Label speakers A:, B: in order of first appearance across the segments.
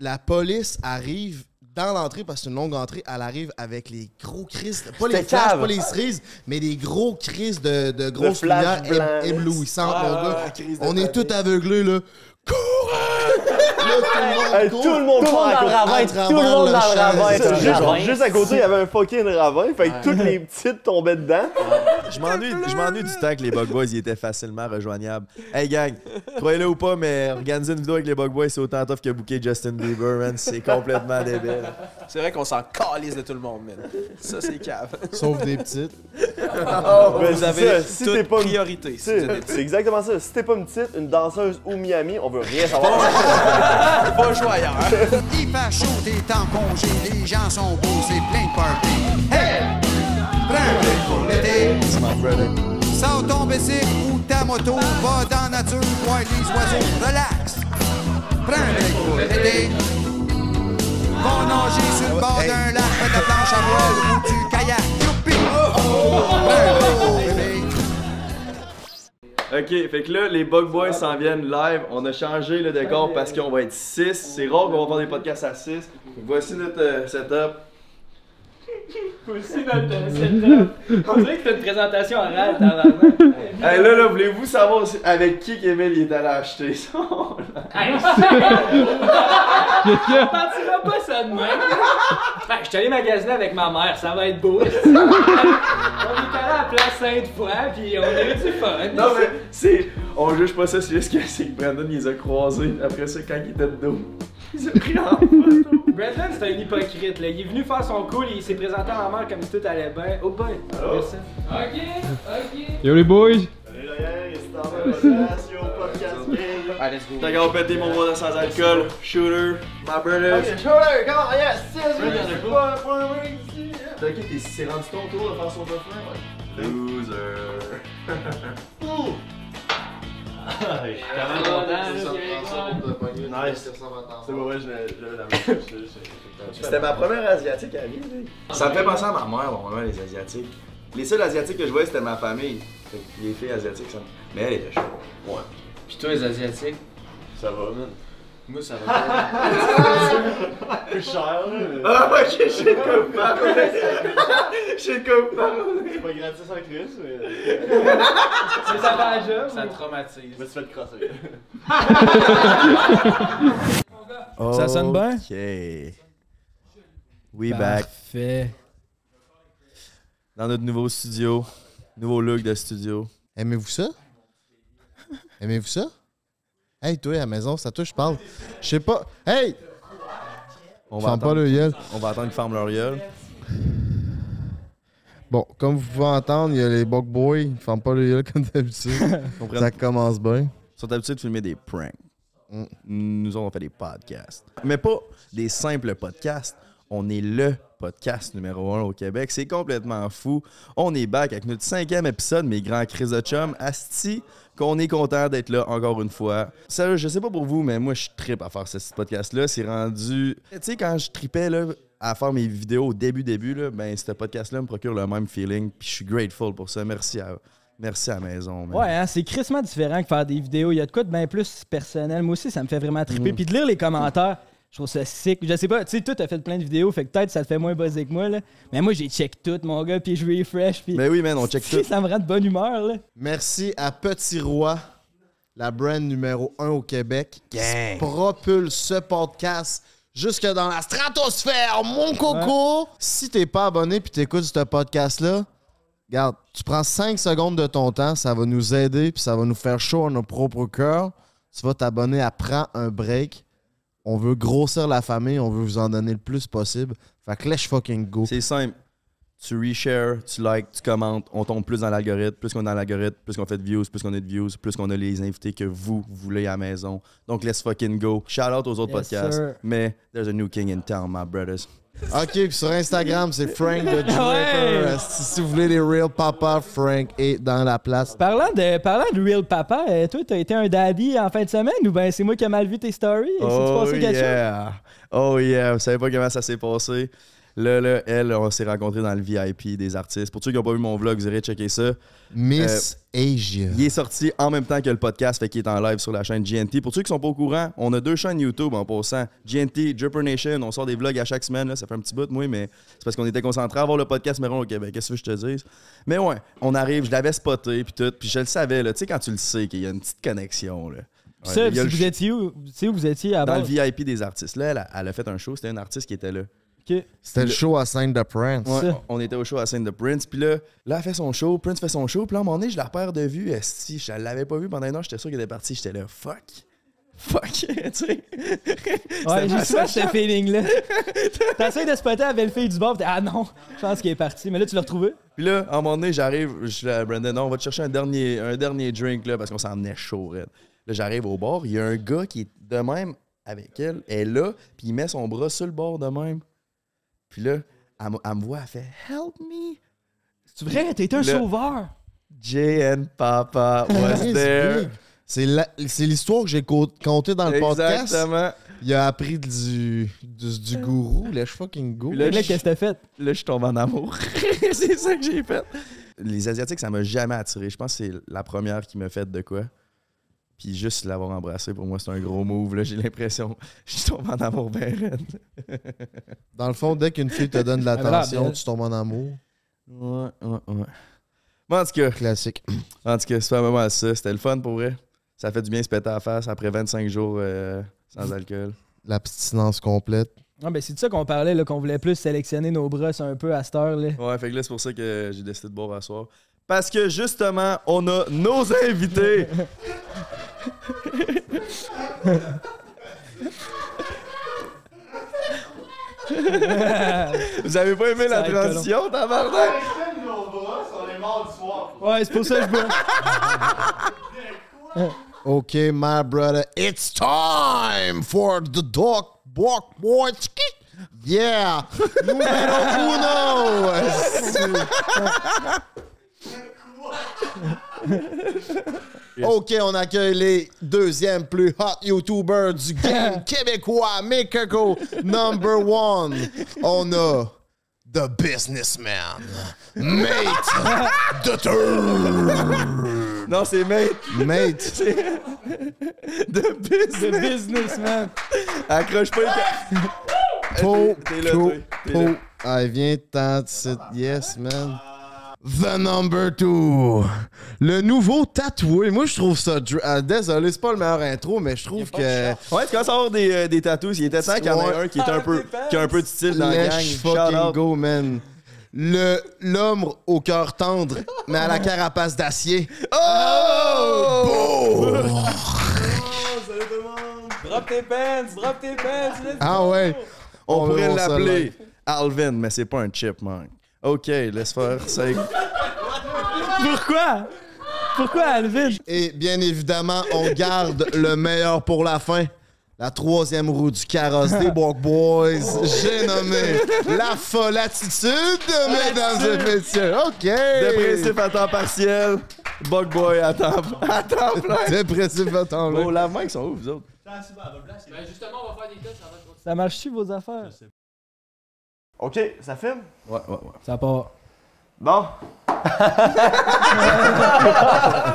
A: La police arrive dans l'entrée, parce que c'est une longue entrée, elle arrive avec les gros crises, pas les
B: C'était
A: flashs,
B: cave.
A: pas les cerises, mais des gros crises de, de grosses
B: flash
A: lumières
B: blanc.
A: ém- éblouissantes,
B: Ouais,
A: mon
B: ouais,
A: gars.
B: ouais, crise de
A: On est
B: panique.
A: tous aveuglés, là. Courez! là,
B: Hey,
A: tout
B: tout le
A: le monde court.
B: monde
C: Tout le
B: part
C: monde
B: à
C: dans le
B: côté.
C: ravin,
A: à
C: tout le monde dans le
A: travers le
C: ravin,
A: champ.
C: tout le
A: Juste-
C: ravin.
B: Juste, juste à côté, il y avait un fucking ravin, fait que toutes les petites tombaient dedans.
D: Je m'ennuie, je m'ennuie du temps que les Bug Boys ils étaient facilement rejoignables. Hey gang, croyez-le ou pas, mais organiser une vidéo avec les Bug Boys, c'est autant tough que booker Justin Bieber, man. C'est complètement débile.
E: C'est vrai qu'on s'en calisse de tout le monde, man. Ça, c'est cave.
A: Sauf des petites.
B: Ben,
E: Ah, Vous
B: c'est
E: avez
B: ça, si t'es
E: toute
B: pas une
E: priorité. si vous
B: C'est
E: êtes-
B: c'est exactement ça. Si t'es pas une petite, une danseuse ou Miami, on veut rien savoir.
E: Pas jouer ailleurs.
F: Il fait chaud, t'es en congé, les gens sont beaux, c'est plein de party. Hey! Prends un break pour l'été. Sors ton bicycle ou ta moto, va dans la nature, voir les oiseaux, relax. Prends un break pour l'été. Va nager sur le bord d'un lac, fais de la planche à voile ou du kayak. Youpi! Prends un break pour l'été.
B: Ok, fait que là, les Bug Boys s'en viennent live. On a changé le décor parce qu'on va être 6. C'est rare qu'on va faire des podcasts à 6. Voici notre euh, setup.
G: Voici notre euh, setup. On dirait que c'est une présentation orale, tabarnak.
B: Hey, là, là, voulez-vous savoir aussi avec qui Kevin il est allé acheter ça?
G: Hey, c'est- On partira pas ça de même. Ben, je suis allé magasiner avec ma mère, ça va être beau. est-ce que- on est allé à la place Sainte-Foy, puis on a eu du fun.
B: Non, mais c'est. On juge pas ça, c'est juste que c'est que Brandon, il les a croisés après ça quand il était de dos. Il a pris en photo.
G: Brandon, c'est un hypocrite, là. Il est venu faire son cool, il s'est présenté à ma mère comme si tout allait bien. Oh boy, merci.
H: Yo les boys!
E: Ah, let's go.
B: T'as qu'à péter mon mot de sans alcool, shooter, my brother. shooter, come on, yes, yes, T'as qui s'est rendu compte toi de faire son buff ouais? Loser. Nice. C'est mauvais, je l'ai- je l'avais dans mes poches, je- C'était ma première asiatique à vie. là. Ça me fait penser à ma mère, mon les asiatiques. Les seuls asiatiques que je voyais, c'était ma famille. Fait que Les filles asiatiques, ça. me- Mais elle était chaude. Ouais.
E: Pis toi, les Asiatiques?
B: Ça va, man.
E: Moi, ça va.
B: Ah, ok, je sais de quoi vous parlez. Je sais de quoi vous parlez. C'est pas gratis en crise, mais.
G: C'est ça va job.
E: Ça traumatise.
B: Mais tu fais te crosser.
D: Ça
C: sonne bien?
D: OK. We back
C: Parfait.
D: dans notre nouveau studio, nouveau look de studio.
A: Aimez-vous ça? Aimez-vous ça? Hey, toi, à la maison, c'est à toi que je parle. Je sais pas. Hey!
D: On
A: On sent
D: va,
A: pas
D: attendre,
A: le gueule.
D: on va attendre qu'ils ferment leur gueule.
A: Bon, comme vous pouvez entendre, il y a les Bug Boys. Ils ferment pas le gueule comme d'habitude.
D: Comprennent-
A: ça commence bien.
D: Ils sont habitués de filmer des pranks.
A: Mm.
D: Nous autres, on fait des podcasts. Mais pas des simples podcasts. On est le podcast numéro un au Québec. C'est complètement fou. On est back avec notre cinquième épisode, mes grands cris de chum. Asti, qu'on est content d'être là encore une fois. Sérieux, je sais pas pour vous, mais moi, je tripe à faire ce petit podcast-là. C'est rendu. Tu sais, quand je tripais là, à faire mes vidéos au début, début, là, ben, ce podcast-là me procure le même feeling. Puis je suis grateful pour ça. Merci à, merci à la maison. man.
C: Ouais, hein, c'est crissement différent que faire des vidéos. Il y a de quoi de bien plus personnel. Moi aussi, ça me fait vraiment triper.
D: Mm.
C: Puis de lire les commentaires, je trouve ça sick. Je sais pas, tu sais, toi, t'as fait plein de vidéos, fait que peut-être ça te fait moins buzzer que moi, là. Mais moi, j'ai check tout, mon gars, puis je refresh, puis
D: Ben oui, man, on check tout.
C: ça me rend de bonne humeur, là.
A: Merci à Petit Roi, la brand numéro 1 au Québec, qui se propulse ce podcast jusque dans la stratosphère, mon coco! Si t'es pas abonné puis t'écoutes ce podcast-là, regarde, tu prends 5 secondes de ton temps, ça va nous aider puis ça va nous faire chaud à nos propres cœurs. Tu vas t'abonner à Prends un break. On veut grossir la famille, on veut vous en donner le plus possible. Fait que let's fucking go.
D: C'est simple. Tu reshares, tu likes, tu commentes, on tombe plus dans l'algorithme. Plus qu'on est dans l'algorithme, plus qu'on fait de views, plus qu'on a de views, plus qu'on a les invités que vous voulez à la maison. Donc, let's fucking go. Shout out aux autres
C: Yes,
D: podcasts.
C: sir.
D: Mais there's a new king in town, my brothers.
A: OK, puis sur Instagram, c'est Frank the Draper. Euh, Si, si vous voulez les real papa, Frank est dans la place.
C: Parlant de, parlant de Real Papa, euh, toi, t'as été un daddy en fin de semaine ou ben c'est moi qui ai mal vu tes stories? Et s'est-tu
D: Oh
C: passé quelque chose?
D: yeah! Oh yeah! Vous savez pas comment ça s'est passé? Là, là, elle, on s'est rencontrés dans le VIP des artistes. Pour ceux qui n'ont pas vu mon vlog, vous irez checker ça.
A: Miss Asia.
D: Euh, Il est sorti en même temps que le podcast, fait qu'il est en live sur la chaîne GNT. Pour ceux qui sont pas au courant, on a deux chaînes YouTube en passant. GNT, Jumper Nation, on sort des vlogs à chaque semaine. là. Ça fait un petit bout, moi, mais c'est parce qu'on était concentrés à avoir le podcast Méron au Québec. Qu'est-ce que je te dis? Mais ouais, on arrive, je l'avais spoté, puis tout, puis je le savais, là. Tu sais, quand tu le sais, qu'il y a une petite connexion, là.
C: Puis
D: Ouais,
C: ça,
D: il y a
C: si
D: le
C: vous étiez où, tu sais où vous étiez avant.
D: dans le VIP des artistes. Là, elle a, elle a fait un show, c'était un artiste qui était là.
A: C'était le show à scène de Prince.
D: Ouais,
C: Ça.
D: on était au show à la scène de Prince. Puis là, là, elle fait son show, Prince fait son show. Puis là, à un moment donné, je la perds de vue. Esti, je l'avais pas vu pendant un an, j'étais sûr qu'elle était partie. J'étais là, fuck. Fuck, tu sais.
C: Ouais,
D: ma
C: j'ai souvent
D: seule
C: ce feeling-là. T'essayes de spotter la belle fille du bord, pis t'es, ah non, je pense qu'il est parti. Mais là, tu l'as retrouvé.
D: Puis là, à un moment donné, j'arrive, je suis là, Brandon, non, on va te chercher un dernier, un dernier drink, là, parce qu'on s'en venait chaud, raide. Là, j'arrive au bord, il y a un gars qui est de même avec elle, elle est là, puis il met son bras sur le bord de même. Puis là, elle, me- elle me voit, elle fait Help me!
C: C'est vrai, t'es un
D: Le-
C: sauveur.
D: JN Papa was there.
A: C'est la- c'est l'histoire que j'ai co- contée dans le podcast.
D: Exactement.
A: Il a appris du, du, du gourou, le fucking gourou.
D: Le-
C: Fait que Là, qu'est-ce que t'as fait?
D: Là, je tombe en amour. c'est ça que j'ai fait. Les Asiatiques, ça m'a jamais attiré. Je pense que c'est la première qui m'a fait de quoi. Puis juste l'avoir embrassé, pour moi, c'est un gros move. Là, j'ai l'impression. Je tombe en amour bien raide.
A: Dans le fond, dès qu'une fille te donne de
C: Elle a l'air
A: l'attention,
C: belle.
A: tu tombes en amour.
D: Ouais, ouais, ouais. Mais en tout cas,
A: Classique.
D: en tout cas, c'est pas vraiment ça. C'était le fun pour vrai. Ça fait du bien se péter à la face après 25 jours euh, sans alcool.
A: L'abstinence complète.
C: Non, ben c'est de ça qu'on parlait, là, qu'on voulait plus sélectionner nos brosses un peu à cette heure. Là.
D: Ouais, fait que là, c'est pour ça que j'ai décidé de boire à soir. Parce que justement, on a nos invités. Vous avez pas aimé la
C: Ça va être
D: transition, tabarnak?
C: Ouais, c'est pour ça que je bois.
A: OK, my brother, it's time for the dog walk boy. Yeah! Numéro uno! OK, on accueille les deuxièmes plus hot YouTubers du game québécois, Mekako, number one. On a The Businessman, Mate de
D: Non, c'est mate.
A: Mate,
D: The
C: Le
D: business.
C: business, man.
D: Accroche pas le ca-
A: Po,
D: T'es là,
A: po,
D: toi. T'es
A: po.
D: là.
A: Ah, viens, tente, c'est- yes, man. The number two. Le nouveau tatoué. Moi, je trouve ça. dr- ah, désolé, c'est pas le meilleur intro, mais je trouve que.
D: Ouais, tu commences à avoir des, euh, des tatous. Il était temps qu'il y en ait
A: Ouais.
D: un qui, est un peu, qui a un peu de style dans la gang.
A: Let's
D: Shout
A: fucking
D: out.
A: go, man. Le- L'homme au cœur tendre, mais à la carapace d'acier.
D: Oh!
E: Drop tes pants, drop tes pants. let's
A: Ah ouais.
D: On,
A: On
D: pourrait
A: veut, on se
D: l'appeler
A: l'aime.
D: Alvin, mais c'est pas un chipmunk. OK, laisse faire. ça.
C: Pourquoi? Pourquoi, Alvin?
A: Et bien évidemment, on garde le meilleur pour la fin. La troisième roue du carrosse des Walk Boys, j'ai nommé la folle attitude, mesdames et messieux. OK.
D: De principe à temps partiel, Bug Boy à temps, à temps plein.
A: Dépressif à temps
D: Oh, lave-moi, ils sont où, vous autres?
G: Ben justement, on va faire des tests avant de
C: Ça marche-tu, vos affaires?
B: Ok, ça filme?
D: Ouais, ouais, ouais.
C: Ça part.
B: Bon.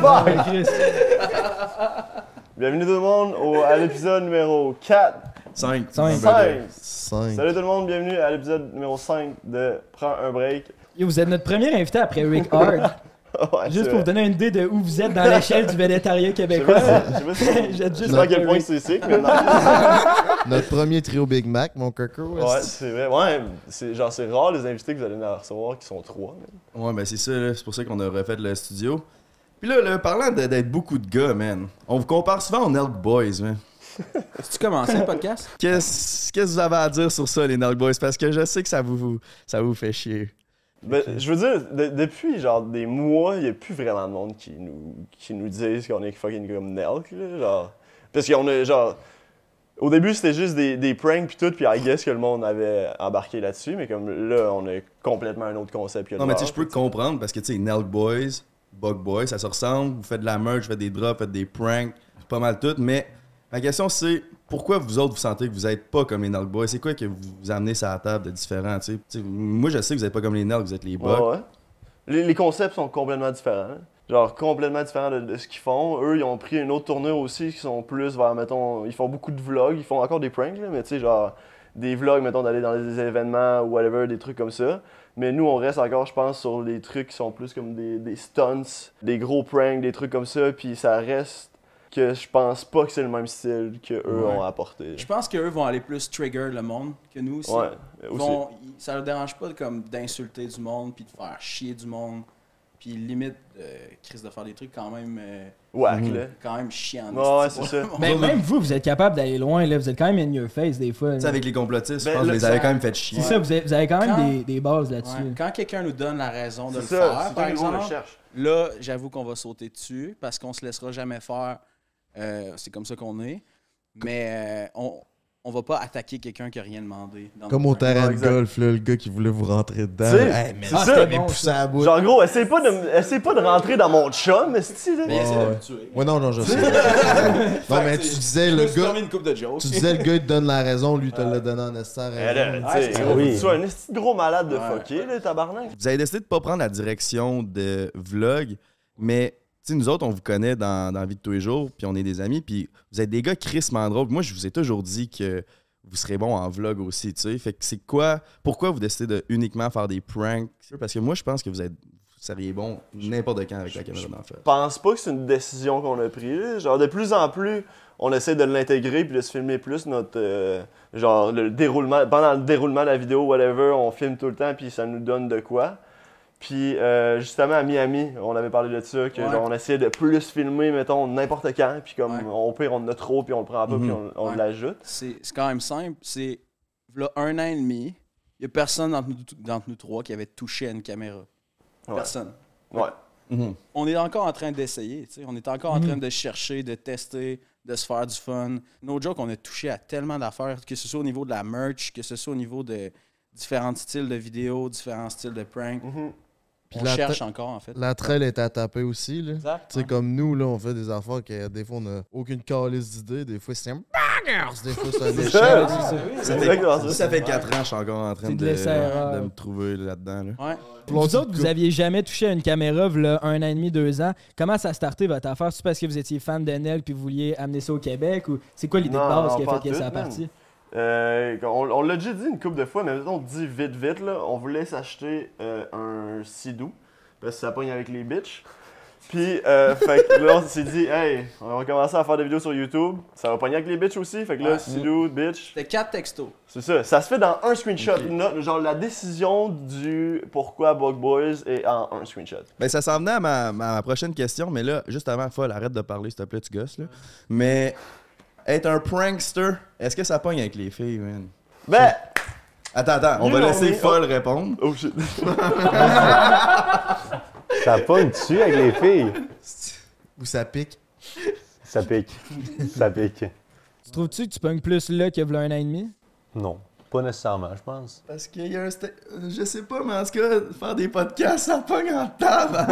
C: Ouais, Chris.
B: Bienvenue tout le monde au- à l'épisode numéro 4.
C: Ah,
D: 5.
C: Cinq.
D: ben,
B: Salut tout le monde, bienvenue à l'épisode numéro 5 de Prends un break.
C: Yo, vous êtes notre premier invité après Rick Hard.
B: Ouais, c'est
C: Juste pour vous
B: vrai.
C: donner une idée de où vous êtes dans l'échelle du végétariat québécois.
B: Je sais pas si- je sais
C: Vous êtes juste
B: pas à quel point
C: après
B: c'est sick, mais non.
A: Notre premier trio Big Mac, mon coco.
B: Ouais,
A: est-ce-
B: c'est vrai. Ouais, c'est genre c'est rare les invités que vous allez en recevoir qui sont trois. mais-
D: Ouais, ben c'est ça, là. c'est pour ça qu'on a refait le studio. Puis là, là parlant de- d'être beaucoup de gars, man, on vous compare souvent aux Nelk Boys, man.
E: Tu commences le podcast?
D: Qu'est-ce qu'est-ce que vous avez à dire sur ça, les Nelk Boys? Parce que je sais que ça vous, vous- ça vous fait chier.
B: Ben, je veux dire, de- depuis genre des mois, il n'y a plus vraiment de monde qui nous, qui nous disent qu'on est fucking comme Nelk, là, genre. Parce qu'on a genre. Au début, c'était juste des, des pranks puis tout, puis I guess que le monde avait embarqué là-dessus, mais comme là, on a complètement un autre concept que le
D: Non, mais tu sais,
B: leur.
D: je peux comprendre parce que, tu sais, Nelk Boys, Bug Boys, ça se ressemble. Vous faites de la merch, vous faites des drops, vous faites des pranks, pas mal tout, mais Ma question, c'est pourquoi vous autres, vous sentez que vous n'êtes pas comme les Nelk Boys? C'est quoi que vous vous amenez sur la table de différent? tu sais? Tu sais, moi, je sais que vous n'êtes pas comme les Nelk, vous êtes les Bucks.
I: Ouais, ouais. Les, les concepts sont complètement différents. hein. Genre, complètement différents de, de ce qu'ils font. Eux, ils ont pris une autre tournure aussi, qui sont plus vers, mettons, ils font beaucoup de vlogs, ils font encore des pranks, là, mais tu sais, genre, des vlogs, mettons, d'aller dans des événements ou whatever, des trucs comme ça. Mais nous, on reste encore, je pense, sur les trucs qui sont plus comme des, des stunts, des gros pranks, des trucs comme ça, puis ça reste que je pense pas que c'est le même style que eux ont apporté.
E: Je pense qu'eux vont aller plus trigger le monde que nous aussi.
I: Ouais,
E: Ils
I: aussi.
E: vont- ils- ça leur dérange pas comme d'insulter du monde, puis de faire chier du monde, puis limite, euh, Chris, de faire des trucs quand même, euh,
I: Whack, là.
E: quand même chiants.
I: Ouais,
E: esti,
I: c'est
E: pour le
C: Mais
E: monde.
C: Ben, même vous, vous êtes capable d'aller loin, là. Vous êtes quand même in your face des fois. là.
D: Tu sais, avec les complotistes,
I: Ben,
D: je pense que
I: là,
D: vous les avez
E: ça-
D: quand même fait chier.
C: C'est ça, vous avez, vous avez quand même
E: Quand-
C: des, des bases là-dessus.
E: Ouais, Quand quelqu'un nous donne la raison de le
I: C'est ça,
E: faire,
I: c'est
E: par
I: ça qu'on
E: exemple,
I: recherche.
E: Là, j'avoue qu'on va sauter dessus parce qu'on se laissera jamais faire. Euh, c'est comme ça qu'on est. Mais euh, on, on va pas attaquer quelqu'un qui a rien demandé. dans
A: Comme
E: notre
A: au
E: jeu.
A: terrain
I: Ouais,
A: de
I: exact.
A: golf, là, le gars qui voulait vous rentrer dedans.
I: Tu sais,
A: Hey, man,
I: c'est
A: ah,
I: ça.
A: c'était bien poussé à bout.
I: Genre, gros, essaye pas de, me- essaye pas de rentrer dans mon chum, esti, là.
E: Mais euh,
A: Ouais,
E: c'est
A: ouais.
E: habitué.
A: Ouais, non, non, je sais. non, mais tu disais, le
E: Je me suis
A: gars,
E: permis une coupe de jokes.
A: tu disais, le gars, il te donne la raison, lui, il te l'a donné en nécessaire.
I: Eh là, tu sais,
E: c'est
I: gros,
A: oui.
I: Tu sois un esti de gros malade de
E: Ouais.
I: fucké, là, tabarnak.
D: Vous avez décidé de pas prendre la direction de vlog, mais tu sais, nous autres, on vous connaît dans, dans la vie de tous les jours, puis on est des amis, puis vous êtes des gars Chris drôles. Puis Moi, je vous ai toujours dit que vous serez bon en vlog aussi, tu sais. Fait que c'est quoi, pourquoi vous décidez de uniquement faire des pranks? Parce que moi, je pense que vous êtes, vous seriez bon n'importe quand avec la caméra d'en
I: Je
D: fait.
I: pense pas que c'est une décision qu'on a prise. là. Genre, de plus en plus, on essaie de l'intégrer puis de se filmer plus notre. euh, genre, le déroulement. Pendant le déroulement de la vidéo, whatever, on filme tout le temps puis ça nous donne de quoi. Puis, euh, justement, à Miami, on avait parlé de ça, que
E: Ouais.
I: genre, on essayait de plus filmer, mettons, n'importe quand. Puis, comme,
E: Ouais. Mhm.
I: on pire, on en a trop, puis on le prend pas, puis on, on
E: Ouais.
I: l'ajoute.
E: C'est c'est quand même simple. C'est là, un an et demi, il n'y a personne d'entre nous, d'entre nous trois qui avait touché à une caméra.
I: Ouais.
E: Personne.
I: Ouais.
E: on est encore en train d'essayer. tu sais. On est encore en train de chercher, de tester, de se faire du fun. No joke, on a touché à tellement d'affaires, que ce soit au niveau de la merch, que ce soit au niveau de différents styles de vidéos, différents styles de pranks.
A: Puis
E: on
A: la
E: cherche
A: te-
E: encore, en fait.
A: La trail est à taper aussi, là.
E: Exact.
A: Tu sais, comme nous, là, on fait des affaires que des fois, on n'a aucune calice d'idée. Des fois, c'est un bangers. Des fois, c'est un échec.
D: Ça
I: Exactement,
D: fait,
I: Ah, ça.
D: ça fait 4 ans, je suis encore en train
C: C'est
D: de,
C: de l'essai-erreur.
D: de me trouver là-dedans. là.
E: Ouais.
C: Vous autres, vous aviez jamais touché à une caméra, là, un an et demi, deux ans. Comment ça a starté votre affaire? C'est parce que vous étiez fan de Nel puis vous vouliez amener ça au Québec? ou C'est quoi l'idée de
I: Non,
C: base
I: non,
C: qui a
I: pas
C: fait que
I: tout,
C: ça a
I: man.
C: parti?
I: Euh, on on l'a déjà dit une couple de fois, mais on dit vite, vite, là, on voulait s'acheter euh, un Sidou, parce que ça pogne avec les bitches. Puis, euh, fait que là, on s'est dit, hey, on va commencer à faire des vidéos sur YouTube, ça va pogner avec les bitches aussi, fait que là,
E: Ouais.
I: Sidou, bitch,
E: C'était quatre textos.
I: c'est ça. Ça se fait dans un screenshot, Là, genre la décision du pourquoi Bug Boys est en un screenshot.
D: Ben, ça s'en venait à ma, ma- ma prochaine question, mais là, juste avant, Foll, arrête de parler, s'il te plaît, tu gosses. Là. Mais être un prankster, est-ce que ça pogne avec les filles, man?
I: Ben,
D: Attends, attends, on
I: You
D: va
I: know
D: laisser
I: me.
D: Foll répondre.
I: oh shit.
J: Ça pogne dessus avec les filles.
A: Où ça pique.
J: Ça pique. Ça pique.
C: Tu trouves-tu que tu pognes plus là que v'là un an et demi?
J: Non. Pas nécessairement, je pense.
D: Parce qu'il y a un. sta- euh, Je sais pas, mais en tout cas, faire des podcasts, ça pogne en table.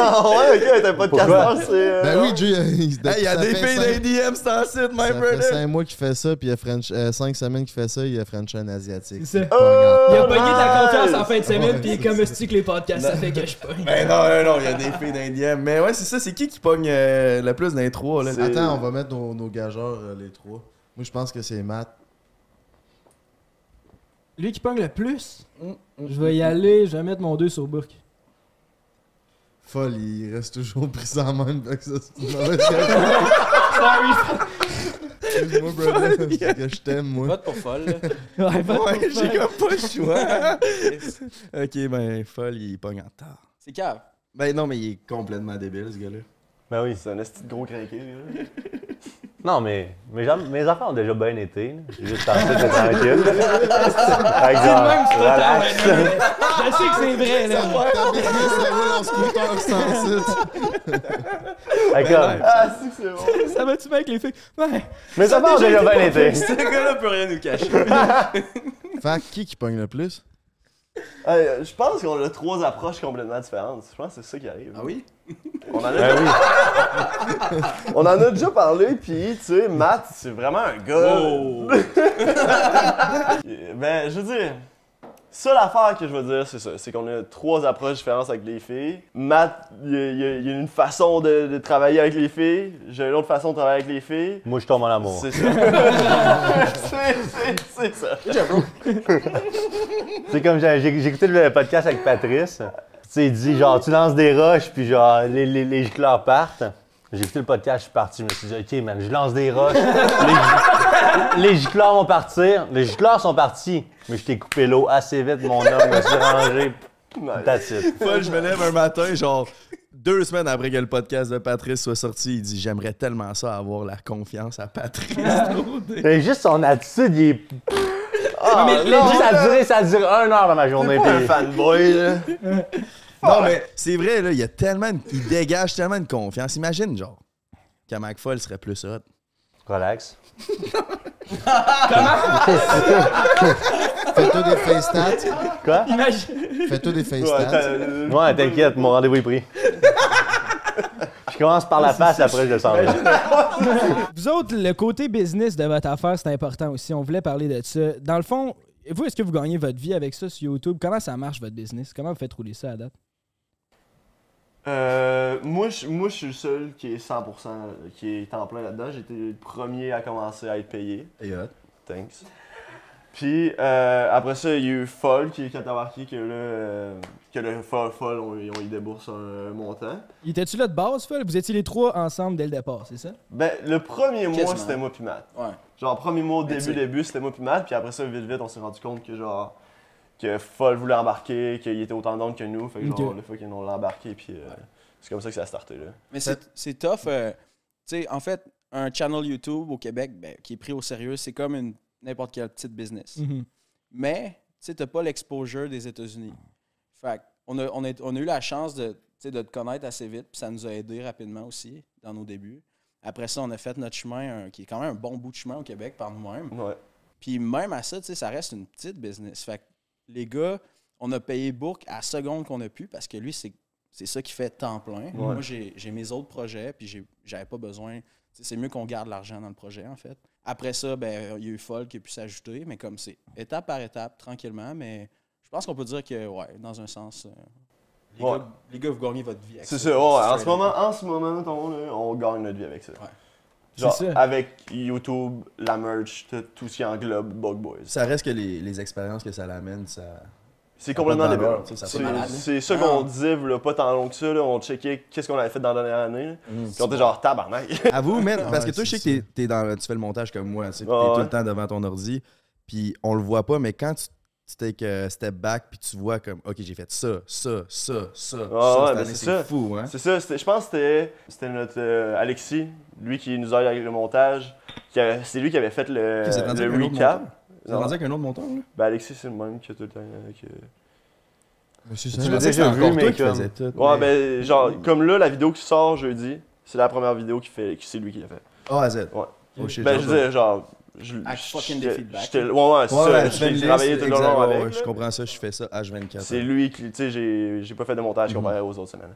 I: Ah ouais, ok, t'as pas de castor, c'est. euh,
A: Ben oui, Jay, il
D: Il y a
A: ça
D: des
A: fait
D: filles
A: cinq-
D: dans les DM, c'est un site, my
A: Ça fait
D: brother.
A: 5 mois qu'il fait ça, puis il y a French, 5 semaines qu'il fait ça, il y a French un asiatique.
C: C'est ça.
A: Pognant.
C: Il a
I: Oh,
C: pogné de la
I: nice!
C: confiance en fin de semaine,
A: Ouais,
C: puis
A: c'est
C: comme est-ce que les podcasts, ça fait que je pogne?
D: Ben non, non, non, il y a des filles dans les DM. Mais ouais, c'est ça, c'est qui qui pogne euh, le plus dans les trois, là?
I: C'est-
A: Attends, on va mettre nos, nos gageurs, euh, les trois. Moi, je pense que c'est Matt.
C: Lui qui pogne le plus, je vais y aller, je vais mettre mon 2 sur Burke.
A: Folle, il reste toujours pris en main. fait que ça, c'est une mauvaise question.
C: Sorry!
A: Excuse-moi, brother, parce que je t'aime, moi.
E: Vote pour folle. là.
C: ouais, va
D: Ouais,
C: te faire.
D: j'ai comme pas le choix. ok, ben, Foll, il pogne en tard.
E: C'est cave.
D: Ben non, mais il est complètement débile, ce gars-là.
J: Ben oui.
I: C'est un esti de gros craqué, là.
J: Non, mais mes, jam- mes affaires ont déjà bien été. là. J'ai juste pensé que c'était tranquille. Fait que genre,
C: Même hein, si t'as
I: Ah,
C: tort,
J: relax.
C: ouais, Je sais que c'est vrai, là.
A: T'as bien mis le cerveau dans le scooter sans site.
J: Fait que, comme,
I: Ah, si, c'est bon.
C: Ça va-tu bien avec les filles? Ouais.
J: mes affaires ont déjà bien été.
E: Ce gars-là peut rien nous cacher.
A: Fait que qui qui pogne le plus?
I: Hey, euh, je pense qu'on a trois approches complètement différentes. Je pense que c'est ça qui arrive.
E: Ah oui?
I: On en a
J: Ben oui.
I: On en a déjà parlé, puis tu sais, Matt, c'est vraiment un gars. ben, je veux dire, ça l'affaire que je veux dire, c'est ça. C'est qu'on a trois approches différentes avec les filles. Matt, il y a- il y, a- il y a une façon de, de travailler avec les filles. J'ai une autre façon de travailler avec les filles.
J: Moi, je tombe en amour.
I: C'est ça. c'est, c'est- c'est ça.
J: C'est comme j'ai j'ai- j'ai écouté le podcast avec Patrice. Tu sais, il dit genre, tu lances des roches, puis genre, les, les, les gicleurs partent. J'ai écouté le podcast, je suis parti. Je me suis dit, OK, man, je lance des roches. Les, les gicleurs vont partir. Les gicleurs sont partis. Mais je t'ai coupé l'eau assez vite, mon homme. Je me suis rangé. That's it.
D: Paul, je me lève un matin, genre deux semaines après que le podcast de Patrice soit sorti, il dit J'aimerais tellement ça avoir la confiance à Patrice. Côté.
J: Mais juste son attitude, il est. Ah,
C: mais
J: non, ça a duré, ça a duré un heure dans ma journée. puis-
I: fanboy, là.
D: non, mais c'est vrai, là, il y a tellement. de- Il dégage tellement de confiance. Imagine, genre, que McFall serait plus hot.
J: Relax.
A: Fais-toi des face stats.
J: Quoi?
C: Imagine.
A: Fais-toi des face
I: Ouais,
A: stats.
I: t'as-
J: Ouais, t'inquiète, mon rendez-vous est pris. Je commence par la face, après je le sens.
C: Vous autres, le côté business de votre affaire, c'est important aussi. On voulait parler de ça. Dans le fond, vous, est-ce que vous gagnez votre vie avec ça sur YouTube? Comment ça marche, votre business? Comment vous faites rouler ça à date?
I: Euh, moi, je, moi, je suis le seul qui est 100%, qui est en plein là-dedans. J'étais le premier à commencer à être payé.
D: Et hot.
I: Thanks. Puis euh, après ça, il y a eu Foll qui, qui a embarqué que là, euh, que le Foll, Foll, on, on y débourse un montant.
C: Il était-tu là de base, Phil? Vous étiez les trois ensemble dès le départ, c'est ça?
I: Ben, le premier mois,
E: Quasiment.
I: c'était moi puis Matt.
E: Ouais.
I: Genre, premier mois, au
E: Mais
I: début,
E: tu sais-
I: début, c'était moi puis Matt. Puis après ça, vite, vite, on s'est rendu compte que genre, que Foll voulait embarquer, qu'il était autant d'ondes que nous. Fait que genre,
C: Ok.
I: le fucking, on l'a embarqué. Puis euh, c'est comme ça que ça a starté là.
E: Mais c'est c'est tough. euh, tu sais, en fait, un channel YouTube au Québec ben, qui est pris au sérieux, c'est comme une n'importe quelle petite business.
C: Mhm.
E: Mais, tu sais, t'as pas l'exposure des États-Unis. Fait que, on a, on a, on a eu la chance de, tu sais, de te connaître assez vite, puis ça nous a aidé rapidement aussi dans nos débuts. Après ça, on a fait notre chemin, un- qui est quand même un bon bout de chemin au Québec par nous-mêmes.
I: Ouais.
E: Puis même à ça, tu sais, ça reste une petite business. Fait que les gars, on a payé Bourque à la seconde qu'on a pu parce que lui, c'est c'est ça qui fait temps plein. Moi, j'ai j'ai mes autres projets, puis j'ai- j'avais pas besoin. tu sais, C'est mieux qu'on garde l'argent dans le projet, en fait. Après ça, ben, il y a eu Folle qui a pu s'ajouter, mais comme c'est étape par étape, tranquillement, mais je pense qu'on peut dire que, ouais, dans un sens, euh, les,
I: Ouais.
E: gars, les gars, vous gagnez votre vie. avec
I: C'est ça, ouais. En ce
E: Straight
I: moment,
E: up.
I: en ce moment, ton, là, on gagne notre vie avec ça. Genre,
C: C'est ça.
I: avec YouTube, la merch, tout, tout ce qui englobe Bug Boys.
D: Ça reste que les, les expériences que ça l'amène, ça.
I: C'est
D: pas
I: complètement
D: de valeur,
I: débile.
D: tu sais, ça a pas
I: C'est
D: de valeur.
I: c'est ça
E: Ah.
I: qu'on disait, là, pas tant long que ça. Là, on checkait qu'est-ce qu'on avait fait dans la dernière année. là.
D: Mm,
I: Puis on était genre tabarnak.
D: Avoue, man, parce que
A: ouais,
D: toi, je sais que
A: c'est
D: t'es- t'es dans le- tu fais le montage comme moi, tu sais, puis
I: Ouais,
D: t'es tout
I: Ah ouais.
D: le temps devant ton ordi, puis on le voit pas, mais quand tu, tu take a step back, puis tu vois comme, OK, j'ai fait ça, ça, ça, ça, ça,
I: ouais,
D: cette
I: ben
D: année,
I: c'est
D: c'est
I: ça.
D: fou, hein?
I: C'est ça, c'était- je pense que c'était- c'était notre euh, Alexis, lui qui nous aide avec le montage. qui avait- C'est lui qui avait fait le,
D: Ok, c'est rendu
I: le
D: avec un autre
I: recap.
D: monteur. C'est
I: Non.
D: rendu avec un autre montant, là?
I: Ben, Alexis, c'est le même que tout le temps. euh, que-
A: Monsieur
D: Je
A: Saint-
D: pensais que
I: déjà
D: c'était
I: vu,
D: encore
I: mais
D: toi qui
I: comme-
D: faisais tout.
I: Ouais,
D: mais-
I: ben, genre, comme là, la vidéo qui sort jeudi, c'est la première vidéo qui fait, que c'est lui qui l'a fait.
D: A à Z.
I: Ouais.
D: Oh, shit,
I: Ben,
D: genre,
I: je veux dire, genre. Je,
E: Ah,
I: je-
E: fucking des
I: je-
E: feedbacks.
I: j'étais- ouais, ouais, c'est
D: Ouais,
I: ça.
D: ouais, tu fais
I: j'ai
D: une
I: travaillé
D: liste,
I: tout le long
D: exact, ouais,
I: avec.
D: ouais, je
I: là.
D: comprends ça, je fais ça Mhm. H24.
I: C'est lui qui. Tu sais, j'ai j'ai pas fait de montage comparé aux autres semaines.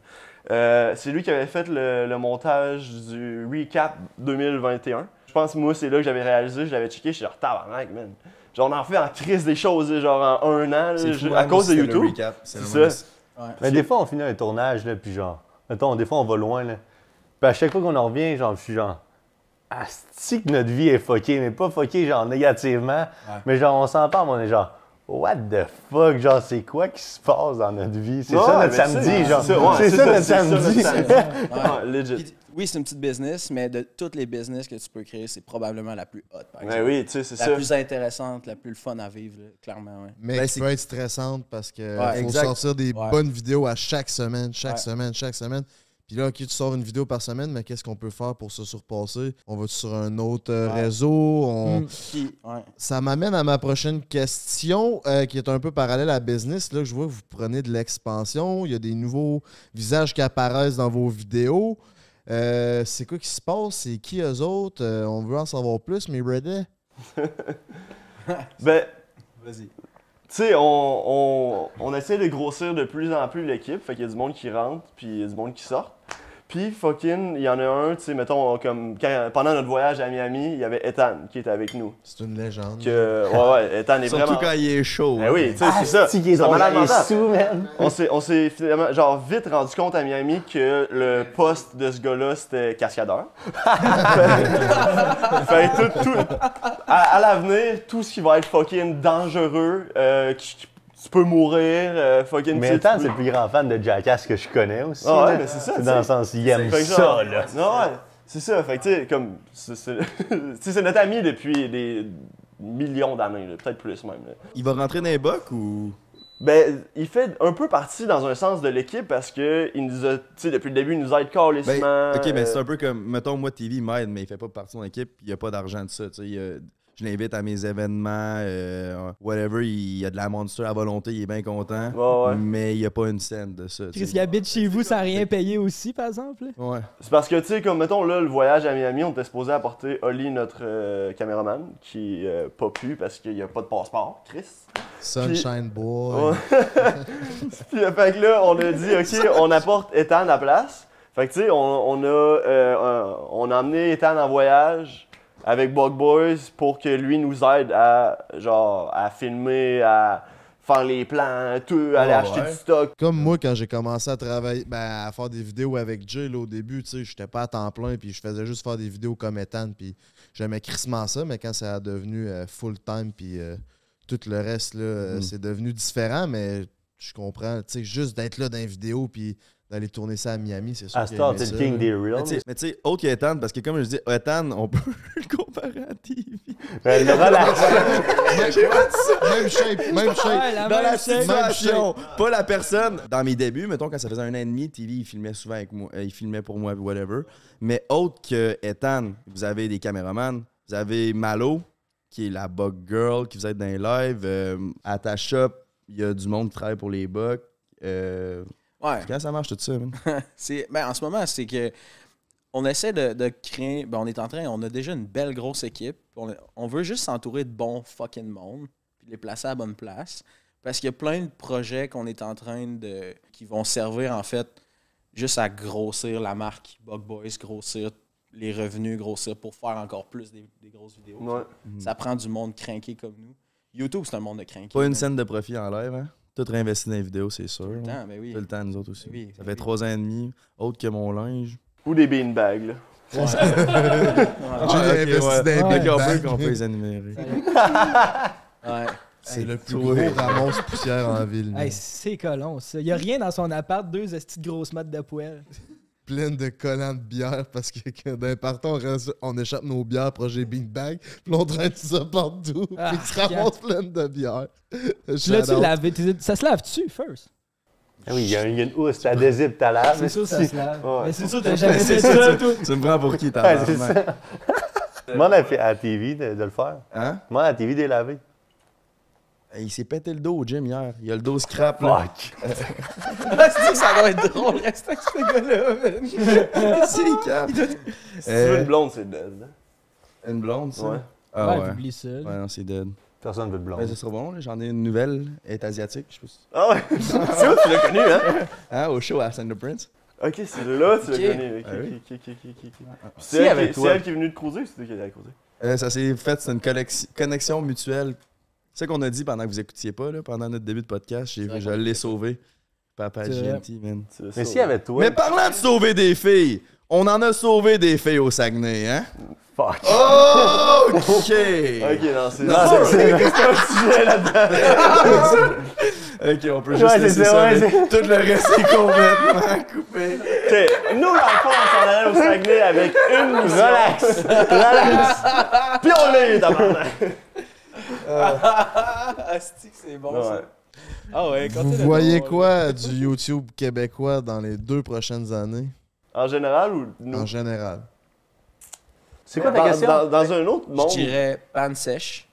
I: Euh, c'est lui qui avait fait le, le montage du recap 2021. Je pense, moi, c'est là que j'avais réalisé, je l'avais checké, j'étais genre, tabarnak, man. Genre, on en fait en crise des choses, genre, en un an, là,
D: C'est
I: je-
D: fou,
I: à
D: hein,
I: cause de
D: c'était le
I: YouTube.
D: recap, C'est
I: C'est
D: vraiment-
I: ça.
J: Mais des fois, on finit un tournage, là, puis genre, mettons, des fois, on va loin, là. Puis à chaque fois qu'on en revient, genre, je suis genre, asti que notre vie est fuckée, mais pas fuckée, genre, négativement. Mais genre, on s'en parle, mais on est genre, what the fuck, genre, c'est quoi qui se passe dans notre vie? C'est
I: Ouais,
J: ça
I: mais
J: notre
I: c'est-
J: samedi,
I: c'est
J: genre.
I: ça, ouais,
J: C'est
I: c'est
J: ça
I: ça,
J: notre
I: c'est ça, notre
J: samedi.
I: Ouais, legit.
E: Puis, oui, c'est une petite business, mais de toutes les business que tu peux créer, c'est probablement la plus haute, par exemple.
I: Ben oui, tu sais, c'est
E: la
I: ça.
E: plus intéressante, la plus fun à vivre, là, clairement, ouais.
A: Mais
D: Ben,
A: qui
D: c'est-
A: peut être stressante parce que faut
D: exact.
A: sortir des
E: Ouais.
A: bonnes vidéos à chaque semaine, chaque
E: Ouais.
A: semaine, chaque semaine. Puis là, OK, tu sors une vidéo par semaine, mais qu'est-ce qu'on peut faire pour se surpasser? On va sur un autre euh,
E: Ouais. Hmm.
A: réseau? On...
C: Mm.
E: Puis, ouais.
A: Ça m'amène à ma prochaine question euh, qui est un peu parallèle à business. Là, je vois que vous prenez de l'expansion. Il y a des nouveaux visages qui apparaissent dans vos vidéos. Euh, c'est quoi qui se passe? C'est qui eux autres? Euh, on veut en savoir plus, mais Reddit.
I: Ben,
E: Vas-y.
I: Tu sais, on, on, on essaie de grossir de plus en plus l'équipe. Fait qu'il y a du monde qui rentre, puis il y a du monde qui sort. Puis, fucking, il y en a un, tu sais, mettons, comme quand- pendant notre voyage à Miami, il y avait Ethan qui était avec nous.
A: C'est une légende.
I: Que, ouais, ouais, Ethan est
D: Surtout
I: vraiment.
D: quand il est chaud. hein.
I: Ben oui, tu sais,
E: Ah,
I: c'est ça.
J: Si, qu'ils
I: Son
J: sont
I: malade
J: malades
I: mental.
J: sous, man.
I: On s'est, on s'est finalement, genre, vite rendu compte à Miami que le poste de ce gars-là, c'était cascadeur. fait que tout, tout- à, à l'avenir, tout ce qui va être fucking dangereux, euh, qui- qui- tu peux mourir, euh, fucking...
J: Mais
I: tu sais,
J: Ethan,
I: tu
J: c'est
I: peux-
J: le plus grand fan de Jackass que je connais aussi.
I: Ah ouais,
J: là.
I: mais c'est ça, tu
J: dans le
I: sais.
J: sens, il aime
I: Fait que
J: ça,
I: genre-
J: là.
I: Non, ouais, c'est ça. Fait que, tu sais, comme... C'est, c'est- tu sais, c'est notre ami depuis des millions d'années, là, peut-être plus même. là.
D: Il va rentrer dans les bocs ou.
I: Ben, il fait un peu partie dans un sens de l'équipe parce que il nous a, tu sais, depuis le début, il nous aide euh, carrément.
D: Ben, ok, mais c'est un peu comme. Mettons, moi, TV m'aide, mais il fait pas partie de mon équipe, il y a pas d'argent de ça. tu sais, il y a- je l'invite à mes événements, euh, whatever, il y a de la monture à volonté, il est bien content.
I: Ouais, ouais.
D: Mais il y a pas une scène de ça. tu
C: Chris
D: sais.
C: qui habite chez vous sans rien payer aussi, par exemple. là.
D: Ouais.
I: C'est parce que, tu sais, comme mettons là, le voyage à Miami, on était supposé apporter Oli, notre euh, caméraman, qui euh, pas pu parce qu'il n'y a pas de passeport, Chris.
A: Sunshine Boy.
I: Ouais. Puis, euh, fait que là, on a dit, OK, on apporte Ethan à la place. Fait que, tu sais, on, on a, euh, un- on a emmené Ethan en voyage avec Bug Boys pour que lui nous aide à, genre, à filmer, à faire les plans, tout, aller
D: Ah
I: acheter
D: ouais.
I: du stock.
A: Comme moi, quand j'ai commencé à travailler, ben, à faire des vidéos avec Jay, là, au début, tu sais, j'étais pas à temps plein, puis je faisais juste faire des vidéos comme Ethan, puis j'aimais crissement ça, mais quand ça a devenu euh, full-time, puis euh, tout le reste, là, euh,
D: Mm.
A: c'est devenu différent, mais je comprends, tu sais, juste d'être là dans les vidéos, puis d'aller tourner ça à Miami, c'est sûr
J: À
A: qu'il
J: Star,
A: aimait
J: t'es le
A: ça,
J: king
A: là.
J: des
D: Mais
J: reels.
D: tu sais- Mais tu sais, autre qu'Ethan, parce que comme je dis, Ethan, on peut le comparer à TV.
J: Ben, le relation.
A: Même shape, même
C: Ouais,
A: shape.
C: la
E: Ah
D: dans
C: même
D: la
C: shape.
D: situation, pas la personne. Dans mes débuts, mettons, quand ça faisait un an et demi, TV, il filmait souvent avec moi, euh, il filmait pour moi, whatever. Mais autre que Ethan, vous avez des caméramans, vous avez Malo, qui est la Bug Girl, qui vous aide dans les lives. euh, à ta shop, il y a du monde qui travaille pour les Bugs. Euh,
E: Ouais.
D: quand ça marche tout ça, man?
E: C'est- ben, en ce moment, c'est que on essaie de, de créer. ben, on est en train, on a déjà une belle grosse équipe. On, on veut juste s'entourer de bons fucking monde, puis les placer à la bonne place. Parce qu'il y a plein de projets qu'on est en train de. qui vont servir en fait juste à grossir la marque Bug Boys, grossir les revenus, grossir pour faire encore plus des, des grosses vidéos.
I: Ouais.
E: Ça prend du monde craqué comme nous. YouTube, c'est un monde de craqué.
D: Pas une scène de profit en live, hein? Tout réinvesti dans les vidéos, c'est sûr.
E: Tout le
D: hein.
E: temps, ben oui.
D: Tout le temps, nous autres aussi.
E: Oui,
D: ça
E: oui,
D: fait
E: oui.
D: trois ans et demi, autre que mon linge.
I: Ou des beanbags, là.
A: J'ai
D: Ah, ok,
A: investi
D: ouais.
A: dans les
D: Ok, on
A: Big
D: peut-
A: Bang.
D: on peut les énumérer.
E: Ouais.
A: C'est le plus gros ramasse poussière en ville.
C: Hey,
A: man.
C: c'est colon, ça. Il a rien dans son appart, deux estis de grosses maths de poêle.
A: pleine de collants de bière parce que quand- d'un partant, on, reste- on échappe nos bières projet Big Bang, puis on traîne ça partout,
C: Ah,
A: puis ils se ramassent pleine de bière.
C: Tu l'as-tu lavé? T'es- Ça se lave-tu, first?
J: Ah oui, il y, a une- il y a une housse, t'adhésives ta
I: Ah,
J: lave.
C: C'est sûr que ça se lave.
J: Ouais.
C: Mais c'est sûr que t'as jamais fait
D: c'est
C: ça,
D: ça.
C: toi.
D: Tu me prends pour qui,
J: Ouais,
D: t'as
J: c'est ça. Demande à, à TV de, de le faire.
D: Hein?
J: Demande à TV de les laver.
D: Il s'est pété le dos au gym hier. Il a le dos scrap, là.
J: Fuck.
E: C'est-tu que ça doit être drôle, rester avec ce gars-là, man?
D: C'est cap.
I: Si tu
C: Euh,
I: veux une blonde, c'est dead. là.
D: Une blonde, ça?
I: Ouais.
D: Ah
C: ouais,
D: ouais.
C: t'oublies ça. là.
D: Ouais, non, c'est dead.
J: Personne veut de
D: Ben,
J: blonde.
D: ça sera bon, là. J'en ai une nouvelle. Elle est asiatique, je sais pas si-
I: Ah ouais! c'est où tu l'as connu, hein?
D: Hein, au show à Sander Prince.
I: Ok, c'est là tu l'as connu. Ok,
D: Ah oui.
I: ok, ok, ok, ok, ok. C'est
J: Si,
I: elle,
J: avec
I: qui- c'est
J: toi.
I: elle qui est venue de cruiser ou c'est toi qui allais à cruiser?
D: Euh, ça s'est fait, c'est une collex- connexion mutuelle. C'est ça qu'on a dit pendant que vous écoutiez pas, là, pendant notre début de podcast. J'ai- Je l'ai sauvé. Papa
C: C'est vrai.
D: GNT, man.
I: Tu l'as
J: Mais si
I: sauvé.
J: avec toi.
D: Mais parlant de sauver des filles, on en a sauvé des filles au Saguenay, hein? Oh,
J: Fuck.
D: OK!
I: Ok, non, c'est
J: Non, c'est- c'est-
D: Ok, on peut
J: Ouais,
D: juste
J: c'est
D: laisser
J: ça,
D: ça.
J: ouais,
D: mais Tout le reste est complètement coupé.
I: T'sais, nous, dans le fond, on s'en allait au Saguenay avec une mission.
J: Relax. Relax.
I: Puis on l'a eu, tabarnak.
E: Ah, c'est-tu que c'est bon, ça?
I: Ouais.
E: Ah ouais, quand
A: Vous voyez quoi du YouTube québécois dans les deux prochaines années,
I: En général ou
A: en
I: nous?
A: général?
J: C'est quoi ta
I: Dans-
J: question?
I: Dans, dans un autre
E: Je
I: monde.
E: dirais panne sèche,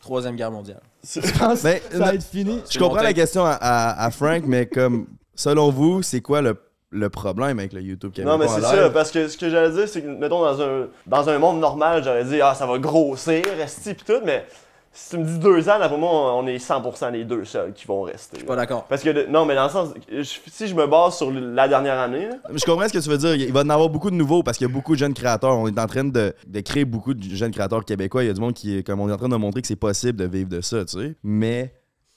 E: Troisième Guerre mondiale.
D: Mais,
C: Ça va être fini.
D: je comprends
E: monté.
D: la question à, à- à Frank, mais comme, selon vous, c'est quoi le, le problème avec le YouTube québécois?
I: Non, mais
D: en
I: c'est
D: live?
I: ça, parce que ce que j'allais dire, c'est que, mettons, dans un, dans un monde normal, j'aurais dit, ah, ça va grossir, esti, pis tout, mais Si tu me dis deux ans, d'après moi, on on est 100% les deux seuls qui vont rester.
E: Pas d'accord.
I: Parce que, de- non, mais dans le sens, je- si je me base sur la dernière année, là,
D: Je comprends ce que tu veux dire. Il va en avoir beaucoup de nouveaux parce qu'il y a beaucoup de jeunes créateurs. On est en train de, de créer beaucoup de jeunes créateurs québécois. Il y a du monde qui, est- comme on est en train de montrer que c'est possible de vivre de ça, tu sais. Mais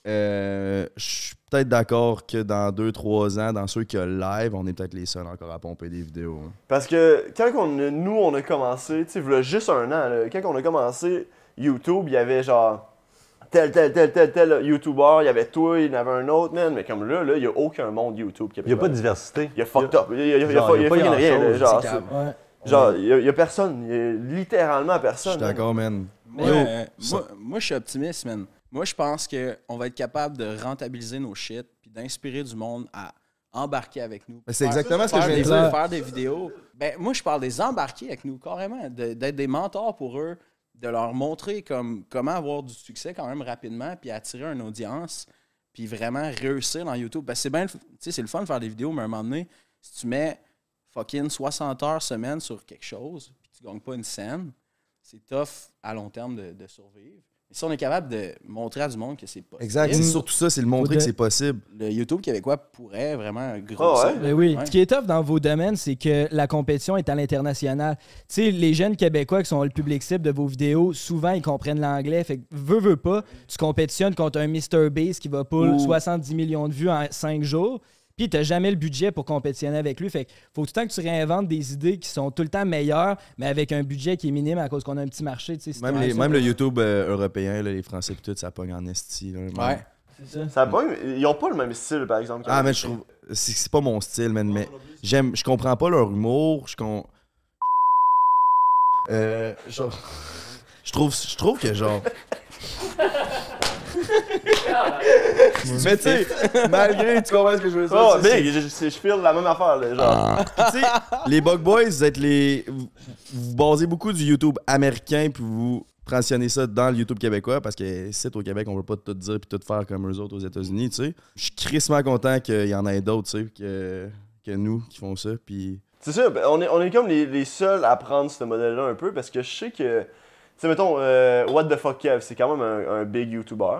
D: euh, je suis peut-être d'accord que dans 2-3 ans, dans ceux qui ont live, on est peut-être les seuls encore à pomper des vidéos. hein.
I: Parce que quand on a- nous, on a commencé, tu sais, v'là juste un an, là, quand on a commencé YouTube, il y avait genre tel, tel, tel, tel, tel YouTuber, il y avait toi, il y en avait un autre, man. Mais comme là, là, il n'y a aucun monde YouTube qui
J: Il n'y a pas de diversité.
I: Il y a fucked up. Il y a, il y a- il y a
J: Genre,
I: fu- il y a
J: pas
I: fucking rien,
J: grand-chose,
I: là, genre.
J: c'est
I: c'est-
C: Ouais.
I: Genre, il y a- il y a personne. Il y a littéralement
D: Je
I: personne.
D: suis d'accord, man.
E: Mais,
D: Yo,
E: euh,
D: ça-
E: moi, moi, je suis optimiste, man. Moi, je pense qu'on va être capable de rentabiliser nos shit puis d'inspirer du monde à embarquer avec nous.
D: Mais c'est
E: Faire-
D: exactement ce que je
E: faire
D: viens de
E: des-
D: dire.
E: Faire des vidéos. Ben, moi, je parle des embarquer avec nous, carrément. de- D'être des mentors pour eux, de leur montrer comme, comment avoir du succès quand même rapidement puis attirer une audience puis vraiment réussir dans YouTube. Parce que c'est bien, le f- tu sais, c'est le fun de faire des vidéos, mais à un moment donné, si tu mets fucking 60 heures semaine sur quelque chose, puis tu gagnes pas une scène, c'est tough à long terme de, de survivre. Mais si on est capable de montrer à du monde que c'est possible, Mm.
D: Exact. C'est surtout ça, c'est le montrer
C: Faudrait-
D: que c'est possible.
E: le YouTube québécois pourrait vraiment grossir.
I: Ah ouais?
C: Ben oui.
E: Ouais.
C: Ce qui est tough dans vos domaines, c'est que la compétition est à l'international. Tu sais, les jeunes Québécois qui sont le public cible de vos vidéos, souvent, ils comprennent l'anglais. Fait que, veux, veux pas, tu compétitionnes contre un Mr. Beast qui va pull
E: Ouh.
C: 70 millions de vues en 5 jours. Puis, t'as jamais le budget pour compétitionner avec lui. Fait que, faut tout le temps que tu réinventes des idées qui sont tout le temps meilleures, mais avec un budget qui est minime à cause qu'on a un petit marché. tu sais, c'est
D: Même,
C: tout
D: les-
C: ça.
D: même le YouTube euh, européen, là, les Français pis tout, ça pogne en esti. là, man.
E: Ouais.
I: Ça pogne- ils n'ont pas le même style, par exemple.
D: Ah, mais je trouve. C'est c'est pas mon style, man. Mais j'aime. Je comprends pas leur humour. Je con. Euh. Genre. Je trouve, je trouve que genre. mais tu sais, malgré. Tu comprends ce que je veux dire?
I: Oh,
D: c'est-
I: big, je, je, je feel la même affaire, là, genre.
D: tu sais, les Bug Boys, vous êtes les. Vous vous basez beaucoup du YouTube américain, puis vous transitionnez ça dans le YouTube québécois, parce que c'est au Québec, on veut pas tout dire puis tout faire comme eux autres aux États-Unis, tu sais. Je suis crissement content qu'il y en ait d'autres, tu sais, que, que nous qui font ça, puis.
I: C'est ça, ben, on est, on est comme les, les seuls à prendre ce modèle-là un peu parce que je sais que. Tu sais, mettons, euh, What the fuck Kev, c'est quand même un, un big YouTuber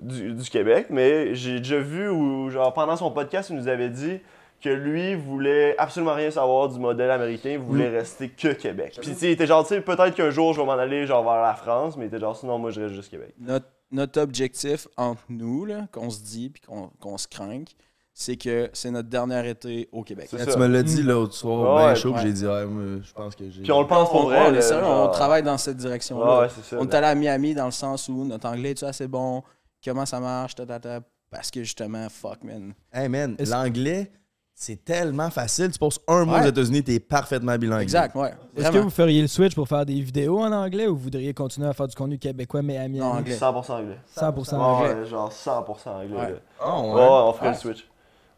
I: du, du Québec, mais j'ai déjà vu où, genre, pendant son podcast, il nous avait dit que lui voulait absolument rien savoir du modèle américain, il
E: Mm.
I: voulait rester que Québec. Puis, tu sais, il était genre, tu sais, peut-être qu'un jour je vais m'en aller, genre, vers la France, mais il était genre, sinon, moi, je reste juste Québec.
E: notre, notre objectif entre nous, là, qu'on se dit puis qu'on qu'on se craint, c'est que c'est notre dernier été au Québec.
I: C'est
D: Quand
I: ça.
D: tu me l'as dit l'autre soir, ben
I: Ouais,
D: chaud, puis
E: ouais.
D: j'ai dit, ah, moi, je pense que j'ai.
I: Puis, on le pense pour
E: on,
I: vrai.
E: on
I: là,
E: est sérieux,
I: genre. Ah
E: on travaille dans cette direction-là.
I: Ouais, ouais, c'est ça.
E: on est allé à Miami dans le sens où notre anglais est assez bon, comment ça marche, ta, ta, ta, parce que justement, fuck man.
D: Hey man,
C: Est-ce-
D: l'anglais, c'est tellement facile. Tu passes un mois
E: Ouais.
D: aux États-Unis, t'es parfaitement bilingue.
E: Exact, ouais.
C: Est-ce que
E: Vraiment.
C: vous feriez le switch pour faire des vidéos en anglais ou vous voudriez continuer à faire du contenu québécois mais à Miami?
E: Non, anglais.
I: 100% anglais.
C: 100% anglais.
I: Ouais, genre 100% anglais.
E: Ouais.
I: là.
D: Oh,
I: Ouais,
D: ouais.
I: on ferait le switch.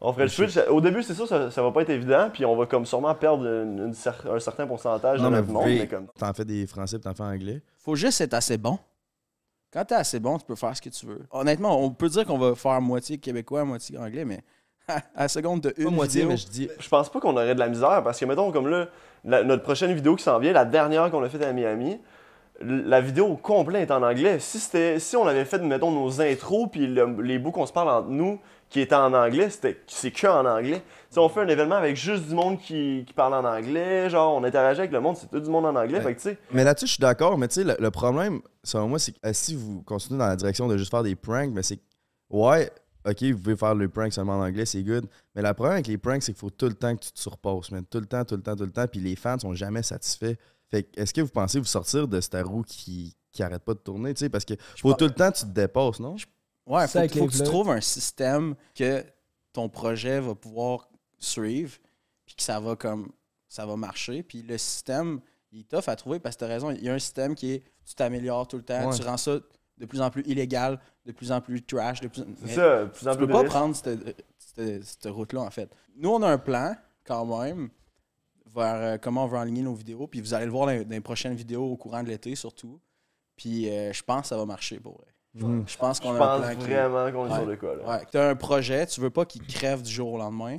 I: On ferait le switch. Au début, c'est sûr, ça, ça va pas être évident, puis on va comme sûrement perdre une- une cer- un certain pourcentage
D: Non,
I: de
D: mais
I: notre
D: vous
I: monde,
D: pouvez-
I: mais comme.
D: T'en fais des français, puis t'en fais anglais.
E: Faut juste être assez bon. Quand t'es assez bon, tu peux faire ce que tu veux. Honnêtement, on peut dire qu'on va faire moitié québécois, moitié anglais, mais à la seconde de une
D: Pas moitié,
E: vidéo,
D: mais je dis
I: Je pense pas qu'on aurait de la misère, parce que mettons comme là, la- notre prochaine vidéo qui s'en vient, la dernière qu'on a faite à Miami, l- la vidéo au complet est en anglais. Si c'était, si on avait fait, mettons, nos intros, puis le- les bouts qu'on se parle entre nous, qui étaient en anglais, c'était, c'est que en anglais. Si on fait un événement avec juste du monde qui, qui parle en anglais, genre on interagit avec le monde, c'est tout du monde en anglais,
D: Ouais.
I: fait que tu sais.
D: Mais là-dessus, je suis d'accord, mais tu sais, le, le problème, selon moi, c'est que euh, si vous continuez dans la direction de juste faire des pranks, mais c'est que, ouais, ok, vous pouvez faire le prank seulement en anglais, c'est good. Mais le problème avec les pranks, c'est qu'il faut tout le temps que tu te surpasses, man. Tout le temps, tout le temps, tout le temps. Puis les fans sont jamais satisfaits. Fait que, est-ce que vous pensez vous sortir de cette roue qui, qui arrête pas de tourner, tu sais, parce que faut
E: pense-
D: tout le temps que tu te dépasses, non?
E: Ouais,
C: Ça,
E: faut,
C: avec
E: faut
C: les
E: que tu
C: vlogs.
E: trouves un système que ton projet va pouvoir suivre, puis que ça va comme ça va marcher. Puis le système, il est tough à trouver parce que t'as raison. Il y a un système qui est tu t'améliores tout le temps,
D: Ouais.
E: tu rends ça de plus en plus illégal, de plus en plus trash, de plus.
I: C'est
E: mais
I: ça, de plus en
E: Tu peux
I: plus de
E: pas
I: risques.
E: prendre cette, cette- cette route-là en fait. Nous, on a un plan quand même vers euh, comment on veut enligner nos vidéos, puis vous allez le voir dans, dans les prochaines vidéos au courant de l'été surtout. Puis euh, je pense que ça va marcher pour vrai. Je pense qu'on
I: Je
E: a un
I: pense
E: plan qui-
I: vraiment qu'on est
E: Ouais.
I: sur le quoi, là.
E: Ouais, t'as un projet, tu veux pas qu'il crève du jour au lendemain.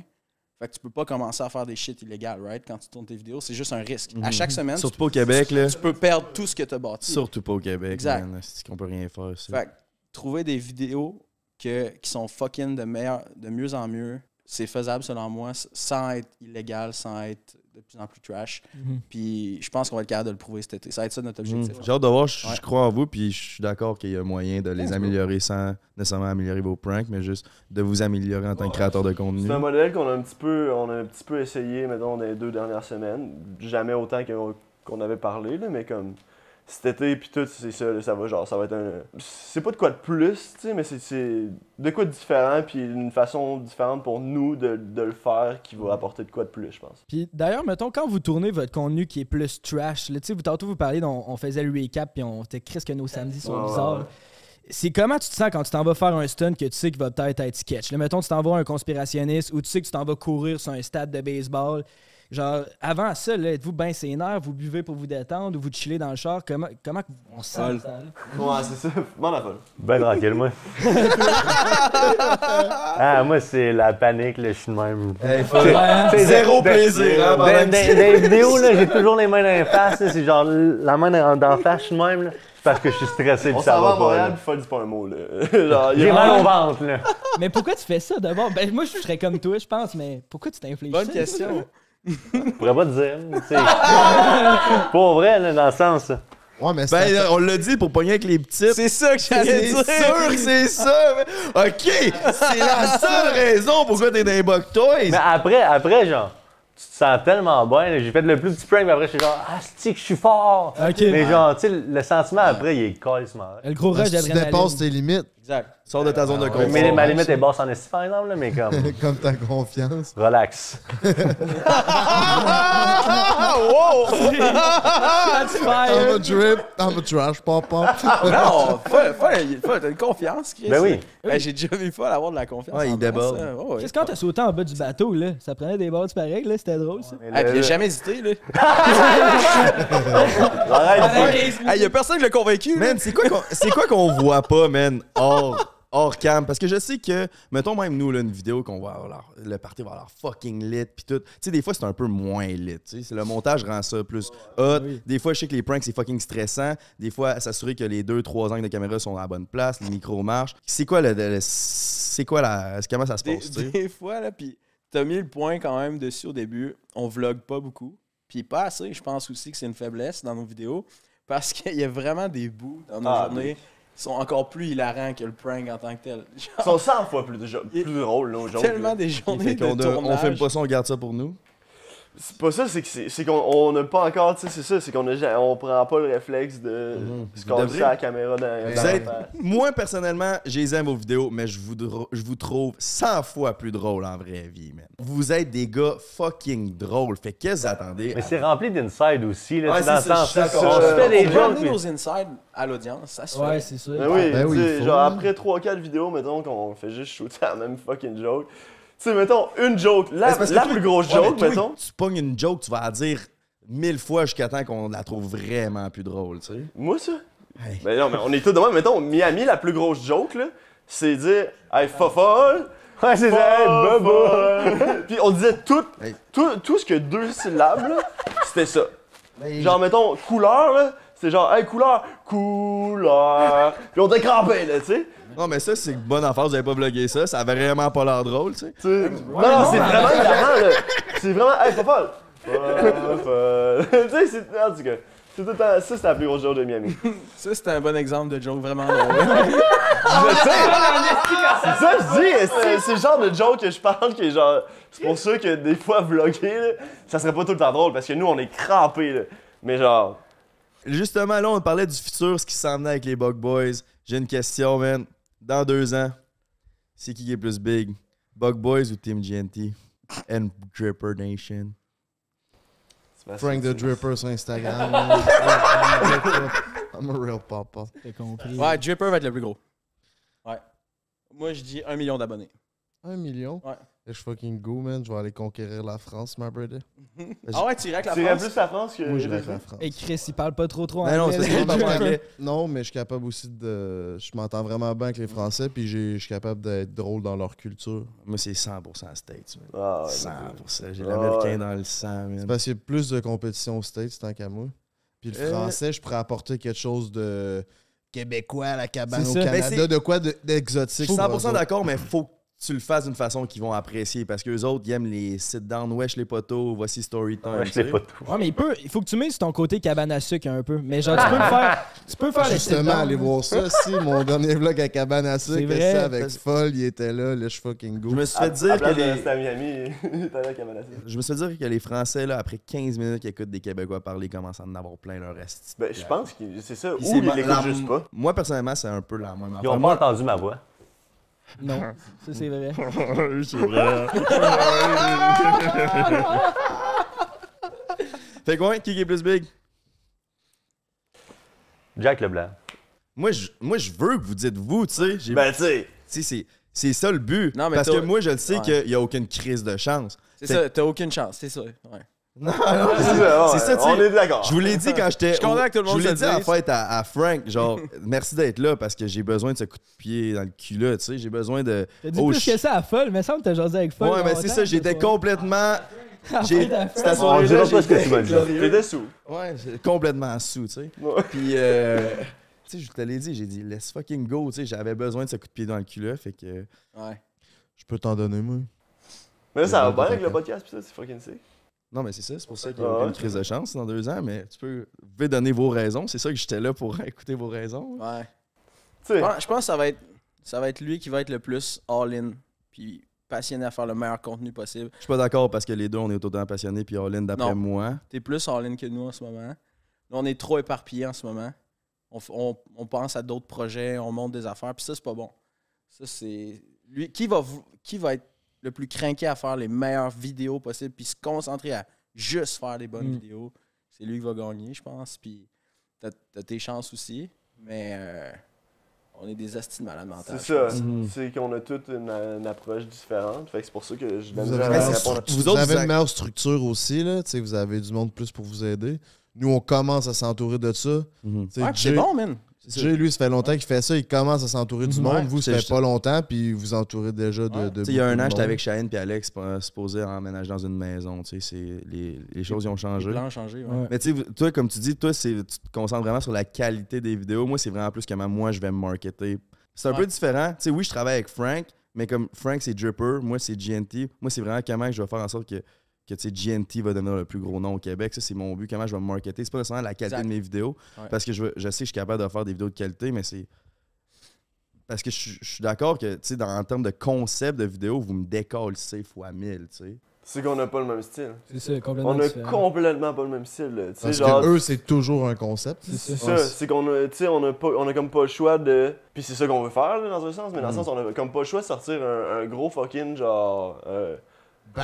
E: Fait que tu peux pas commencer à faire des shit illégales, right? Quand tu tournes tes vidéos, c'est juste un risque. À chaque semaine, tu,
D: Surtout pas au Québec, là.
E: tu peux perdre tout ce que tu as bâti.
D: Surtout pas au Québec,
E: Exact.
D: man. C'est qu'on peut rien faire, ça.
E: Fait que trouver des vidéos que, qui sont fucking de, meilleur, de mieux en mieux, c'est faisable selon moi, s- sans être illégal, sans être de plus en plus trash.
D: Mhm.
E: Puis je pense qu'on va être capable de le prouver cet été. Ça va être ça notre
D: Mm.
E: objectif.
D: J'ai hâte de voir, je,
E: Hmm. Ouais.
D: je crois en vous, puis je suis d'accord qu'il y a moyen de les améliorer sans nécessairement améliorer vos pranks, mais juste de vous améliorer en tant que créateur de contenu.
I: C'est un modèle qu'on a un petit peu, on a un petit peu essayé, mettons, dans les deux dernières semaines. Jamais autant qu'on qu'on avait parlé, là, mais comme cet été puis tout, c'est ça, là, ça va genre, ça va être un. C'est pas de quoi de plus, tu sais, mais c'est- c'est de quoi de différent puis une façon différente pour nous de, de le faire qui va apporter de quoi de plus, je pense.
C: Puis d'ailleurs, mettons, quand vous tournez votre contenu qui est plus trash, là, tu sais, vous tantôt vous parliez, on, on faisait le recap, puis on était crisque que nos samedis sont
I: Ouais,
C: bizarres.
I: ouais, ouais.
C: C'est comment tu te sens quand tu t'en vas faire un stun que tu sais qu'il va peut-être être sketch? Là, mettons, tu t'en vas à un conspirationniste ou tu sais que tu t'en vas courir sur un stade de baseball. Genre, avant ça, là, êtes-vous bien sénère, vous buvez pour vous détendre ou vous chillez dans le char? Comment, comment on se sent?
E: Folle.
C: ça, là?
I: Ouais, c'est ça. M'en la folle.
J: Ben tranquille, moi. ah, moi, c'est la panique, là, je suis de même.
D: Hey, fuck.
J: T'sais, t'sais,
D: Zéro
J: de- de-
D: plaisir, hein,
J: Dans
D: pendant
J: dans-
D: que
J: dans les vidéos, là, j'ai toujours les mains dans les faces, là, c'est genre la main dans, dans la face, je suis de même, là. C'est parce que je suis stressé
I: On
J: puis ça
I: s'en va à
J: va pas. là.
I: Montréal puis folle dit pas un mot, là. genre, il y a-
J: J'ai mal au ventre, là.
C: Mais pourquoi tu fais ça d'abord? Ben, moi, je serais comme toi, je pense, mais pourquoi tu t'infliges
E: Bonne
C: ça?
E: question.
J: Je pourrais pas te dire, mais tu sais. Pour vrai, là, dans le sens.
A: Ouais, mais c'est.
D: Ben, là, on l'a dit pour pogner avec les petites.
E: C'est ça que j'allais
D: C'est
E: dire.
D: sûr que c'est ça! man. Ok! C'est la seule raison pourquoi t'es dans les Buck
J: Mais
D: Toys!
J: après, après, genre, tu te sens tellement bien. là. J'ai fait le plus petit prank, mais après, je suis genre, ah, c'est que je suis fort.
C: Ok.
J: Mais genre, tu sais, le sentiment après, il est calissement.
C: Le gros
A: Parce
C: rush
A: que tu dépasses
C: d'adrénaline.
A: tes limites,
E: Exact.
D: Sors de ta
E: Ah,
D: zone de confort.
J: Mais ma limite est basse en esti, par exemple, là, mais comme,
A: comme ta confiance.
J: relax.
C: Ah, euh,
A: I'm a drip, I'm a trash, pop, pop.
E: Non, folle, folle, folle, t'as une confiance, Chris.
J: Ben oui.
E: Ben, j'ai déjà vu folle avoir de la confiance.
D: Ouais, il
E: en
D: déborde.
E: France, hein. Ouais, ouais.
C: Qu'est-ce quand t'as sauté en bas du bateau, là? Ça prenait des bords pareil, là, c'était drôle, ça.
E: Ah, puis il a jamais hésité, là.
J: Arrête,
E: Ah, il y a personne qui l'a convaincu. là.
D: Man, c'est quoi qu'on- c'est quoi qu'on voit pas, man, hors, hors cam? Parce que je sais que, mettons même nous, là, une vidéo qu'on va avoir leur- le party va avoir fucking lit, puis tout. Tu sais, des fois, c'est un peu moins lit. tu sais. C'est Le montage rend ça plus hot. Des fois, je sais que les pranks, c'est fucking stressant. Des fois, s'assurer que les deux, trois angles de caméra sont à la bonne place, les micros marchent. C'est quoi le. le- c'est quoi la. Comment ça se
E: Des,
D: passe, tu sais?
E: des fois, là, puis t'as mis le point quand même dessus au début. On vlog pas beaucoup. Puis pas assez, je pense aussi que c'est une faiblesse dans nos vidéos. Parce qu'il y a vraiment des bouts dans nos
I: Ah,
E: journées qui sont encore plus hilarants que le prank en tant que tel.
I: Ils sont 100 fois plus, plus drôles, là, aujourd'hui.
E: Tellement des journées
D: Fait
E: de
D: qu'on de- on
E: tournage.
D: filme pas ça, on garde ça pour nous.
I: C'est pas ça, c'est que c'est c'est qu'on on n'a pas encore, tu sais, c'est ça, c'est qu'on a ja- on prend pas le réflexe de se
D: Vous
I: casser
D: devriez.
I: à la caméra dans,
A: Vous
I: dans la
D: êtes-
I: face.
D: Moi, personnellement, je les aime vos vidéos, mais je vous, dro- je vous trouve 100 fois plus drôle en vraie vie, man. Vous êtes des gars fucking drôles. Fait qu'est-ce que vous attendez?
J: Mais c'est rempli d'inside aussi, là,
D: Ouais,
J: c'est dans le
D: c'est ça,
J: sens.
D: je suis
J: On
D: d'accord.
J: se fait
E: On
J: des
E: peut
J: jokes,
E: amener
J: puis-
E: nos insides à l'audience, ça se fait.
C: Ouais, c'est sûr.
I: Ben oui,
A: Ben oui,
I: tu sais,
A: il faut,
I: genre
A: là.
I: après 3-4 vidéos, mettons, qu'on fait juste shooter la même fucking joke. Tu sais, mettons, une joke, la,
D: Mais c'est parce que
I: la
D: toi-
I: plus grosse
D: Ouais, mais
I: joke,
D: toi,
I: mettons.
D: Tu pognes une joke, tu vas la dire mille fois jusqu'à temps qu'on la trouve vraiment plus drôle, tu sais.
I: Moi, ça?
D: Hey.
I: Ben non, mais on est tous de même. Mettons, Miami, la plus grosse joke, là, c'est dire « Hey, fofolle!
J: Ouais, c'est ça, hey, baba.
I: Puis on disait tout,
D: Hey.
I: tout, tout ce que deux syllabes, là, c'était ça. Genre, mettons, couleur, là, c'était genre, hey, couleur, couleur. Puis on était crampés, là, tu sais.
D: Non, mais ça, c'est une bonne affaire, vous avez pas blogué ça, ça a vraiment pas l'air drôle, tu sais.
I: Tu- non, non, c'est vraiment hilarant, là. C'est vraiment, hey, fofolle. Fofolle. tu sais, c'est. En tout cas, c'est tout le temps- ça, c'est la plus grosse journée de Miami.
E: Ça, c'était un bon exemple de joke vraiment drôle.
I: C'est ça, je dis, c'est- c'est le genre de joke que je parle que genre. C'est pour ça que des fois, vlogger, là, ça serait pas tout le temps drôle parce que nous, on est crampés, là. Mais genre.
D: Justement, là, on parlait du futur, ce qui s'en venait avec les Bug Boys. J'ai une question, man. Dans deux ans, c'est qui qui est plus big? Bug Boys ou Team GNT? And Dripper Nation?
I: c'est facile,
A: Frank the
I: c'est-
A: Dripper sur Instagram. I'm a real papa.
C: T'as compris.
E: ouais, Dripper va être le plus gros. Ouais. Moi, je dis un million d'abonnés.
A: Un million.
E: Ouais.
A: Let's fucking go, man. Je vais aller conquérir la France, my brother.
E: Ah ouais, tu irais avec la
I: Tu irais
E: France?
I: plus la France que.
A: Moi, j'irai avec la France.
C: Et Chris, il parle pas trop trop
D: Ben non,
C: anglais.
D: c'est
C: lui.
D: pas mal.
A: capable- Non, mais je suis capable aussi de. Je m'entends vraiment bien avec les Français, puis j'ai- je suis capable d'être drôle dans leur culture.
D: Moi, c'est 100% States, man.
I: Ah, ouais,
D: 100%. J'ai
I: Ah
D: l'américain
I: ouais.
D: dans le sang, man.
A: Parce qu'il y a plus de compétition aux States, tant qu'à moi. Puis le
D: Euh.
A: français, je pourrais apporter quelque chose de québécois à la cabane
C: C'est
A: au
C: ça.
A: Canada,
D: Ben, c'est-
A: de quoi de- d'exotique.
D: Je suis
A: pour eux
D: 100%
A: autres.
D: d'accord, mais faut que tu le fasses d'une façon qu'ils vont apprécier. Parce qu'eux autres, ils aiment les sit-down, wesh les poteaux, voici story time.
J: Ouais,
D: tu
J: je
D: sais.
J: l'ai pas tout.
C: Ouais, mais il peut, il faut que tu mettes sur ton côté cabane à sucre un peu. Mais genre, tu peux le faire. Tu peux faire le
A: Justement,
C: sit-down.
A: allez voir ça. Si mon dernier vlog à cabane à
C: C'est
A: sucre,
C: vrai,
A: ça, avec
D: parce-
A: Foll, il était là, let's fucking go.
D: Je me suis
I: À-
D: fait
I: à
D: dire que
I: place de-
D: les...
I: C'était à Miami, t'allais à Cabana.
D: Je me suis fait dire que les Français, là, après 15 minutes qu'ils écoutent des Québécois parler, commencent à en avoir plein leur reste.
I: Ben, je pense que c'est ça. Ou
D: Puis c'est
I: ils
D: ma-
I: l'écoutent
D: la-
I: juste pas.
D: Moi, personnellement, c'est un peu la même
J: Ils
D: affaire.
J: ont pas entendu ma voix.
C: Non, ça c'est vrai.
D: Fait quoi, qui est plus big?
J: Jack Leblanc.
D: Moi je, moi, je veux que vous dites vous, tu sais. J'ai-
I: Ben, tu sais.
D: Tu sais, c'est- c'est ça le but.
E: Non, mais
D: Parce
E: toi-
D: que moi, je le sais
E: Ouais.
D: qu'il n'y a aucune crise de chance.
E: C'est
D: Fait-
E: ça, t'as aucune chance, c'est ça. Ouais.
I: C'est ça, ouais,
D: c'est ça, tu sais.
I: On est d'accord.
D: Je vous l'ai dit quand j'étais.
E: Je suis content que tout le monde
D: Je vous l'ai
E: se
D: dit à la
E: dise.
D: fête à, à Frank, genre, merci d'être là parce que j'ai besoin de ce coup de pied dans le cul là, tu sais. J'ai besoin de.
C: T'as dit
D: Oh,
C: plus
D: shit.
C: que ça à folle, mais ça me t'as jasé avec folle.
D: Ouais, mais c'est
C: longtemps, Ah,
D: ça, j'étais
C: ce soir.
D: complètement.
C: Après
D: J'ai.
C: la fête.
D: Cette
J: On
D: soirée-là,
J: dira pas ce que tu
D: j'étais-
J: m'as dit.
I: T'étais sous.
D: Ouais, j'étais complètement sous, tu sais.
I: Ouais.
D: Puis, euh, tu sais, je te l'ai dit, j'ai dit, let's fucking go, tu sais. J'avais besoin de ce coup de pied dans le cul là, fait que.
E: Ouais.
A: Je peux t'en donner, moi.
I: Mais là, ça va
D: Ouais,
I: bien avec
D: d'accord.
I: le podcast, pis ça, c'est fucking sick.
D: Non, mais c'est ça, c'est pour ça qu'il y a
I: Ah
D: aucune
I: ouais?
D: crise de chance dans deux ans, mais tu peux. Vous pouvez donner vos raisons, c'est ça que j'étais là pour écouter vos raisons.
E: Ouais.
I: Tu sais.
E: Ouais, je pense que ça va être ça va être lui qui va être le plus all-in puis passionné à faire le meilleur contenu possible.
D: Je suis pas d'accord parce que les deux, on est autant passionnés, puis Orlin, d'après
E: Non.
D: moi.
E: T'es plus all-in que nous en ce moment. Là, on est trop éparpillés en ce moment. On, f- on- on pense à d'autres projets, on monte des affaires, puis ça, c'est pas bon. Ça, c'est. Lui, qui va, vou- qui va être le plus craqué à faire les meilleures vidéos possibles, puis se concentrer à juste faire les bonnes
C: Mm.
E: vidéos, c'est lui qui va gagner, je pense. Puis t'as t'as tes chances aussi, mais euh, on est des astis de malades mentales.
I: C'est
E: je
I: ça.
E: pense.
D: Mhm.
I: C'est qu'on a toute une, une approche différente. Fait que c'est pour ça que
D: Ben,
I: je donne
A: Vous avez,
I: la
A: la-
I: réponse.
A: vous
D: Vous autres,
A: avez
D: vous a-
A: une meilleure structure aussi, là. Tu sais, vous avez du monde plus pour vous aider. Nous, on commence à s'entourer de ça.
D: Mhm.
A: Tu sais,
E: Ouais, puis Ah, c'est
A: Jay-
E: bon, man.
A: Jay, lui, ça fait longtemps qu'il fait ça. Il commence à s'entourer du
D: Ouais.
A: monde. Vous,
D: C'est
A: ça fait
D: juste-
A: pas longtemps, puis vous entourez déjà de.
E: Ouais.
A: de
D: Tu sais, Il y a
A: beaucoup
D: un
A: de
D: an, j'étais
A: monde.
D: avec Shane puis Alex, pas- euh, supposé emménager dans une maison. Tu sais, c'est- les, les choses ils ont
E: Les
D: changé.
E: plans ont changé. ouais.
C: Ouais.
D: Mais tu sais, toi, comme tu dis, toi, c'est- tu te concentres vraiment sur la qualité des vidéos. Moi, c'est vraiment plus comment moi je vais me marketer. C'est un
E: Ouais.
D: peu différent. Tu sais, oui, je travaille avec Frank, mais comme Frank, c'est Dripper, moi, c'est GNT. Moi, c'est vraiment comment je vais faire en sorte que, que tu sais, GNT va devenir le plus gros nom au Québec. Ça, c'est mon but. Comment je vais me marketer. C'est pas nécessairement la qualité
E: Exact.
D: de mes vidéos,
E: Ouais.
D: parce que je, veux- je sais que je suis capable de faire des vidéos de qualité, mais c'est. Parce que je, suis- je suis d'accord que, tu sais, dans- en termes de concept de vidéo, vous me décollez fois 1000, tu sais.
I: C'est qu'on a pas le même style.
C: C'est ça, complètement.
I: On a
C: différent.
I: complètement pas le même style. là. Tu sais,
A: Parce
I: genre.
A: que eux, c'est toujours un concept.
I: C'est ça, c'est qu'on a, tu sais, on a, pas- on a comme pas le choix de. Puis c'est ça qu'on veut faire, là, dans un sens, mais dans le sens, on a comme pas le choix de sortir un, un gros fucking genre. euh,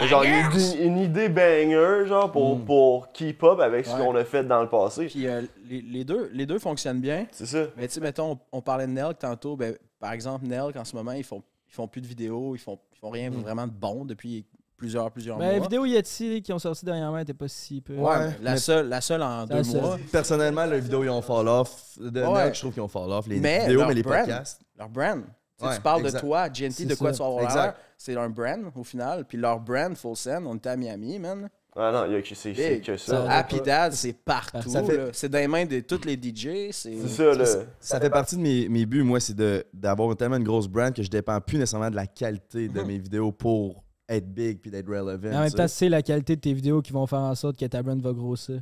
I: genre une, idée- une idée banger, genre, pour, pour keep up avec ce
E: Ouais.
I: qu'on a fait dans le passé.
E: Puis euh, les, les deux, les deux fonctionnent bien.
I: C'est ça.
E: Mais tu sais, mettons, on, on parlait de Nelk tantôt. Ben, par exemple, Nelk, en ce moment, ils font, ils font plus de vidéos, ils font, ils font rien vraiment de bon depuis plusieurs, plusieurs
C: Ben, la
E: mois.
C: vidéo Yeti qui ont sorti dernièrement était pas si peu.
D: Ouais.
E: la,
D: mais-
E: seule, la seule en
C: C'est
E: deux
C: la seule.
E: mois.
D: Personnellement, les vidéos, ils ont fall off. De
E: Ouais.
D: Nelk, je trouve qu'ils ont fall off. Les
E: Mais
D: vidéos,
E: leur
D: mais les
E: brand.
D: podcasts.
E: Leur brand. Tu sais,
D: Ouais,
E: tu parles
D: exact.
E: de toi, GNT, de
D: C'est
E: quoi
D: ça,
E: tu vas avoir
D: exact.
E: l'air. C'est un brand, au final. Puis leur brand, Full Send, on était à Miami, man.
I: Ah non, il y a que- c'est c'est
E: Big.
I: que ça.
E: Happy Dad, c'est partout.
C: Ça
D: fait-
E: là. C'est dans les mains de tous les DJ. C'est
I: C'est ça, là.
D: Ça fait partie de mes, mes buts, moi, c'est de- d'avoir tellement une grosse brand que je dépends plus nécessairement de la qualité de mes vidéos pour être big puis d'être relevant.
C: Mais en même
D: tu
C: temps,
D: sais.
C: c'est la qualité de tes vidéos qui vont faire en sorte que ta brand va grossir.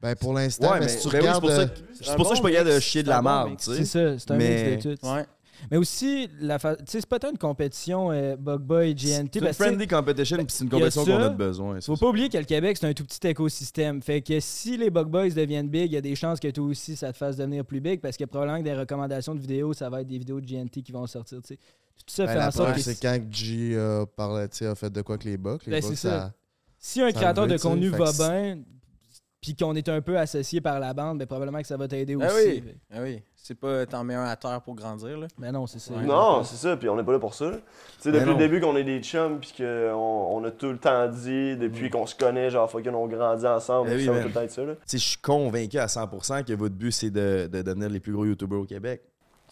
A: Ben, pour l'instant,
D: Ouais,
A: mais,
D: mais-
A: si tu
D: ben oui, c'est
A: regardes.
D: pour ça
A: euh,
D: que- c'est pour ça que je peux pas de chier de la merde, tu sais.
C: C'est ça, c'est un
D: Mais-
C: mix de tout.
E: Ouais.
C: Mais aussi, la fa- tu sais, c'est pas tant une compétition euh, Bug Boy, GNT.
D: C'est une
C: parce que, tu sais,
D: friendly competition puis c'est une
C: y a
D: compétition
C: ça.
D: qu'on a de besoin. c'est
C: Faut pas oublier que le Québec, c'est un tout petit écosystème. Fait que si les Bug Boys deviennent big, il y a des chances que toi aussi, ça te fasse devenir plus big parce que probablement que des recommandations de vidéos, ça va être des vidéos de GNT qui vont sortir. tu sais. Tout ça
A: ben,
C: fait
A: la
C: en sorte
A: preuve,
C: que
A: c'est
C: si,
A: quand que G euh, parlait, tu sais, a fait de quoi que les Bucks. Les
C: Ben,
A: Bucks,
C: c'est
A: ça-
C: ça. si un
A: ça
C: créateur
A: veut,
C: de
A: tu sais,
C: contenu
A: fait
C: va
A: que
C: bien, puis qu'on est un peu associé par la bande, ben probablement que ça va t'aider
E: Ah
C: aussi.
E: oui, ah oui. C'est pas t'en mets un à terre pour grandir, là.
C: Mais non, c'est ça.
I: Non, c'est ça, puis on n'est pas là pour ça. là. Tu sais, depuis
D: non.
I: le début qu'on est des chums, puis qu'on on a tout le temps dit, depuis qu'on se connaît, genre, fucking, on grandit ensemble,
D: Ben
I: puis
D: Mm. oui,
I: ça va
D: man.
I: tout le temps être ça, là.
D: Tu sais, je suis convaincu à 100% que votre but, c'est de, de devenir les plus gros YouTubers au Québec.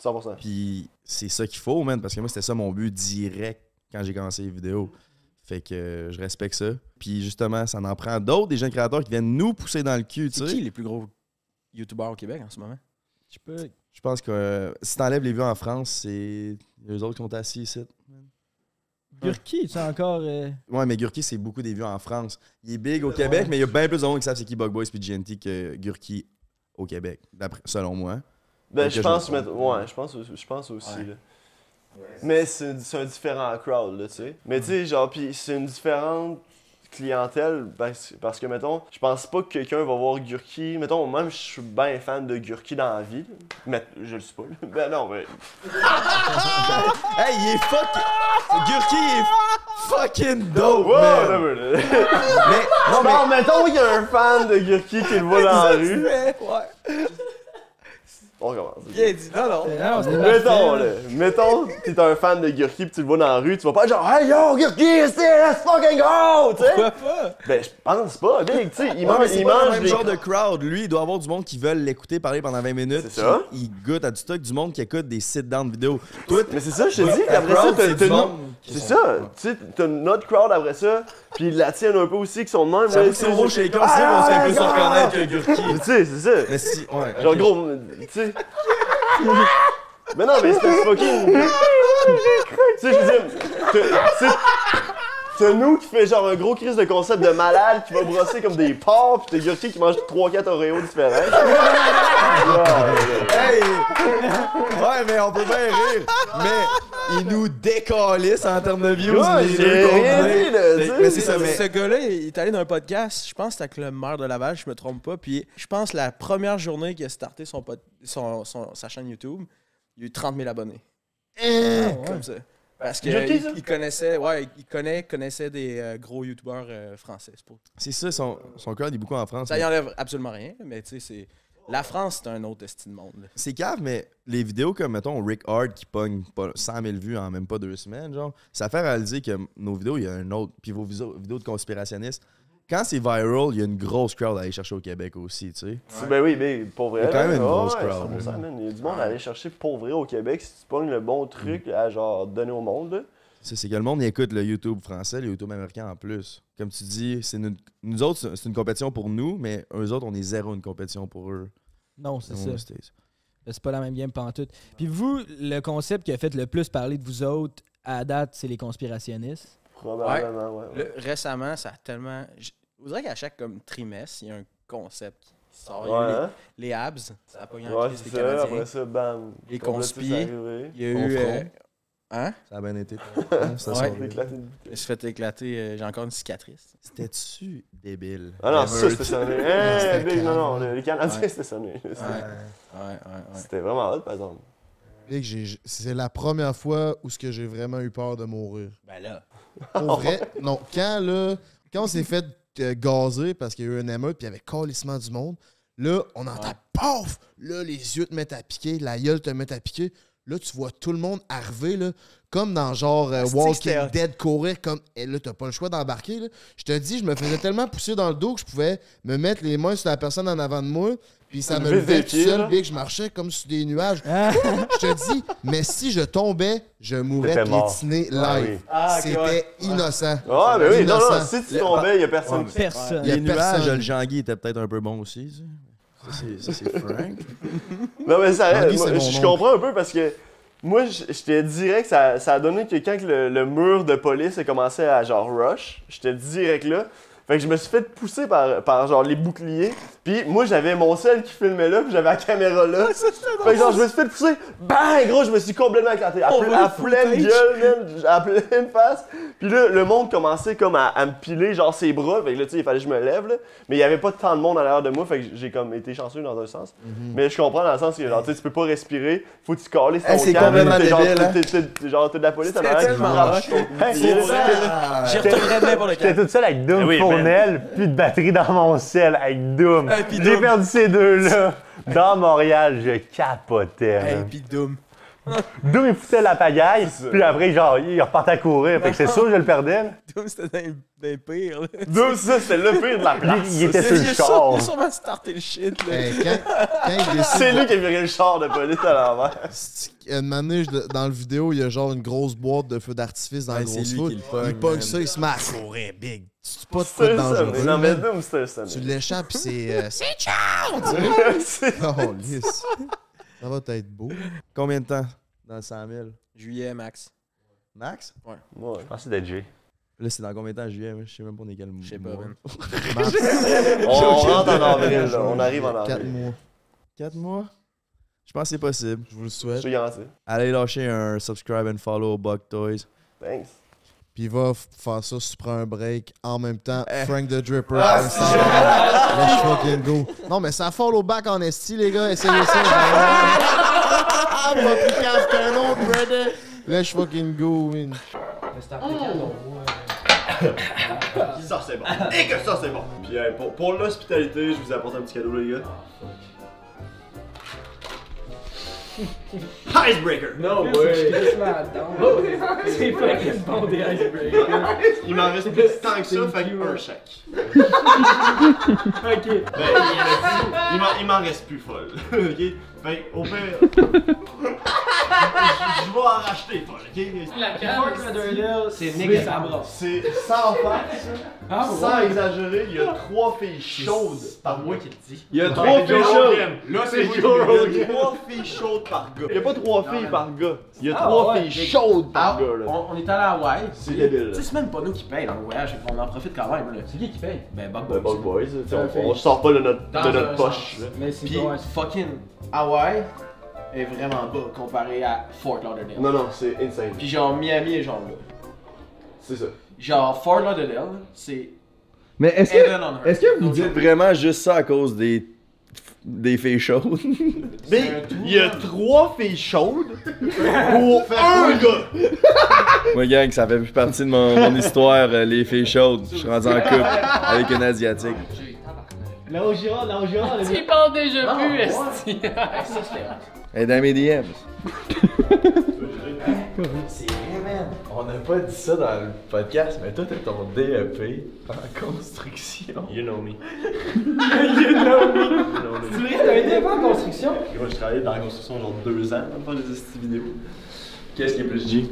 I: 100%.
D: Puis c'est ça qu'il faut, man, parce que moi, c'était ça mon but direct quand j'ai commencé les vidéos. Fait que euh, je respecte ça. Puis justement, ça en prend d'autres, des jeunes créateurs qui viennent nous pousser dans le cul, tu
E: C'est
D: sais.
E: qui les plus gros youtubeurs au Québec en ce moment?
C: Tu peux-
D: Je pense que euh, si t'enlèves les vues en France, c'est les autres qui sont assis ici.
C: Gurki, tu as encore. euh,
D: Ouais, mais Gurki, c'est beaucoup des vues en France. Il est big au Québec, mais il y a bien plus de monde qui savent c'est qui Bug Boys puis GNT que Gurki au Québec, d'après- selon moi.
I: Ben,
D: Ok,
I: je
D: je
I: pense,
D: me
I: mettre-
D: trompe.
I: ouais, je pense, je pense aussi, là. Mais c'est c'est un différent crowd, là, tu sais. Mais tu
D: Mm.
I: sais, genre, puis c'est une différente clientèle parce, parce que, mettons, je pense pas que quelqu'un va voir Gurki. Mettons, même je suis bien fan de Gurki dans la vie, là. mais je le suis pas, là. Ben non, mais
D: Hey, il est fuck... Gurki est fucking dope,
I: Wow,
D: Oh, man.
I: non, mais là.
D: Mais, non, mais...
I: Genre, mettons qu'il y a un fan de Gurki qui le voit dans la rue. On recommence.
C: non, c'était
I: Mettons,
C: Ah, parfait,
I: là. Mettons, t'es un fan de Gurki pis tu le vois dans la rue, tu vas pas être genre, hey yo, Gurki, c'est let's fucking go! Tu sais? Ben, je pense pas, Big, tu sais, il
D: Ouais,
I: mange,
D: Ah, mais c'est
I: il
D: pas le
I: mange
D: même
I: des-
D: genre de crowd. Lui, il doit avoir du monde qui veulent l'écouter parler pendant 20 minutes.
I: C'est ça.
D: Il goûte à du stock, du monde qui écoute des sit-down vidéos. Toi,
I: Mais c'est ça, je te dis,
D: ta
I: après ça,
D: crowd,
I: t'as
D: c'est du
I: t'as
D: monde
I: no- C'est ça, tu sais, t'as notre crowd après ça, pis la tienne un peu aussi, qui sont de même.
D: J'avoue
I: là,
D: que
I: tu sais,
D: c'est au chez
I: c'est-
D: Econ, c'est on se fait
I: Ah,
D: plus
I: ah,
D: reconnaître que Gurki.
I: Tu sais, c'est ça.
D: Mais si, ouais.
I: Genre, gros, tu sais. mais non, mais c'était fucking. tu sais, je veux dire, t'as- c'est- c'est nous qui fait genre un gros crise de concept de malade qui va brosser comme des porcs, pis t'as Gurki qui mange 3-4 Oreos différents.
D: Hey! Ouais, mais on peut bien rire. Mais il nous décalisse en termes de views.
I: Ouais,
D: les
I: j'ai
D: deux
I: rien
D: combinés.
I: dit, là, tu sais.
D: Mais c'est ça, mais.
E: Ce gars-là, il est allé dans un podcast, je pense que c'était avec le maire de Laval, je me trompe pas. Puis je pense la première journée qu'il a starté son pod- son- son- sa chaîne YouTube, il a eu 30 000 abonnés.
I: Ah,
D: Euh,
E: Ah, Comme ça. Parce que
I: Youtube,
E: il,
I: ça?
E: il connaissait, ouais, il connaît, connaissait des euh, gros youtubeurs euh, français. c'est pour-
D: C'est ça, son, son cœur, il est beaucoup en France.
E: Ça y enlève absolument rien, mais tu sais, c'est la France, c'est un autre estime de monde. là.
D: C'est cave, mais les vidéos comme, mettons, Rick Hard qui pogne pas- 100 000 vues en même pas deux semaines, genre, ça fait réaliser que nos vidéos, il y a un autre. Puis vos viso- vidéos de conspirationnistes, quand c'est viral, il y a une grosse crowd à aller chercher au Québec aussi, tu sais.
I: Ben oui, mais pour vrai.
D: Il y a quand
I: là,
D: même une
I: ouais,
D: grosse
I: ouais,
D: crowd,
I: 100%,
D: là.
I: man. Il y a du monde à aller chercher pour vrai au Québec si tu pognes le bon
D: Mm.
I: truc à genre donner au monde. là.
D: Ça, c'est que le monde il écoute le YouTube français, le YouTube américain en plus. Comme tu dis, c'est une- nous autres, c'est- c'est une compétition pour nous, mais eux autres, on est zéro une compétition pour eux.
C: Non, c'est
D: Non,
C: ça.
D: c'était-
C: C'est pas la même game pantoute. Puis vous, le concept qui a fait le plus parler de vous autres à date, c'est les conspirationnistes.
I: Probablement, ouais.
E: Là,
I: ouais.
E: récemment, ça a tellement. Je vous dirais qu'à chaque comme trimestre, il y a un concept qui
D: Oh,
E: sort. Il y a eu
I: Ouais,
E: les-
I: hein?
E: les, abs, ça a pogné en
I: Ouais,
E: crise des
I: c'est ça.
E: Canadiens.
I: Après ça, bam.
E: Les
I: Comme là, tu sais,
E: conspis.
I: c'est arrivé.
E: Il y a
D: Mon
E: eu. euh,
D: front.
E: hein?
D: Ça a bien été. Hein, ça, ça-
E: Ouais.
I: C'est éclaté de
E: Je me suis fait éclater, euh, j'ai encore une cicatrice.
D: C'était-tu débile?
I: Ah non,
D: Never.
I: ça c'était sonné. Hey,
D: C'était
I: Big, non, non, le- les Canadiens
E: Ouais.
I: c'était sonné.
E: Ouais, ouais, ouais. ouais.
I: C'était vraiment hot par exemple.
A: Big, j'ai- c'est la première fois où ce que j'ai vraiment eu peur de mourir.
E: Ben là.
A: Pour vrai, non, quand là, quand on s'est fait euh, gazer parce qu'il y a eu un émeute puis il y avait calissement du monde, là, on entend paf! Là, les yeux te mettent à piquer, la gueule te met à piquer. Là, tu vois tout le monde arriver, là, comme dans genre euh,
E: Asti que
A: Walking
E: c'était hot.
A: Dead, courir comme. Et là, t'as pas le choix d'embarquer. là. Je te dis, je me faisais tellement pousser dans le dos que je pouvais me mettre les mains sur la personne en avant de moi, puis ça me
I: Lever
A: levait
I: tes
A: tout
I: pieds,
A: seul,
I: là.
A: puis que je marchais comme sur des nuages.
C: Ah!
A: Je te dis, mais si je tombais, je mourrais
J: T'étais mort.
A: piétiné
I: Ah
A: live.
I: oui.
A: C'était innocent.
I: Ah, mais oui, non, non,
A: Innocent.
I: si tu tombais, il y a personne qui.
C: Personne.
A: Il y a
D: Les nuages,
A: personne.
D: le Jean-Guy était peut-être un peu bon aussi. tu sais. Ça, c'est- Ça, c'est Frank.
I: Non, mais ça
A: Henri,
I: moi,
A: c'est mon
I: je
A: oncle.
I: comprends un peu parce que moi, je je te dirais que ça, ça a donné que quand que le, le mur de police a commencé à genre rush, j'étais direct là. Fait que je me suis fait pousser par, par genre les boucliers. Puis moi, j'avais mon sel qui filmait là, puis j'avais la caméra là. fait que genre, je me suis fait pousser. Bang! Gros, je me suis complètement éclaté. À,
E: On
D: Oh,
I: ple-
E: voit le
I: à pleine
E: footage.
I: gueule, man, à pleine face. Puis là, le monde commençait comme à, à me piler genre ses bras. Fait que là, tu sais, il fallait que je me lève là. Mais il y avait pas tant de monde à l'arrière de moi. Fait que j'ai comme été chanceux dans un sens. Mais je comprends dans le sens que genre, tu sais, tu peux pas respirer. Faut que tu cales sur
D: Mhm. Hey,
I: ton
D: c'est
I: câble,
D: complètement
I: t'es genre-
D: débile, hein.
I: t'es- t'es- t'es- Genre, t'es de la police à
E: C'était
I: l'arrière.
E: tellement
I: Hey,
E: J'y retournerais n'importe
J: J'étais
E: quand.
J: toute seule avec Doom.
E: Eh
I: Oui,
J: pour mon aile, plus de batterie dans mon sel avec Doom.
E: Hey, puis
J: J'ai
E: Doom.
J: perdu ces deux-là. Dans Montréal, je capotais.
E: Hey,
J: man.
E: pis Doom.
J: Doom, il foutait la pagaille, puis après, genre, il repartait à courir. Fait que c'est sûr que je le perdais. là.
E: Doom, c'était dans les pires. là.
I: Deux, ça, c'était le pire de la
J: Il,
I: place.
J: il était sur
E: Il
J: le
E: a sûrement-
J: char.
E: il a sûrement starté le shit, là.
A: Hey, quand, quand il décide
I: C'est lui qui a viré le char de police à l'envers.
A: Sti- Une manège de- dans le vidéo, il y a genre une grosse boîte de feu d'artifice dans
D: Ouais,
A: le
D: c'est
A: gros
D: lui
A: foot.
D: qui le pogne,
A: il pogne
D: man.
A: ça, il se met à courir, big. Tu sais pas de quoi
I: C'est
A: de
I: un sommet.
A: dangereux.
I: Non, mais
A: man.
I: Doom, c'est un
A: Tu
I: sommet.
A: l'échappes, pis c'est. euh, c'est ciao! tu sais.
I: C'est-
A: Oh, lisse. Ça va être beau.
D: Combien de temps dans le 100 000
E: Juillet, Max.
D: Max
I: Ouais.
J: Je pense que c'était Jay.
D: Là, c'est dans combien de temps juillet man? Je sais même pas on est quel mois.
E: Je sais pas, man.
I: On rentre en avril, là. On arrive en
A: Quatre
I: avril.
A: mois.
D: 4 mois Je pense que c'est possible.
A: Je vous le
I: Je
A: souhaite.
I: suis garanti.
D: Allez lâcher un subscribe and follow au Buck Toys.
I: Thanks.
A: Puis il va f- faire ça si tu prends un break. En même temps,
D: Eh.
A: Frank the Dripper.
I: Ah,
A: Vincent Lambert. Let's fucking go. Non, mais ça fall au bac en esti, les gars. Essayez ça. Ah, m'a pris cave qu'un autre, brother. Let's fucking go, win.
I: Ça, c'est bon. Et que ça, c'est bon. Puis hey, pour, pour l'hospitalité, je vous apporte un petit cadeau, les gars. Icebreaker!
G: No way! C'est fucking bon des
C: hein,
G: icebreakers.
I: Il m'en reste plus tant que ça, fait un chèque.
G: Ok.
I: Ben, il m'en- il m'en- il m'en reste plus folle. ok? Fait que, au pire. je- Je je vais en racheter folle, ok?
G: La carte Lauderdale, c'est Nick Sabra.
I: C'est sans farce,
G: Ah
I: sans exagérer, il y a trois filles chaudes par mois qui
B: Il y a
I: Trois filles chaudes!
B: Là,
I: C'est Joe Rogan. Trois filles chaudes par gars. Il n'y a pas trois filles par gars. Il y a
G: Ah,
I: trois
G: ouais. ah,
I: filles chaudes par gars, là.
E: on, est allé à Hawaï.
I: C'est débile.
E: Tu sais, c'est même pas nous qui payons dans le voyage, on en profite quand même. là.
G: C'est qui qui paye?
E: Ben, Bug
I: Ben, bon, boys,
G: C'est un
I: on, on sort pas de notre, de
E: Dans
I: notre
E: un
I: poche. là.
G: Mais c'est
E: Puis,
G: bon.
E: fucking Hawaï est vraiment bas comparé à Fort Lauderdale.
I: Non, non, c'est insane.
E: Puis genre, Miami est genre là.
I: C'est ça.
E: Genre, Fort Lauderdale, c'est
D: Mais est-ce
E: heaven on earth.
D: est-ce que vous dites vraiment juste ça à cause des, des filles chaudes
I: Mais il y a trois filles chaudes pour un gars.
D: Moi, gang, ça fait plus partie de mon, mon histoire, euh, les filles chaudes. Je suis rendu en couple avec une Asiatique.
G: Là au Girard, là au Girard, les gars.
K: parles déjà
E: Ah,
K: plus,
E: ouais.
K: esti.
E: Ah, ça, c'était hot.
D: Et dans mes DM.
B: C'est vrai, man. On n'a pas dit ça dans le podcast, mais toi, t'as ton DEP en construction.
I: You know me. you know me.
G: Tu l'as t'as été en construction?
I: Moi, je travaillais dans la construction genre deux ans avant de faire des petites vidéos. Qu'est-ce qui est plus dit?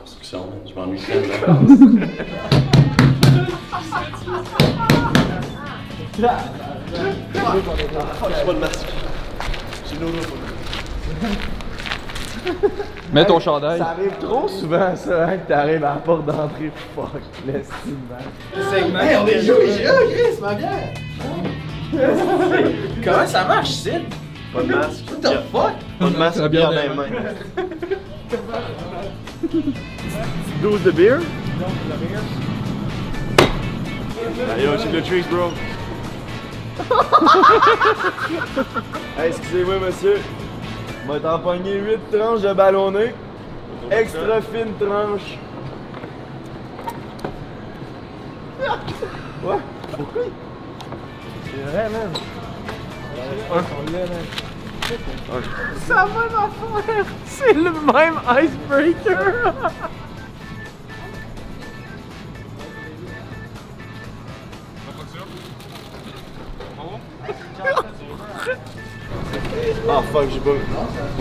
I: Construction, man. je m'ennuie tellement.
G: Là.
I: Je suis pas le masque. J'ai nos
H: Mets ton chandail.
B: arrive trop souvent, ça, hein, que t'arrives à la porte d'entrée, fuck, l'estime,
E: Hey, on est joué, j'ai eu Chris, ma bière! Comment ça marche, Sid?
I: Pas de masque.
E: What the fuck?
I: Pas de masque, bière dans les mains. 12 de beer? Allez, on check le tricks, bro.
B: Hey, Excusez-moi, monsieur. M'a t'empoigné 8 tranches de ballonné. Extra fine tranche. Quoi? Pourquoi?
I: Ah fuck, j'ai pas.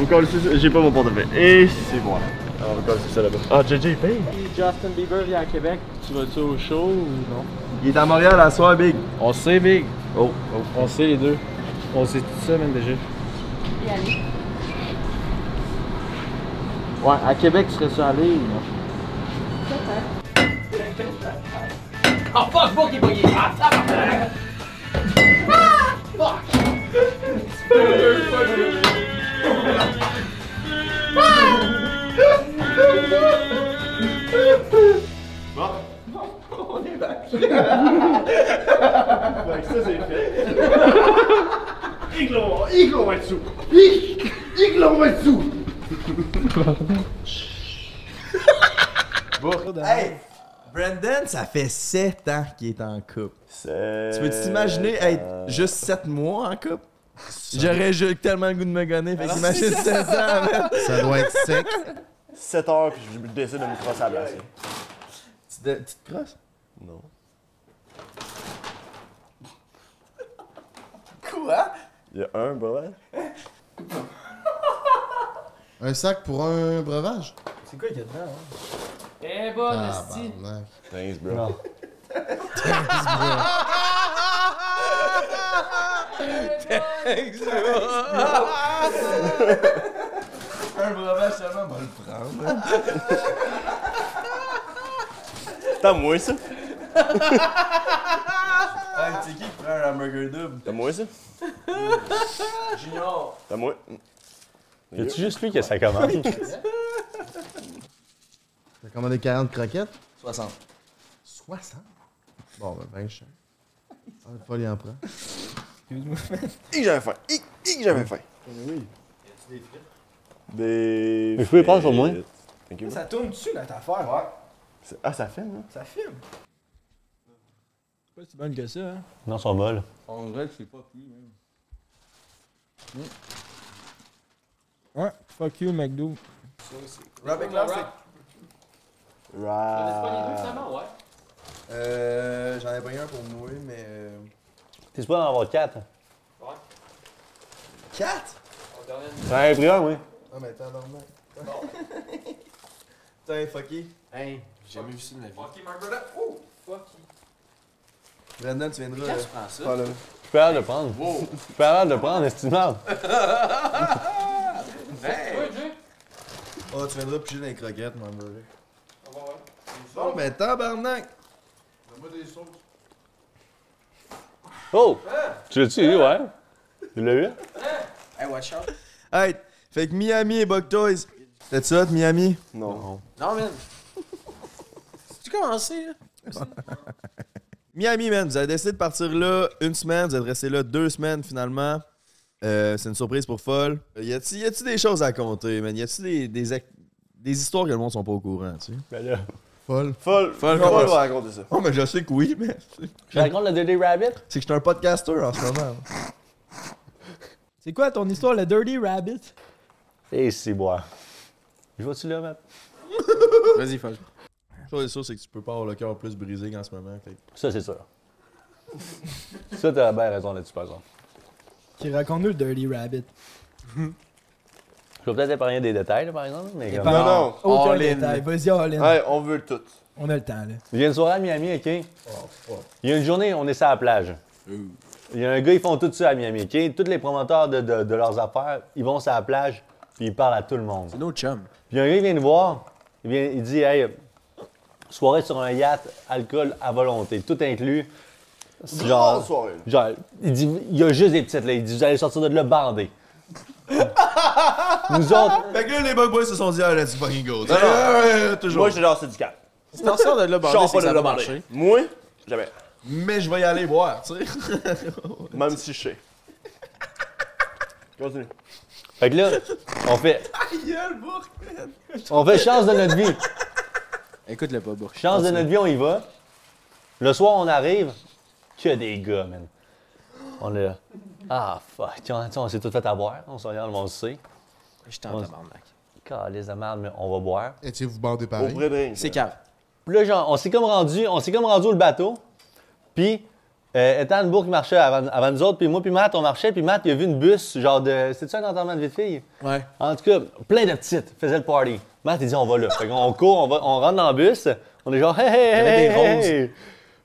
I: Encore le sou- j'ai pas mon portefeuille. Et c'est moi. Alors, encore c'est ça là-bas. Ah, JJ, il paye.
G: Justin Bieber vient à Québec. Tu vas-tu au show ou non?
B: Il est à Montréal à soir, Big.
E: On sait, Big.
B: Oh,
E: On sait les deux. On sait tout ça, même déjà. Ouais, à Québec, tu serais-tu allé ou non? Oh fuck, bon qui est pogné! Ah, ça
I: Fait que ça, c'est fait. Iglo, Iglo va être sous. Ig- Iglo va être sous.
B: Hey!
D: Brandon, ça fait 7 ans qu'il est en couple.
I: C'est-
D: Tu peux t'imaginer être juste 7 mois en couple? J'aurais juste tellement le goût de me gonner, fait qu'imagine 7 ans, man.
A: Ça doit être sec.
I: 7 heures puis je décide de me crosser à la place.
D: Tu te, tu te crosses?
I: Non.
D: Quoi?
I: Il y a un brevet.
A: Un sac pour un breuvage? Ah,
C: C'est quoi qu'il y a dedans? hein?
G: Eh, bonne, hostie.
A: Tabarnak.
I: Thanks, bro.
J: Non.
D: Un breuvage seulement, on va le prendre.
I: T'as moins ça?
D: Ah, c'est qui qui prend un hamburger double?
I: T'as moins ça?
D: Junior!
I: T'as moins?
J: C'est juste lui que ça commence.
A: T'as commandé 40 croquettes?
B: 60.
A: 60? Bon, ben, ben, cher. Ah, le folie en prend.
I: Et que j'avais faim. Et et que j'avais faim. Oui. Des.
J: Mais je peux les prendre sur moi?
I: Thank you.
C: Ça tourne dessus, là, ta affaire. Ouais.
I: C'est- Ah, ça filme, là?
C: Ça filme. Pas si bonne que ça, hein.
J: Non, son bol.
E: On dirait que je sais pas plus. même.
C: Mm. Ouais, fuck you, McDo.
B: Rob Clark,
G: On laisse pas les deux,
I: Right.
G: finalement, ouais.
B: c'est. Euh. J'en ai pas un pour moi, mais. euh,
J: T'es supposé en avoir 4.
B: Quatre?
G: On donne une-
J: Ouais, pris un, oui.
B: Ah, mais t'es normal. Putain, fucky.
E: Hey, j'ai jamais vu ça de la vie.
G: Fuck you, my brother. Ouh, fuck you.
B: Brandon, tu viendras.
E: Quand
B: euh,
E: tu prends ça,
B: Pas là.
J: Je peux avoir de le prendre. Je peux avoir de le prendre, estimable.
G: Ouais, Jay.
B: Oh, tu viendras piger dans les croquettes, mon brother.
G: Ah, Ouais, ouais.
B: Bon, ben, tabarnak! Donne-moi des sauces.
J: Oh! Tu l'as-tu eu, ouais? Tu l'as eu?
E: Hey, watch out.
D: Hey! Fait que Miami et Buck Toys. C'était ça, de Miami?
I: Non.
E: Non, man. C'est-tu commencé, là?
D: Miami, man, vous avez décidé de partir là une semaine, vous êtes resté là deux semaines finalement. Euh, c'est une surprise pour folle. Euh, Y a-t-il y a-t-il des choses à compter, man? Y a-t-il des, des, ac- des histoires que le monde sont pas au courant, tu sais?
J: Ben là.
A: Folle.
I: Folle.
D: Folle,
I: Folle,
D: comment
I: va
D: ça?
I: raconter ça.
D: Oh, mais je sais que oui, mais
J: Je raconte le Dirty Rabbit?
D: c'est que je suis un podcaster en ce moment.
C: C'est quoi ton histoire, le Dirty Rabbit?
J: Et c'est boire. Je vois-tu là, Matt?
E: Vas-y, Folle.
D: La chose est sûre, c'est que tu peux pas avoir le cœur plus brisé qu'en ce moment. fait que-
J: Ça, c'est sûr. ça, t'as bien raison là-dessus, par exemple.
C: Qui raconte-nous le Dirty Rabbit?
J: Je vais peut-être épargner des détails, là, par exemple, mais comme-
I: Non, non.
C: Aucun
I: all in.
C: détail. Vas-y, all in.
I: Hey, on veut le tout.
C: On a le temps, là.
J: Il y a une soirée à Miami, OK? Il y a une journée, on est sur la plage. Il y a un gars, ils font tout ça à Miami, OK? Tous les promoteurs de, de- de leurs affaires, ils vont sur la plage, puis ils parlent à tout le monde.
E: C'est nos chums.
J: Puis un gars, il vient nous voir, il, vient- il dit, hey, soirée sur un yacht, alcool à volonté, tout inclus.
I: Grande soirée. là.
J: Genre, il dit, il y a juste des petites là. Il dit, vous allez sortir de là bandé. Nous autres,
D: Fait que là, les Buck Boys se sont dit, ah, let's fucking go.
I: Non, non.
D: Ouais, ouais, toujours.
I: Moi, j'étais genre, c'est du cap.
E: Si t'en sors de là,
I: Je
E: bandé,
I: sors
E: c'est
I: pas
E: que
I: de
E: ça
I: là
E: va
I: marché.
E: marcher.
I: Moi, jamais.
D: Mais je vais y aller voir, tu sais.
I: Même si je sais. Continue.
J: fait que là, on fait. on fait chance de notre vie.
E: Écoute-le pas, Bourg.
J: Chance de notre vie, on y va. Le soir, on arrive. Que des gars, man. On est là. Ah, fuck. Tu vois, tu sais, On s'est tout fait à boire. On se regarde, on le sait.
E: Je t'en tabarnak.
J: Calisse de merde, mais on va boire.
A: Étiez-vous bandé
I: Au
A: pareil?
I: vrai drink.
E: C'est cave.
J: Puis là, genre, on s'est comme rendu, on s'est comme rendu au bateau. Puis euh, Ethan Bourg marchait avant, avant nous autres, puis moi puis Matt, on marchait, puis Matt, il a vu une bus, genre de. C'était-tu un enterrement de vie de fille?
E: Ouais.
J: En tout cas, plein de petites faisaient le party. Matt, il dit on va là. Fait qu'on court, on, va, on rentre dans le bus, on est genre hey, hey, hey,
E: des roses.
J: hey.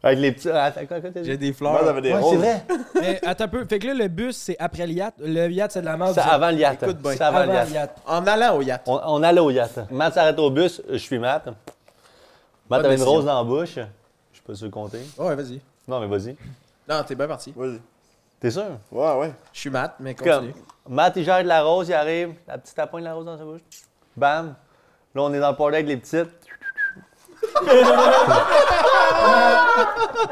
J: Avec les petits. Attends, quoi, quoi, t'as dit?
E: J'ai des
D: Ah,
I: Moi,
E: fleurs.
I: j'avais des
J: Ouais,
I: roses.
J: c'est vrai.
C: Mais attends un peu. Fait que là, le bus, c'est après le yacht. Le yacht, c'est de la merde.
J: C'est
C: Vous
J: avant le yacht.
E: Écoute bien,
J: C'est
C: êtes
J: avant, le
C: avant
J: yacht.
C: le yacht.
E: En allant au yacht.
J: On, on allait au yacht. Matt s'arrête au bus, je suis Matt. Matt avait une
E: décision.
J: rose dans la bouche. Je suis pas sûr de compter.
D: Oh,
E: Ouais, vas-y.
J: Non, mais vas-y.
E: Non, t'es bien parti.
I: Vas-y.
J: T'es sûr?
I: Ouais, ouais.
E: Je suis mat, mais continue.
J: Comme, Matt, il gère de la rose, il arrive, la petite tapoine de la rose dans sa bouche. Bam! Là, on est dans le party avec les petites.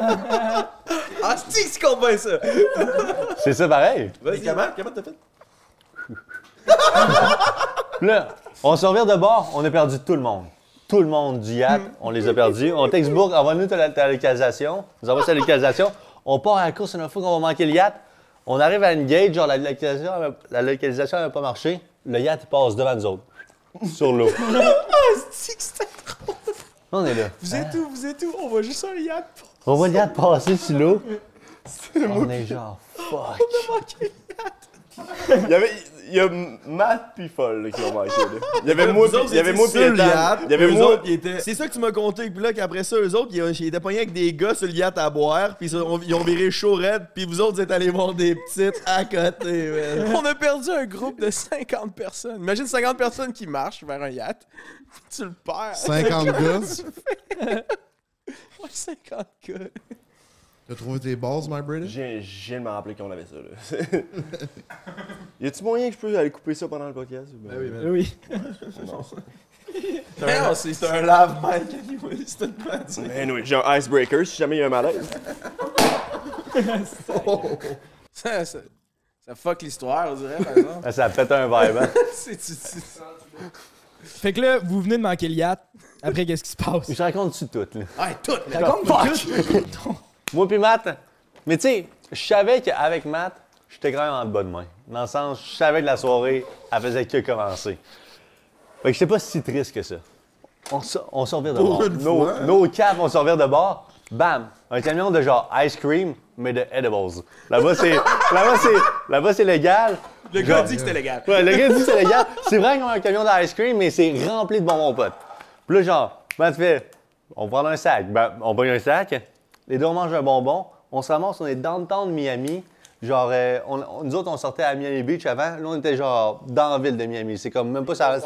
E: Ah, c'est que c'est combat, ça!
J: C'est ça pareil.
B: Vas-y. Comment? Comment t'as fait?
J: Puis Là, on se revient de bord, on a perdu tout le monde. tout le monde du yacht, on les a perdus. On texte Bourg, envoie-nous ta, ta localisation. Nous envoie sa localisation. On part à la course, on a fou qu'on va manquer le yacht. On arrive à une gate, genre la localisation la localisation n'a pas marché. Le yacht il passe devant nous autres. Sur l'eau. on est là.
E: Ah, Vous êtes où, vous êtes où? On va juste un yacht pour
J: On voit le yacht passer sur l'eau. On est genre fuck.
E: manquer.
I: Il y avait. Il y a Matt puis Foll là, qui ont manqué. là. Il y avait moi puis- il y avait moi puis
D: sur le
I: Ethan.
D: yacht.
I: Il y avait
D: Eux
I: moi.
D: autres, ils étaient- C'est ça que tu m'as conté. Puis là, qu'après ça, eux autres, ils, ont- ils étaient pognés avec des gars sur le yacht à boire. Puis ils ont- ils ont viré chaurette. Puis vous autres, vous êtes allés voir des petites à côté. man.
E: On a perdu un groupe de 50 personnes. Imagine 50 personnes qui marchent vers un yacht. Tu le perds.
A: 50 gars.
E: Ouais, 50 gars.
A: T'as trouvé tes bases, my British?
I: J'ai j'ai de me rappeler qu'on avait ça. Là. y a-tu moyen que je peux aller couper ça pendant le podcast? ou ben-
C: Euh, Oui.
E: Mais non, c'est c'est un lave mic anyway, c'est une
I: Ben oui. j'ai un icebreaker si jamais il y a un malaise.
E: ça, ça, ça fuck l'histoire, on dirait, par exemple.
J: Ça pète un vibe. Hein?
E: C'est- tu- tu-
C: Fait que là, vous venez de manquer le yacht. Après, qu'est-ce qui se passe?
J: Je raconte-tu tout, là?
E: Ouais, tout, mais
C: Raconte-nous tout.
J: Moi puis Matt. Mais tu sais, je savais qu'avec Matt, j'étais quand même en bonne main. Dans le sens, je savais que la soirée, elle faisait que commencer. Fait que j'étais pas si triste que ça. On, s- on s'en revient de bord. Nos, nos caves, on s'en revient de bord. Bam! Un camion de genre ice cream, mais de edibles. Là-bas, c'est, là-bas, c'est, là-bas, c'est légal.
E: le gars dit
G: euh,
E: que c'était légal.
J: Ouais, le gars dit que c'est légal. C'est vrai qu'on a un camion d'ice cream, mais c'est rempli de bonbons potes. Puis là, genre, ben tu fais, on prend un sac. Ben, on prend un sac, les deux on mange un bonbon, on se ramasse, on est downtown de Miami. Genre, euh, on- on- nous autres, on sortait à Miami Beach avant. Là, on était genre dans la ville de Miami. C'est comme même pas ça.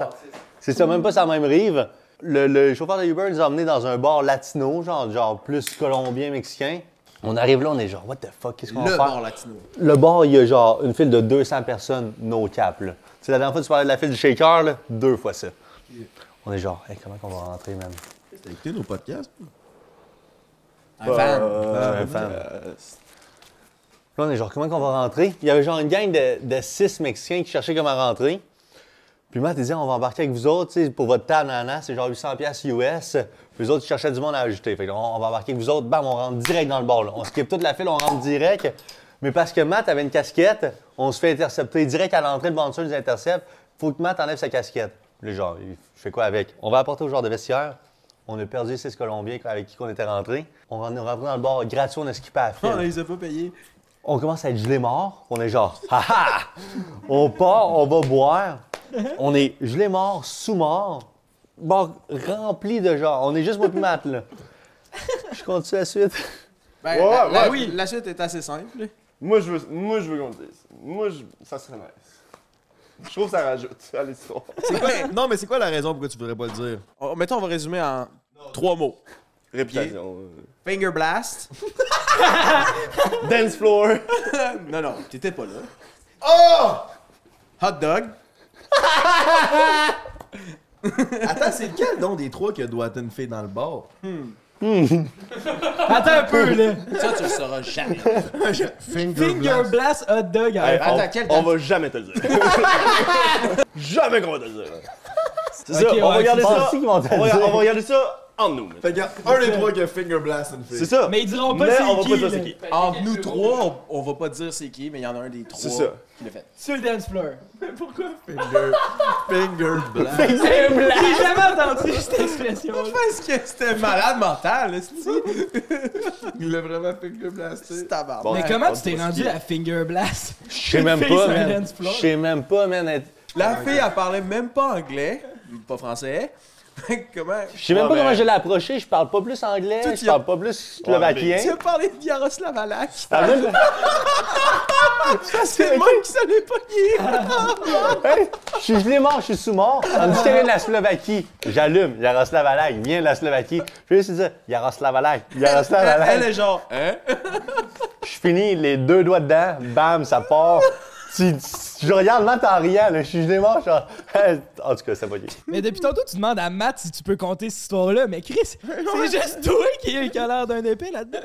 J: c'est ça, même pas sa même rive. Le, le chauffeur de Uber nous a emmenés dans un bar latino, genre, genre plus colombien, mexicain. On arrive là, on est genre, what the fuck, qu'est-ce qu'on va
E: Le
J: faire?
E: bord latino.
J: Le bar, il y a genre une file de 200 personnes, no cap. Là. Tu sais, la dernière fois, tu parlais de la file du shaker, là, deux fois ça. On est genre, Hey, comment qu'on va rentrer, man?
D: T'as écouté nos podcasts?
E: Un van.
I: Euh,
J: Je suis un fan. Là, on est genre, comment qu'on va rentrer? Il y avait genre une gang de, de six Mexicains qui cherchaient comment rentrer. Puis Matt, il disait, on va embarquer avec vous autres, tu sais, pour votre table, nanana, c'est genre 800 pièces US. Puis les autres, ils cherchaient du monde à ajouter. Fait que, on, on va embarquer avec vous autres, bam, on rentre direct dans le bar. là. On skip toute la file, on rentre direct. Mais parce que Matt avait une casquette, on se fait intercepter direct à l'entrée, le bandeau nous intercepte. Faut que Matt enlève sa casquette. Le genre, il- je fais quoi avec? On va apporter au genre de vestiaire. On a perdu six Colombiens avec qui on était rentré. On est rentré dans le bar gratuit, on a skippé à la file.
E: On les a pas payés.
J: On commence à être gelé mort. On est genre, ha ha! On part, on va boire. On est gelé mort, sous-mort. Bon, rempli de genre. On est juste moi puis Matt, là. Je continue la suite.
E: Ben,
I: Ouais,
E: la, la-
I: ouais.
E: oui, la suite est assez simple.
I: Moi, je veux, moi, je veux qu'on le dise. Moi, je, ça serait nice. Je trouve que ça rajoute à l'histoire.
D: Non, mais c'est quoi la raison pourquoi tu voudrais pas le dire?
E: Oh, mettons, on va résumer en trois mots.
I: Réputation. euh.
E: Finger blast.
I: Dance floor.
E: non, non, t'étais pas là. Oh! Hot dog.
D: Attends, c'est lequel, donc, des trois qui a doigté une fille dans le bar?
C: Attends un peu, là.
E: Ça, tu le sauras jamais.
A: Finger,
C: Finger
A: blast.
C: blast hot dog.
I: Hey,
C: hein.
I: on,
E: attends, quel-
I: on va jamais te le dire. jamais qu'on va te le dire. C'est ça,
C: Ok,
I: on va
C: ouais,
I: regarder
J: Je
I: ça.
J: pensais qu'ils vont te
I: On va, on va
J: le dire.
I: regarder ça en nous.
A: Fait qu'il y a un des trois qui a finger blast une
I: C'est
A: fille.
I: ça.
C: Mais ils diront pas
I: Mais
C: c'est
I: on va
C: qui,
I: pas dire
C: là.
I: c'est qui.
E: Entre nous trois, on, on va pas dire c'est qui, mais il y en a un des trois
I: C'est ça.
E: qui l'a fait.
C: Sur le dance floor.
A: Finger, finger blast.
C: J'ai jamais entendu cette expression.
E: Parce que c'était malade mental, là, c'est
A: Il l'a vraiment finger blasté.
E: tabarnak.
I: Bon.
C: Mais
I: Ouais,
C: comment
I: on
C: tu t'es
I: va
C: rendu
I: skier.
C: à Finger Blast?
J: Je sais même pas,
C: Face
J: man.
C: Dance
J: Je
C: floor.
J: sais même pas, man. être-
E: La fille, elle parlait même pas anglais, pas français. Fait que Comment?
J: Je sais même
I: Ah,
J: pas
I: ben.
J: comment je l'ai approché. Je parle pas plus anglais,
E: Tout
J: je
E: y a-
J: parle pas plus slovaquien.
E: Tu as parlé de Yaroslav Alak.
J: Ah, man,
E: C'est le même qui savait pas qui
J: hey, je suis gelé mort, je suis sous-mort. On me dit qu'elle vient de la Slovaquie. J'allume. Yaroslav Alak vient de la Slovaquie. Je vais juste dire Yaroslav Alak. Yaroslav
E: Elle, elle
J: Alak.
E: est genre, hein?
J: Je finis les deux doigts dedans. Bam, ça part. Tu- tu- je regarde Matt en riant. Là. Je suis gelé mort. Je suis genre, hey. En tout cas, c'est pas gay.
C: Mais depuis tantôt, tu demandes à Matt si tu peux compter cette histoire-là. Mais Chris, c'est juste toi qui qui a l'air d'un épée là-dedans.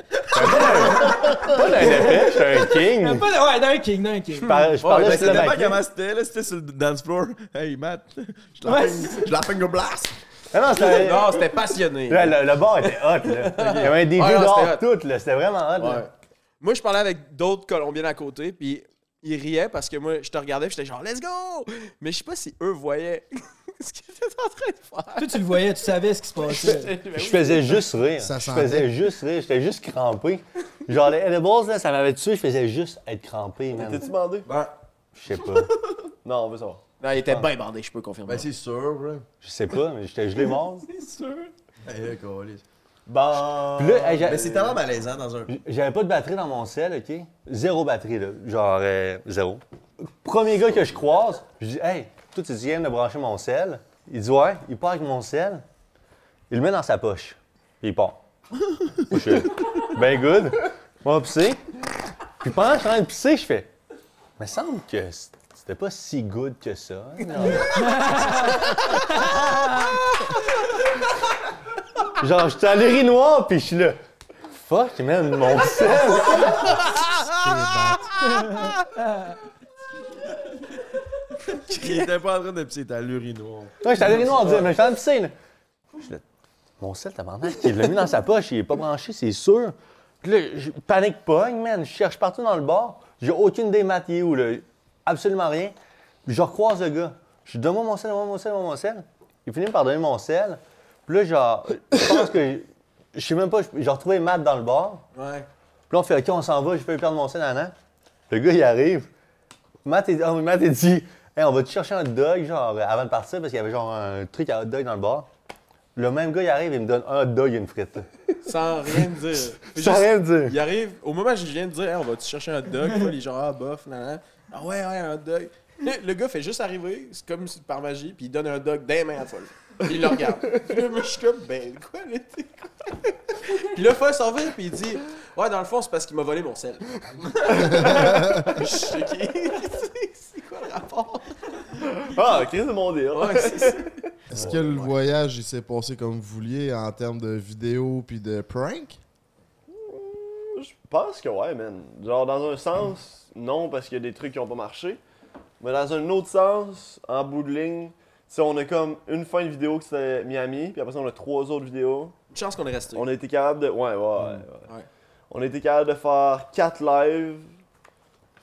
J: Pas d'un effet, je suis un king.
C: Pas de- Ouais, d'un king, d'un king.
J: Je parlais, je
D: Ouais,
J: parlais
D: ben, ça dépend
J: slovaquien.
D: comment c'était, là. C'était sur le dance floor. Hey, Matt, je la,
C: Ouais,
D: finger, je la finger blast.
J: Ah non, c'était.
E: Non, c'était passionné.
J: Là, le, le bar était hot, là. Il y avait des
E: Ouais,
J: vieux
E: non,
J: dehors
E: c'était
J: toutes, là. C'était vraiment hot,
E: Ouais.
J: là.
E: Moi, je parlais avec d'autres Colombiens à côté, puis ils riaient parce que moi, je te regardais, puis j'étais genre, let's go! Mais je sais pas si eux voyaient ce que j'étais en train de faire.
C: Toi, tu le voyais, tu savais ce qui se passait.
E: Ben oui.
J: Je faisais juste rire.
A: Ça
J: je
A: sentait.
J: faisais juste rire. J'étais juste crampé. Genre, les edibles, là, ça m'avait tué. Je faisais juste être crampé, man.
I: T'es-tu bandé?
B: Ben,
J: Je sais pas.
I: Non, on veut savoir.
E: Non, il était
I: Ah.
E: bien bandé, je peux confirmer.
B: ben c'est sûr, bro.
J: Je sais pas, mais j'étais gelé mort.
B: Hey, câlisse.
I: Bon.
J: Puis là, hey, j'a-
B: Mais c'est tellement malaisant dans un.
J: J'avais pas de batterie dans mon sel, OK? Zéro batterie, là. Genre, euh, zéro. Premier gars que je croise, je dis, hey, toi, tu viens de brancher mon sel. Il dit, ouais, il part avec mon sel. Il le met dans sa poche. Puis il part. Moi, je fais, ben good. On va pisser. Puis pendant que je suis en train de pisser, je fais, me semble que c'était pas si good que ça. hein, genre. genre, j'étais à l'urinoir, noir, puis je suis là. Fuck, man, mon sel!
B: Il était pas en train de pisser, t'as l'urinoir.
J: Ouais, j'étais à l'urinoir, on dit, mais j'étais en piscine. Je fais, Mon sel, tabarnak, il l'a mis dans sa poche, il est pas branché, c'est sûr. Puis là, je panique pogne, man, je cherche partout dans le bar. J'ai aucune des maths, il est où, là? Absolument rien. Puis je recroise le gars. Je dis, donne-moi mon sel, donne-moi mon sel, donne-moi mon sel. Il finit par donner mon sel. Puis là, genre, je pense que, je sais même pas, j'ai retrouvé Matt dans le bar.
E: Ouais.
J: Puis là, on fait OK, on s'en va, j'ai failli perdre mon sel, nanan. Le gars, il arrive. Matt, il, ah oui, Matt, il dit Hey, on va te chercher un hot dog, genre, euh, avant de partir, parce qu'il y avait genre un truc à hot dog dans le bar. Le même gars, il arrive, il me donne un hot dog et une frite.
E: Sans rien me dire.
J: Sans
E: Juste-
J: rien me dire.
E: Il arrive, au moment où je viens de dire, Hey, on va-tu chercher un hot dog? Puis là, les gens, ah, bof, nan, nan. Ah ouais, ouais, un hot dog. Le, le gars fait juste arriver, c'est comme si- par magie, puis il donne un hot dog dans les mains à Paul. Puis il le regarde. Puis là, moi, je suis comme, ben, quoi, là, t'es quoi? Puis là, Paul s'en va, puis il dit, ouais, dans le fond, c'est parce qu'il m'a volé mon sel. je suis qui? C'est quoi le rapport?
I: Ah, Chris de mon délire.
E: Ouais, c'est ça.
A: Est-ce que le voyage, il s'est passé comme vous vouliez en termes de vidéo puis de prank?
I: Je pense que ouais, man. Genre, dans un sens, non, parce qu'il y a des trucs qui ont pas marché. Mais dans un autre sens, en bout de ligne, tu sais, on a comme une fin de vidéo que c'était Miami, puis après ça, on a trois autres vidéos.
E: Une chance qu'on est resté.
I: On a été capable de. Ouais, ouais,
D: Hmm.
I: ouais.
E: Ouais.
I: On a été capable de faire quatre lives.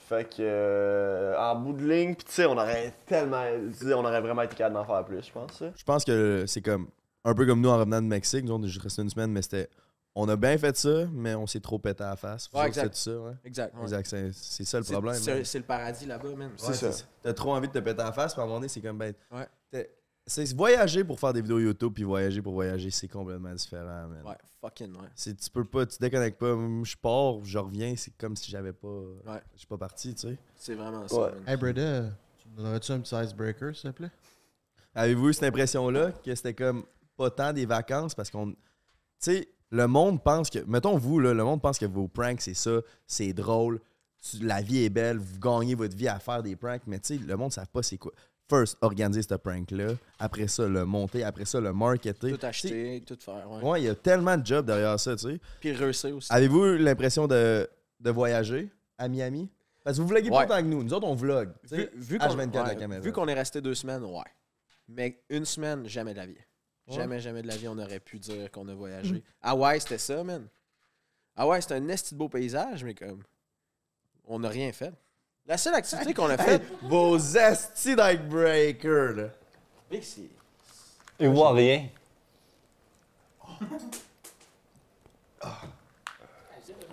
I: Fait que. euh, en bout de ligne, pis tu sais, on aurait tellement. tu sais, on aurait vraiment été capable d'en faire plus, je pense. ça.
D: Je pense que c'est comme un peu comme nous en revenant de Mexique. Nous, on est juste resté une semaine, mais c'était. On a bien fait ça, mais on s'est trop pété à la face. Vous
E: Ouais,
D: autres,
E: exact.
D: faites ça, ouais.
E: Exact. Ouais.
D: Exact, c'est c'est ça le
E: C'est-
D: problème. hein.
E: C'est
D: man.
E: c'est le paradis là-bas, même.
D: Ouais, c'est ça. T'as trop envie de te péter à la face, puis à un moment donné, c'est comme bête.
E: Ouais.
D: C'est voyager pour faire des vidéos YouTube, puis voyager pour voyager, c'est complètement différent, man.
E: Ouais, fucking, ouais.
D: C'est- Tu peux pas, tu déconnectes pas. Moi, Je pars, je reviens, c'est comme si j'avais pas. Je suis pas parti, tu sais.
E: C'est vraiment ça.
I: Ouais.
E: man.
A: Hey, Breda, tu me donnerais-tu un petit icebreaker, s'il te plaît?
D: Avez-vous eu cette impression-là que c'était comme pas tant des vacances parce qu'on. Tu sais, le monde pense que. Mettons vous, là, le monde pense que vos pranks, c'est ça, c'est drôle, tu- la vie est belle, vous gagnez votre vie à faire des pranks, mais tu sais, le monde ne savent pas c'est quoi. First, organiser ce prank-là, après ça, le monter, après ça, le marketer.
E: Tout acheter, tout faire. Ouais.
D: Ouais, il y a tellement de jobs derrière ça, tu sais.
E: Puis réussir aussi.
D: Avez-vous eu l'impression de, de voyager à Miami? Parce que vous vloguez
E: Ouais.
D: pas autant que nous. Nous autres, on vlog. tu sais.
E: Vu, vu qu'on
D: H24 la
E: ouais,
D: caméra.
E: vu qu'on est resté deux semaines, ouais. Mais une semaine, jamais de la vie. Jamais, jamais de la vie, on aurait pu dire qu'on a voyagé.
D: Hmm.
E: Hawaï, c'était ça, man. Hawaï, c'était un esti de beau paysage, mais comme. On n'a rien fait. La seule activité qu'on a faite.
D: Vos esti like breaker, là.
E: Vic, c'est-
J: Il voit rien.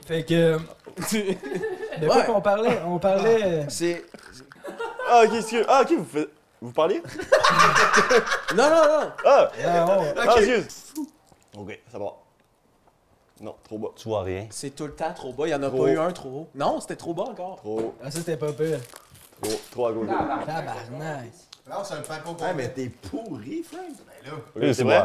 C: Fait que. euh, De quoi
E: Ouais.
C: qu'on parlait On parlait.
E: C'est.
I: Ah, ok, excuse. Ah, ok, vous faites- Vous parliez?
E: Non, non, non!
I: Ah!
C: Ah, ouais.
I: Ah, excuse! Ok, ça va. Non, trop bas.
J: Tu vois rien.
E: C'est tout le temps trop bas, il n'y en a
I: Trop.
E: pas eu un trop haut. Non, c'était trop bas encore.
I: Trop,
C: Ah, ça, c'était pas pire.
I: trop, trop à gauche.
D: Ah,
C: Tabarnak.
A: Non, c'est un paco
D: mais t'es pourri, Frank.
I: Ok, c'est vrai?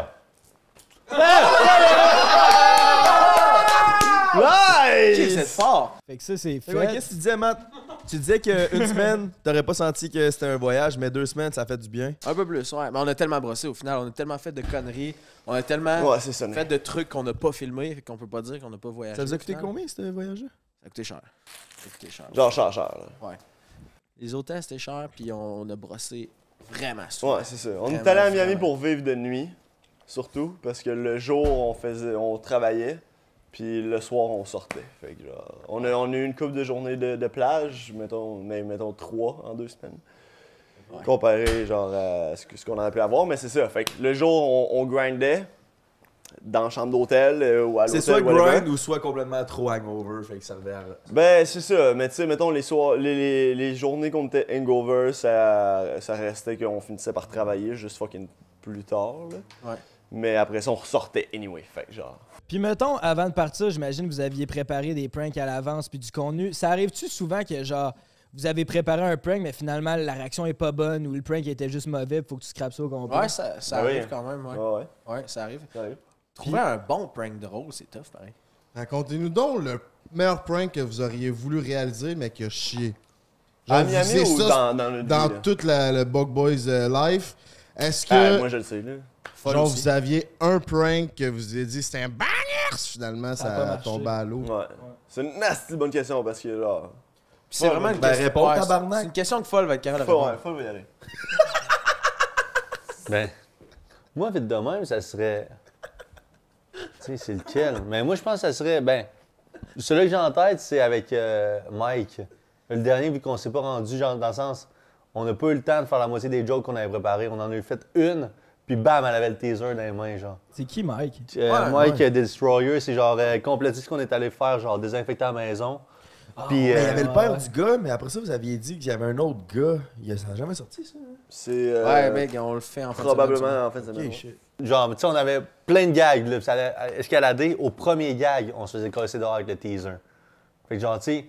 E: Ok, c'est fort!
C: Fait que ça, c'est fait.
D: Qu'est-ce que tu disais, Matt? Tu disais qu'une semaine, t'aurais pas senti que c'était un voyage, mais deux semaines, ça fait du bien.
E: Un peu plus, ouais. Mais on a tellement brossé au final, on a tellement fait de conneries, on a tellement.
I: Ouais, c'est ça.
E: fait de trucs qu'on n'a pas filmé et qu'on peut pas dire qu'on n'a pas voyagé.
D: Ça vous a
E: au
D: coûté
E: final.
D: combien, ce voyage-là?
E: Ça a coûté cher. Ça a coûté cher.
I: Genre cher, cher, là.
E: Les hôtels, c'était cher, puis on, on a brossé vraiment souvent.
I: Ouais, c'est ça. On est
E: Vraiment,
I: allé à Miami
E: vraiment.
I: pour vivre de nuit. surtout, parce que le jour, on, faisait, on travaillait, puis le soir, on sortait. Fait que genre, on, a, on a eu une couple de journées de, de plage, mettons, mais mettons trois en deux semaines. Comparé genre à ce que- ce qu'on a pu avoir, mais c'est ça. Fait que le jour, on, on grindait dans la chambre d'hôtel euh, ou à l'hôtel.
D: C'est soit
I: whatever.
D: grind ou soit complètement trop hangover, fait que ça devait à-
I: Ben, c'est ça. Mais tu sais, mettons, les, soirs, les, les, les journées qu'on était hangover, ça, ça restait qu'on finissait par travailler juste fucking plus tard. Là.
E: Ouais.
I: Mais après ça, on ressortait anyway. Fait que genre.
C: Puis mettons, avant de partir, j'imagine que vous aviez préparé des pranks à l'avance puis du contenu. Ça arrive-tu souvent que genre vous avez préparé un prank, mais finalement la réaction est pas bonne ou le prank était juste mauvais, faut que tu scrapes ça au complet?
E: Ouais, ça, ça
I: Ah oui,
E: arrive
I: hein.
E: quand même, Ben ouais. hein.
I: Ouais, ouais.
E: Ouais, ça arrive.
I: ça arrive.
E: Trouver un bon prank drôle, c'est tough, pareil.
A: Racontez-nous donc le meilleur prank que vous auriez voulu réaliser, mais qui a chié.
I: À
A: vous
I: Miami
A: dites
I: ou
A: Ah, ça
I: dans, dans notre
A: dans
I: vie, là?
A: toute la, le Bug Boys euh, life. Est-ce
I: Ah,
A: que
I: moi, je le sais, là.
A: genre, vous aviez un prank que vous avez dit c'était un banger finalement
C: Ça a pas
A: ça, a
C: marché.
A: tombé à l'eau?
I: Ouais. C'est une nasty bonne question parce que genre.
E: Puis c'est vraiment une
D: ben,
E: question.
D: réponds,
E: ouais, c'est-
D: tabarnak.
E: c'est une question que folle va être capable de
I: Faut,
E: répondre.
I: ouais, faut y aller.
J: Ben, moi, vite de même, ça serait. Tu sais, c'est lequel? Mais moi, je pense que ça serait. Ben, celui que j'ai en tête, c'est avec euh, Mike. Le dernier, vu qu'on s'est pas rendu, genre, dans le sens, on n'a pas eu le temps de faire la moitié des jokes qu'on avait préparés. On en a eu fait une, puis bam, elle avait le taser dans les mains, genre.
C: C'est qui Mike?
J: Euh, Mike euh, Destroyer, c'est genre euh, compléter ce qu'on est allé faire, genre désinfecter la maison. Puis,
D: Mais il y
J: euh,
D: avait le
C: ouais,
D: père
C: ouais.
D: du gars, mais après ça, vous aviez dit qu'il y avait un autre gars. Il a- ça n'a jamais sorti, ça. hein?
I: C'est. euh,
E: Ouais, mec, on le fait en fin de semaine, tu
I: Probablement en fait de semaine.
D: Ok,
I: ouais.
D: shit.
J: genre, tu sais, on avait plein de gags, là, puis ça allait escalader. Au premier gag, on se faisait casser dehors avec le teaser. Fait que, genre, tu sais,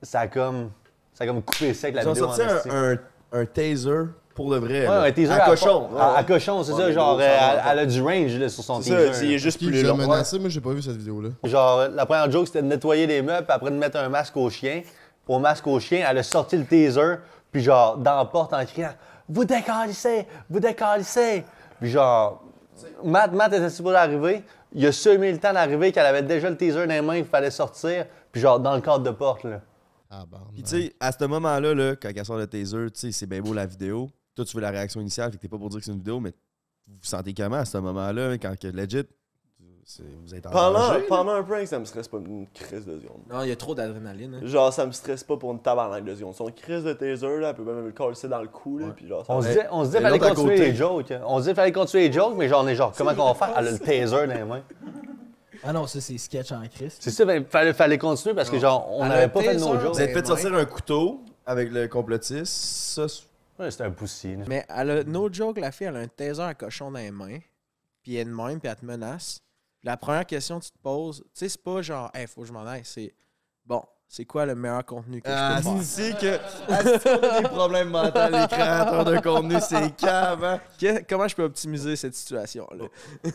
J: ça a comme, ça a comme coupé sec la
D: Ils ont
J: vidéo en
D: sorti
J: esti.
D: un, un, un taser pour le vrai.
J: Ouais,
D: là.
J: un teaser
D: à cochon.
J: À,
D: ouais.
J: à cochon, c'est
I: Ouais,
J: ça,
I: mais
J: genre,
I: gros, ça
J: euh,
I: va,
J: elle,
I: ça va.
J: elle a du range là, sur son
I: C'est ça,
J: teaser.
I: tu sais, il est juste
A: Qui
I: plus
A: vous a
I: long.
A: menacé? Moi, j'ai pas vu cette vidéo-là.
J: Genre, la première joke, c'était de nettoyer les meubles, puis après de mettre un masque au chien. Pour masque au chien, elle a sorti le taser, puis genre, dans la porte en criant Vous décalissez Vous décalissez Puis genre, Matt, Matt était supposé arriver. Il a semé le temps d'arriver qu'elle avait déjà le taser dans les mains, qu'il fallait sortir, puis genre, dans le cadre de porte, là.
A: Ah, bah,
D: Puis, tu sais, à ce moment-là, là, quand elle sort le taser, tu sais, c'est bien beau la vidéo. Toi, tu veux la réaction initiale, fait que t'es pas pour dire que c'est une vidéo, mais vous vous sentez comment à ce moment-là, hein, quand que legit, c'est- vous êtes en
I: Pendant,
D: danger, là?
I: pendant un prank, ça me stresse pas une crise de seconde.
E: vois. Non, il y a trop d'adrénaline. hein.
I: Genre, ça me stresse pas pour une tabarnak de secondes. Son crise de taser, là, elle peut même le coller dans le cou, là, puis genre, ça
J: On se
I: va.
J: disait, on se disait,
D: mais
J: fallait
D: l'autre à
J: continuer
D: côté.
J: les jokes. hein. On se disait, fallait continuer les jokes, mais genre, on est genre, comment qu'on va faire Elle a le taser dans les mains.
C: Ah non, ça c'est sketch en Christ.
J: C'est ça, ben, fallait, fallait continuer parce que genre,
E: Elle
J: on
E: a
J: n'avait
E: le
J: pas fait nos
E: taser.
J: jokes.
D: Vous êtes fait
E: Ouais.
D: sortir un couteau avec le complotiste. Ça, c'est-
J: Ouais, C'était un poussi. là.
E: Mais elle a, no joke, la fille, elle a un taser à cochon dans les mains, puis elle est de même, puis elle te menace. La première question que tu te poses, tu sais, c'est pas genre, hey, faut que je m'en aille, c'est bon, c'est quoi le meilleur contenu que
D: Ah,
E: je peux faire?
D: c'est que. Ah, c'est qu'on a des problèmes mentaux, les créateurs de contenu, c'est cave, hein?
E: Que- comment je peux optimiser cette situation-là?
I: Tu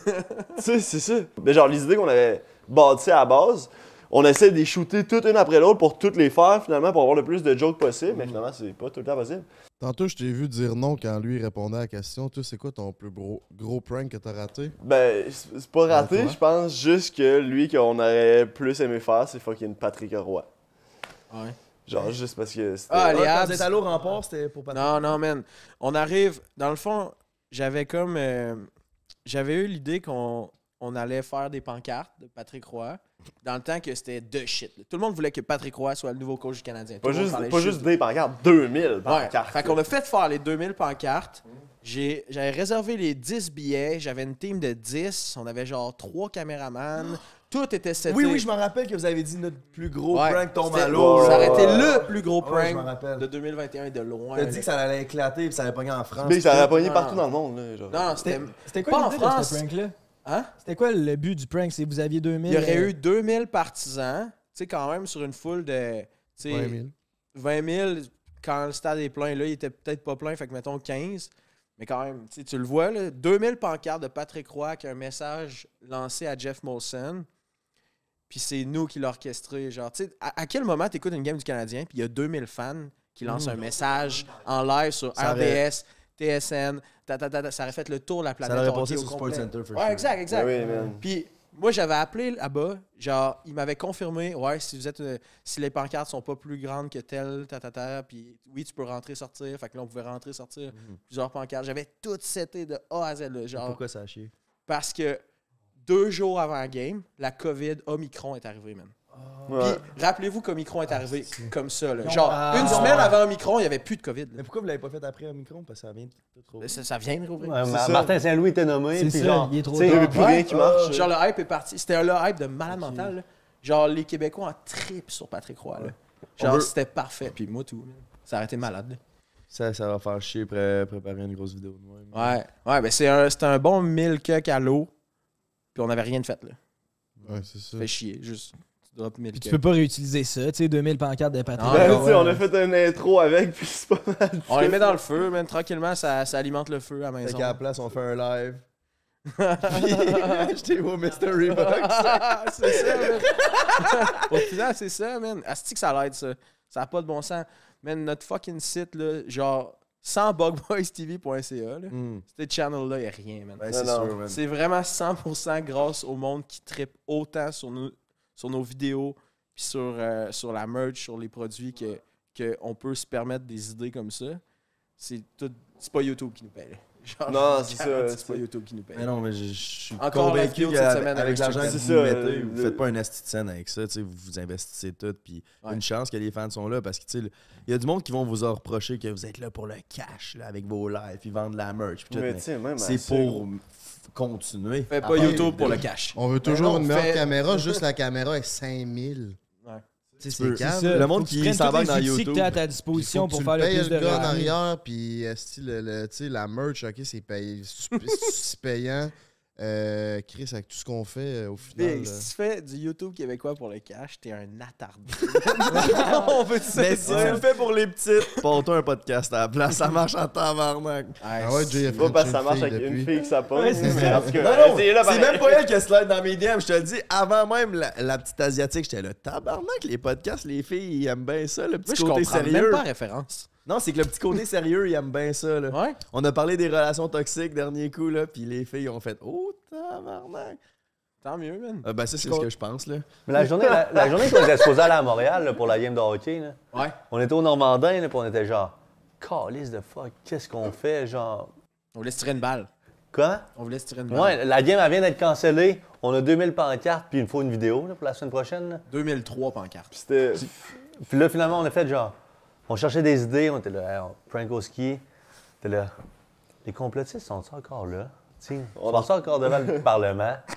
I: sais, c'est ça. Mais genre, les idées qu'on avait bâties à la base, on essaie de les shooter toutes une après l'autre pour toutes les faire, finalement, pour avoir le plus de jokes possible, mais finalement, c'est pas tout le temps possible.
A: Tantôt, je t'ai vu dire non quand lui répondait à la question. Tu c'est quoi ton plus gros, gros prank que t'as raté?
I: Ben, c'est c'est pas raté,
A: Ouais, toi.
I: je pense juste que lui qu'on aurait plus aimé faire, c'est fucking Patrick Roy.
E: Ouais.
I: Genre, juste parce que c'était.
E: Ah, les
D: Ah, quand
E: abs.
D: vous êtes allé au rempart, c'était pour pas.
E: Non, non, man. On arrive. Dans le fond, j'avais comme. euh, j'avais eu l'idée qu'on on allait faire des pancartes de Patrick Roy dans le temps que c'était de shit. là. Tout le monde voulait que Patrick Roy soit le nouveau coach du Canadien. Tout
I: pas
E: le monde
I: juste,
E: parlait
I: pas juste des pancartes, 2000
E: Ouais.
I: pancartes.
E: Fait qu'on a fait faire les 2000 pancartes. J'ai- J'avais réservé les 10 billets. J'avais une team de 10. On avait genre 3 caméramans. Tout était seté.
D: Oui, oui, je me rappelle que vous avez dit notre plus gros
E: Ouais.
D: prank tombe à
E: C'était-
D: l'eau.
E: Ça
D: là.
E: aurait été le plus gros
D: Ouais, je
E: prank
D: m'en rappelle.
E: de 2021 et de loin.
D: T'as
E: là.
D: dit que ça allait éclater puis ça allait pogner en France.
I: Mais ça aurait pogné
E: Non,
I: partout
E: non.
I: dans le monde, là. Genre.
E: Ah. Non, non, c'était.
C: C'était
E: Pas
C: quoi
E: en
C: l'idée de
E: France.
C: ce prank-là?
E: Hein?
C: C'était quoi le but du prank? C'est vous aviez 2000?
E: Il y aurait
C: euh,
E: eu 2000 partisans, tu sais, quand même, sur une foule de tu sais,
A: 20 000.
E: 20 000. Quand le stade est plein, là, il était peut-être pas plein, fait que mettons 15. Mais quand même, tu sais, tu le vois, là, 2000 pancartes de Patrick Roy avec un message lancé à Jeff Molson. Puis c'est nous qui l'orchestré. Genre, tu sais, à, à quel moment t'écoutes une game du Canadien, puis il y a 2000 fans qui lancent un message en live sur
D: Mmh. Ça aurait-
E: RDS, TSN, ta, ta, ta, ta, ça aurait fait le tour de la planète.
D: Ça aurait
E: hockey
D: passé
E: au
D: sur
E: complet.
D: SportsCenter, for
E: Ouais,
D: sure.
E: exact, exact.
I: Ben oui, man.
E: Puis moi, j'avais appelé là-bas, genre, il m'avait confirmé, ouais, si vous êtes, euh, si les pancartes sont pas plus grandes que telle, ta, ta, ta, puis oui, tu peux rentrer, Mhm. sortir. Fait que là, on pouvait rentrer, sortir plusieurs pancartes. J'avais tout seté de A à Z, là, genre.
D: Pourquoi ça a chié?
E: Parce que deux jours avant la game, la COVID Omicron est arrivée, man. Puis, rappelez-vous qu'Omicron est arrivé comme ça. là. Genre, une semaine avant Omicron, il n'y avait plus de COVID. là.
D: Mais pourquoi vous l'avez pas fait après au micro? Parce que ça vient de trop.
E: Ça, ça vient de rouvrir.
J: Ouais, Martin Saint-Louis était nommé,
C: C'est
J: puis
C: ça,
J: genre,
C: il est trop
J: tu sais,
C: tard.
J: y a plus rien qui marche.
E: Genre, le hype est parti. C'était le hype de malade mental. là. Genre, les Québécois en trip sur Patrick Roy. là. Genre, c'était parfait. Puis moi, tout. Ça aurait été malade.
D: Ça, ça va faire chier pré- préparer une grosse vidéo de moi. mais-
E: Ouais. Ouais, ben c'est un, c'était un bon 1000 cucks à l'eau. Puis on n'avait rien de fait, là.
A: Ouais, c'est ça.
E: Fait chier, juste. Tu drops 1000
C: Puis tu
E: cucks.
C: peux pas réutiliser ça, tu sais, 2000 pancartes de Patrick. Ah
E: Non, non,
I: Ben,
C: Roy.
I: tu sais,
D: euh,
I: on a fait un intro avec, puis c'est pas mal.
E: On les met dans le feu, man. Tranquillement, ça, ça alimente le feu à la
D: Fait
E: maison.
D: qu'à la place, on fait un live. Puis achetez vos Mystery Box.
E: Ah, c'est ça, man. Au final, c'est ça, man. Asti que ça l'aide, ça. Ça n'a pas de bon sens. Man, notre fucking site, là, genre, sans bugboystv.ca, là,
D: Hmm.
E: ce channel-là, il n'y a rien, man.
D: Ben, c'est
I: Non, non.
D: sûr, man.
E: C'est vraiment 100% grâce au monde qui trippe autant sur nos, sur nos vidéos, puis sur, euh, sur la merch, sur les produits, que, que on peut se permettre des idées comme ça. C'est tout. C'est pas YouTube qui nous paye. Genre,
I: Non,
E: je
I: c'est
E: vous
I: ça,
E: garantis que C'est
I: c'est-
E: pas YouTube qui nous paye.
D: Mais non, mais je je suis
E: Encore la vidéo
D: convaincu
E: de cette semaine avec
D: qu'avec avec l'argent que
E: Chuck.
D: vous
I: C'est ça,
D: mettez,
I: euh,
D: vous
I: le-
D: faites pas un asti de scène avec ça. tu sais, Vous vous investissez tout. Puis
E: Ouais.
D: une chance que les fans sont là parce que tu sais, il y a du monde qui vont vous en reprocher que vous êtes là pour le cash là, avec vos lives. Ils vendent de la merch. puis tout,
I: Mais
D: mais
I: tu sais, même à
E: ben,
D: C'est
I: ça,
D: pour f- continuer.
E: Fais pas
D: Ah,
E: YouTube
D: de-
E: pour le cash.
A: On veut toujours
E: non,
A: une meilleure
E: fait-
A: caméra, juste la caméra est 5000.
E: Ouais.
A: Tu sais,
D: peux-
A: c'est calme.
D: Le monde qui s'embarque dans
C: C'est que
D: YouTube.
C: t'as à ta
A: Puis faut
C: disposition
A: que
C: pour
A: tu
C: faire
A: le
C: le
A: payes
C: plus de
A: le gars en
C: revenus.
A: arrière, puis esti, le, le- tu sais, la merch, ok, c'est payé- c'est- c'est c'est payant. Euh, Chris, avec tout ce qu'on fait euh, au final.
E: Hey,
A: là.
E: si tu fais du YouTube québécois pour le cash, t'es un attardé. On veut ça.
D: Mais si tu le fais pour les petites, porte un podcast à la place. Ça marche en tabarnak.
A: Ah ouais, Jay a
I: Pas parce que ça
A: frenché
I: marche
A: une
I: avec une
A: depuis.
I: fille que ça pogne.
C: Ouais, c'est
I: mais
C: ça.
I: parce que-
D: Non, non,
I: essayez-le
D: c'est
I: pareil.
D: même pas elle qui se lève dans mes DM, je te le dis. Avant même, la, la petite asiatique, j'étais là, tabarnak, les podcasts, les filles, ils aiment bien ça, le
E: Moi,
D: petit
E: je comprends
D: côté
E: même
D: sérieux.
E: pas la référence.
D: Non, c'est que le petit côté sérieux, ils aiment bien ça. Là.
E: Ouais.
D: On a parlé des relations toxiques dernier coup, là, puis les filles ont fait, oh, tabarnak.
E: Tant mieux, man.
D: Ah, ben, ça, c'est ce que je pense, là.
J: Mais la journée, la, la journée qu'on était exposé à la Montréal là, pour la game de hockey, là,
E: Ouais.
J: on était au Normandin, là, puis on était genre, calice de fuck, qu'est-ce qu'on fait, genre,
E: On voulait se tirer une balle.
J: comment?
E: On voulait se tirer une balle.
J: Ouais, la game, elle vient d'être cancellée. On a 2000 pancartes, puis il nous faut une vidéo là, pour la semaine prochaine. là.
E: 2003 pancarte.
I: Puis c'était-
J: Puis là, finalement, on a fait genre, on cherchait des idées, on était là, hey, on prank au ski. T'es là, les complotistes sont encore là? Tiens, on sont encore devant le Parlement?
I: Ah,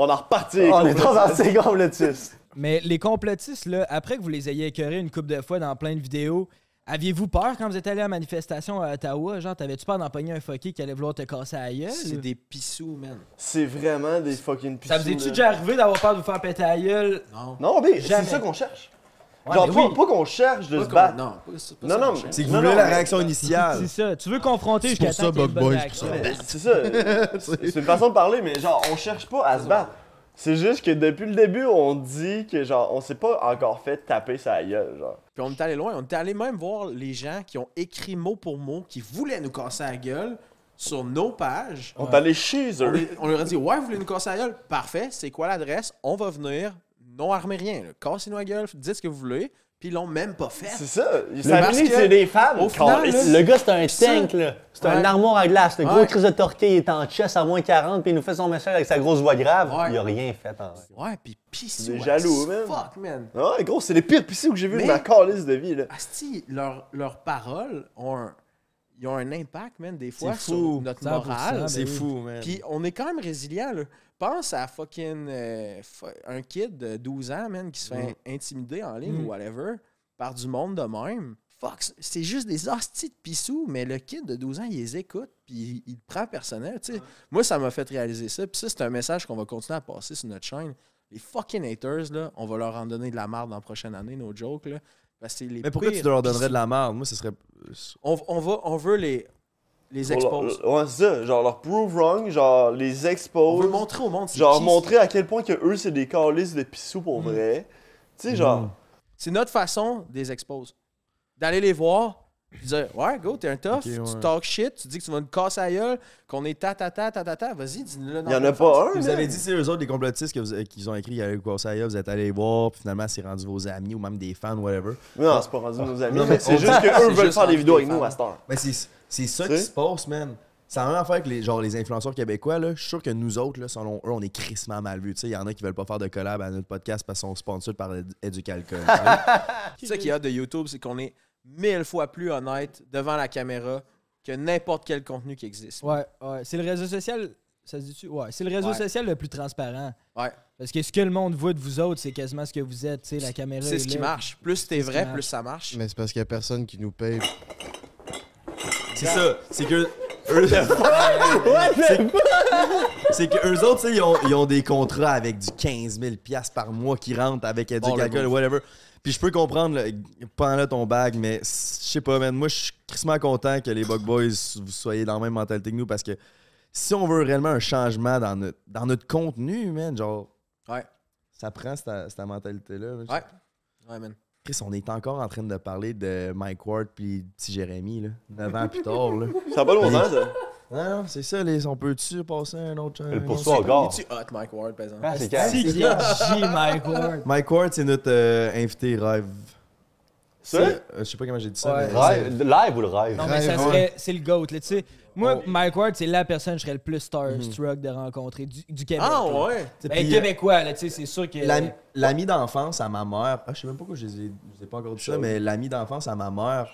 I: On a reparti.
J: on est dans ces complotistes.
C: Mais les complotistes, là, après que vous les ayez écœurés une coupe de fois dans plein de vidéos, aviez-vous peur quand vous êtes allé à la manifestation à Ottawa? Genre, t'avais-tu peur d'empoigner un fucké qui allait vouloir te casser à gueule?
E: C'est des pissous, man.
I: C'est vraiment des fucking
C: Ça
I: pissous,
C: vous est-tu
I: là.
C: déjà arrivé d'avoir peur de vous faire péter à gueule?
E: Non.
I: Non, mais c'est
C: Jamais.
I: ça qu'on cherche.
C: Ouais,
I: Genre,
C: mais
I: pas,
C: oui.
I: pas qu'on cherche de
E: Pas
I: se
E: qu'on-
I: battre.
E: Non, pas- c'est pas
I: Non,
E: ça
I: non,
E: qu'on cherche.
D: C'est que vous
I: Non,
D: voulez
I: non,
D: la
I: mais-
D: réaction initiale.
C: C'est ça. Tu veux confronter
A: C'est
C: jusqu'à
A: pour
C: temps
A: ça,
C: qu'il y ait une
A: Bug
C: bonne
A: Boys,
C: réaction.
A: tout ça.
I: Mais C'est ça. c'est une façon de parler, mais genre, on cherche pas à se battre. C'est juste que depuis le début, on dit que genre, on s'est pas encore fait taper sa gueule, genre.
E: Puis on est allé loin. On est allé même voir les gens qui ont écrit mot pour mot, qui voulaient nous casser la gueule sur nos pages.
I: On est allé chez
E: On,
I: eux.
E: les- on leur a dit Ouais, vous voulez nous casser la gueule Parfait, c'est quoi l'adresse On va venir. Non armé rien. là. Cassez-nous la gueule, dites ce que vous voulez. Puis ils l'ont même pas
I: C'est
E: fait.
I: ça. Ils
J: Le
I: s'amusent,
E: masque-
I: c'est des femmes.
E: Au final,
I: Caliste.
E: là-
J: Le gars, c'est un
E: ça-
J: tank, là. C'est
E: Ouais.
J: un armoire à glace. Le gros
E: Ouais.
J: crise de torquet, il est en chess à moins 40, puis il nous fait son message avec sa grosse voix grave.
E: Ouais.
J: Il a rien fait, en vrai.
E: Ouais, puis pissou.
I: Des jaloux,
E: as
I: man.
E: Fuck, man.
I: Ouais, gros, c'est les pires pissous que j'ai vu
E: Mais-
I: de ma calice de vie, là.
E: Asti, leur- leurs paroles ont un, ils ont un impact, man, des fois,
D: C'est
E: sur
D: fou.
E: notre
C: 100%,
E: morale.
C: ben
D: C'est
C: oui.
D: fou, man.
E: Puis on est quand même résilient. là. Pense à fucking euh, fu- un kid de 12 ans, man, qui se fait intimider en ligne
D: Mm.
E: ou whatever par du monde de même. Fuck, c- c'est juste des hosties de pissous, mais le kid de 12 ans, il les écoute, puis il, il le prend personnel. tu sais. Moi, ça m'a fait réaliser ça. Puis ça, c'est un message qu'on va continuer à passer sur notre chaîne. Les fucking haters, là, on va leur en donner de la marde dans la prochaine année, nos jokes, là. Parce que c'est les
D: mais pourquoi
E: pires
D: tu leur donnerais
E: pissous.
D: de la merde? Moi, ce serait.
E: On, on va, on veut les, les
I: Pour euh,
E: expose.
I: leur- Ouais, c'est ça. Genre, leur prove wrong, genre, les
E: On
I: expose.
E: veut montrer au monde. c'est Hmm.
I: Genre,
E: qui,
I: montrer à quel point que eux, c'est des calices de pissous pour vrai.
J: Hmm.
I: Tu sais, genre.
E: C'est notre façon de les expose. D'aller les voir, puis dire Ouais, go, t'es un tough,
D: Ok,
E: tu
D: ouais.
E: talk shit, tu dis que tu vas nous casser la gueule, qu'on est ta ta ta ta ta ta, vas-y, dis-le. dans
I: Il y en
E: la
I: a
E: face.
I: pas un,
D: Vous
I: là.
D: avez dit, c'est eux autres, les complotistes que vous- euh, qu'ils ont écrit, il y a eu quoi ça, vous êtes allés voir, puis finalement, c'est rendu vos amis ou même des fans, whatever.
I: Non, c'est pas rendu nos amis.
D: Non, mais
I: C'est juste
E: C'est
I: qu'eux veulent
E: juste
I: faire des
E: rendu
I: vidéos
E: des
I: avec nous
E: fans.
I: à cette heure.
D: Mais Ben, c'est c'est ça
I: Tu sais?
D: qui se passe, man. C'est la même affaire que les, genre, les influenceurs québécois. Là. Je suis sûr que nous autres, là, selon eux, on est crissement mal vus. Tu sais, Il y en a qui veulent pas faire de collab à notre podcast parce qu'on sponsor par Ed- Educalcool. tu sais.
E: C'est ça qu'il y a de YouTube, c'est qu'on est mille fois plus honnête devant la caméra que n'importe quel contenu qui existe.
C: Ouais, ouais. C'est le réseau social. Ça se dit-tu? Ouais. C'est le réseau
E: Ouais.
C: social le plus transparent.
E: Ouais.
C: Parce que ce que le monde voit de vous autres, c'est quasiment ce que vous êtes. tu sais, la caméra.
E: C'est ce
C: est
E: qui
C: là.
E: marche. Plus t'es
C: C'est ce qui
E: vrai,
C: marche.
E: plus ça marche.
A: Mais c'est parce qu'il y a personne qui nous paye.
D: C'est ça. C'est que. Eux... C'est- C'est que eux autres, tu sais, ils ont, ils ont des contrats avec du 15 000 piastres par mois qui rentrent avec
E: Bon, le
D: Educalcool,
E: move.
D: whatever. Puis je peux comprendre, là, prends là ton bag, mais c- je sais pas, man. Moi, je suis crissement content que les Bug Boys, vous soyez dans la même mentalité que nous parce que si on veut réellement un changement dans notre, dans notre contenu, man, genre.
E: Ouais.
D: Ça prend cette, cette mentalité-là. man.
E: Ouais. Ouais, man.
D: Chris, on est encore en train de parler de Mike Ward puis petit Jérémy, là. 9 ans plus tard, là.
I: Ça va pas longtemps, ça.
D: Non, non, c'est ça, les, on peut-tu passer un autre. un
J: Le
D: autre
J: poursuit
D: sujet?
I: Oh.
J: encore.
E: Es-tu hot, Mike Ward, par exemple?
J: Ah, c'est calme.
C: C'est qui agit, Mike Ward.
D: Mike Ward, c'est notre euh, invité rêve.
J: Ça?
D: C'est- euh, je sais pas comment j'ai dit ça.
C: Ouais.
D: mais
J: Rêve- Live ou le rêve?
C: Non, mais ça
A: Ouais,
C: serait. C'est le GOAT, là. Tu sais, moi,
D: Ouais.
C: Mike Ward, c'est la personne que je serais le plus starstruck de rencontrer du, du Québec.
E: Ah,
C: là.
E: ouais.
D: c'est-
C: Ben,
D: puis, euh,
C: québécois, là, tu sais, c'est sûr que.
D: l'ami- L'ami d'enfance à ma mère, ah, je sais même pas pourquoi je les ai, je les ai pas encore dit ça, mais l'ami d'enfance à ma mère,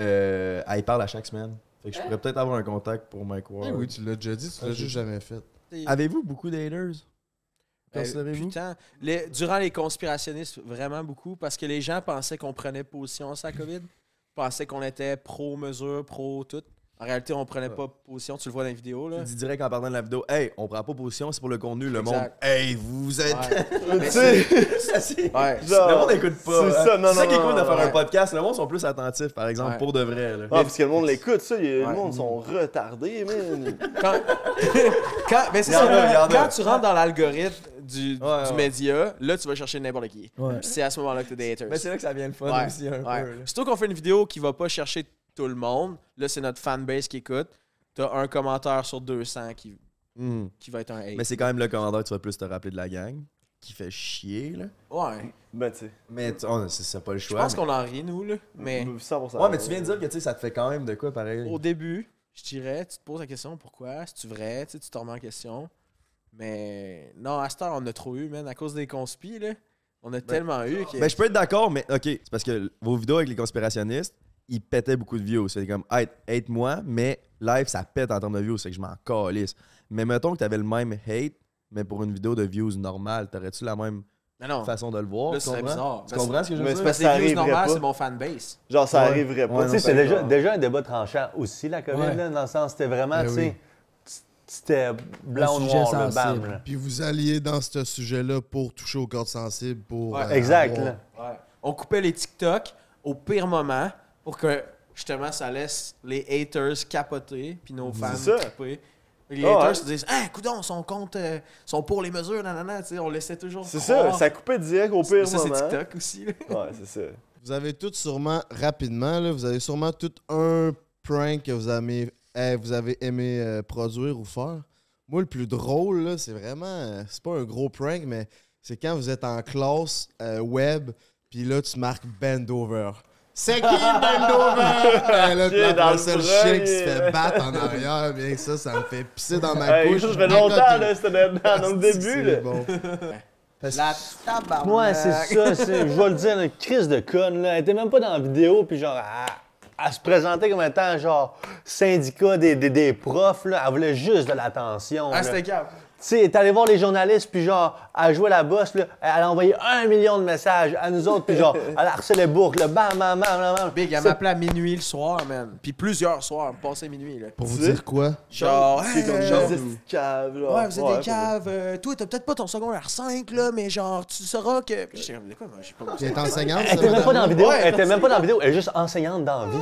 D: euh, elle y parle à chaque semaine. Fait que je pourrais peut-être avoir un contact pour Mike Ward.
A: Eh oui, tu l'as déjà dit, tu l'as juste jamais fait.
D: Avez-vous beaucoup d'haters?
E: Ben,
D: Considérez-vous?
E: putain, les- durant les conspirationnistes, vraiment beaucoup, parce que les gens pensaient qu'on prenait position sur la COVID, pensaient qu'on était pro-mesure, pro-tout. En réalité, on prenait pas position, tu le vois dans les vidéos. Là.
D: Tu dis direct en partant de la vidéo, hey, on prend pas position, c'est pour le contenu, le
E: Exact.
D: monde. Hey, vous êtes.
E: Ouais. Mais
I: Tu
E: c'est-
I: sais,
D: Ça, c'est-
E: ouais.
I: genre,
D: le monde n'écoute pas.
I: C'est
D: hein.
I: ça, non,
D: C'est ça
I: non,
D: qui est
I: non,
D: cool de
I: non,
D: faire
E: ouais.
D: un podcast. Le monde sont plus attentifs, par exemple,
E: Ouais.
D: pour de vrai. là.
I: Ah, parce que le monde l'écoute, ça. il y a-
E: Ouais.
I: Le monde sont retardés, man.
E: Quand, quand- ben, c'est
D: Y en
E: ça,
D: a, y en a.
E: quand tu rentres dans l'algorithme du, du
D: Ouais, ouais.
E: média, là, tu vas chercher n'importe qui.
C: Ouais.
E: Puis C'est à ce moment-là que tu des haters.
D: Mais c'est là que ça vient le fun
E: Ouais,
D: aussi, un
E: ouais.
D: peu. là.
E: Surtout qu'on fait une vidéo qui va pas chercher tout le monde. Là, c'est notre fanbase qui écoute. T'as un commentaire sur 200 qui,
D: Hmm.
E: qui va être un hate.
D: Mais c'est quand même le commandeur que tu vas plus te rappeler de la gang, qui fait chier, là.
E: ouais.
I: Ben, tu sais.
D: Mais tu- on- c'est c'est pas le
E: Je
D: choix.
E: pense qu'on en rit, nous, là. Mais
I: 100%.
D: mais... Ouais, mais tu viens de dire que tu sais, ça te fait quand même de quoi, pareil.
I: Mm-hmm.
E: au début, je dirais, tu te poses la question pourquoi, c'est-tu vrai, tu sais, tu te remets en question. Mais non, à cette heure, on en a trop eu, man. À cause des conspis, là, on a tellement eu que.
D: Ben, je peux être d'accord, mais OK, c'est parce que vos vidéos avec les conspirationnistes, ils pétaient beaucoup de views. C'était comme, hey, hate-moi, mais live, ça pète en termes de views, c'est que je m'en calisse. Mais mettons que t'avais le même hate, mais pour une vidéo de views normale, t'aurais-tu la même
E: non, non.
D: façon de le voir?
E: Là,
D: tu
E: ce serait
D: comprends?
E: bizarre.
D: Tu comprends ce que je veux
I: Mais
D: dire?
I: c'est
E: Parce
I: parce
E: que
I: que
E: les
I: ça
E: views
I: arriverait
E: normales,
I: pas.
E: c'est mon fanbase.
I: Genre, ça
D: Ouais.
I: arriverait pas.
D: Ouais,
I: tu
J: Tu sais,
I: sais,
J: c'est déjà,
I: genre-
J: déjà un débat tranchant aussi, la COVID,
C: Ouais.
J: là, dans le sens, c'était vraiment,
A: Ben
J: tu sais,
A: oui.
J: c'était blanc
C: Un
J: ou
C: sujet
J: noir, là, bam.
C: sensible.
J: là.
A: Puis vous alliez dans ce sujet-là pour toucher aux cordes sensibles, pour.
E: Ouais,
A: euh,
J: Exact,
A: avoir-
J: là.
E: On coupait les TikTok au pire moment pour que justement ça laisse les haters capoter puis nos fans
I: ça.
E: capoter. Les
I: Ah,
E: haters
I: ouais.
E: se disent Ah, coudons, sont contre, euh, sont pour les mesures, nanana, tu sais, on laissait toujours.
I: C'est ça,
E: croire.
I: ça coupait direct au pire
E: Ça, c'est
I: moment.
E: TikTok aussi. là.
I: Ouais, c'est ça.
A: Vous avez tous sûrement, rapidement, là, vous avez sûrement tout un prank que vous avez, eh, vous avez aimé euh, produire ou faire. Moi, le plus drôle, là, c'est vraiment. euh, c'est pas un gros prank, mais c'est quand vous êtes en classe euh, web, puis là, tu marques Bendover. C'est qui Bendover? Eh, là,
I: Ok,
A: tu
I: dans le
A: le seul chien qui se
I: premier.
A: fait battre en arrière. Bien, ça, ça me fait pisser dans ma
I: Hey,
A: bouche.
I: ça, ça fait longtemps, là, c'était
E: Ah,
I: dans dans le début, là.
A: Bon.
E: La tabarnak.
J: Ouais, Ah, c'est ça. c'est- Je vais le dire, une crise de conne, là. Elle était même pas dans la vidéo, puis genre, elle, elle se présentait comme étant, genre, syndicat des, des, des profs, là. Elle voulait juste de l'attention.
E: Ah,
J: là.
E: c'était grave.
J: Tu sais, elle est allée voir les journalistes, puis genre, elle jouait la bosse, là. Elle a envoyé un million de messages à nous autres, puis genre, elle harcelait Bourg, là. Bam, bam, bam, bam, bam.
E: Big, elle
J: C'est-
E: m'appelait à minuit le soir, man. Puis plusieurs soirs, passé minuit, là.
A: Pour vous dire quoi?
E: Genre,
I: C'est comme
E: Hey,
I: genre
E: euh,
I: des petites caves, genre.
E: Ouais, vous êtes des
I: pour vrai.
E: caves. euh, toi, t'as peut-être pas ton secondaire 5, là, mais genre, tu sauras que. Puis j'étais comme, de quoi, moi, j'ai pas
A: Vous êtes enseignante?
J: Elle
A: ça,
J: était même pas
A: madame?
J: dans la vidéo,
E: Ouais,
J: elle était même pas dans la vidéo, elle est juste enseignante dans la vie.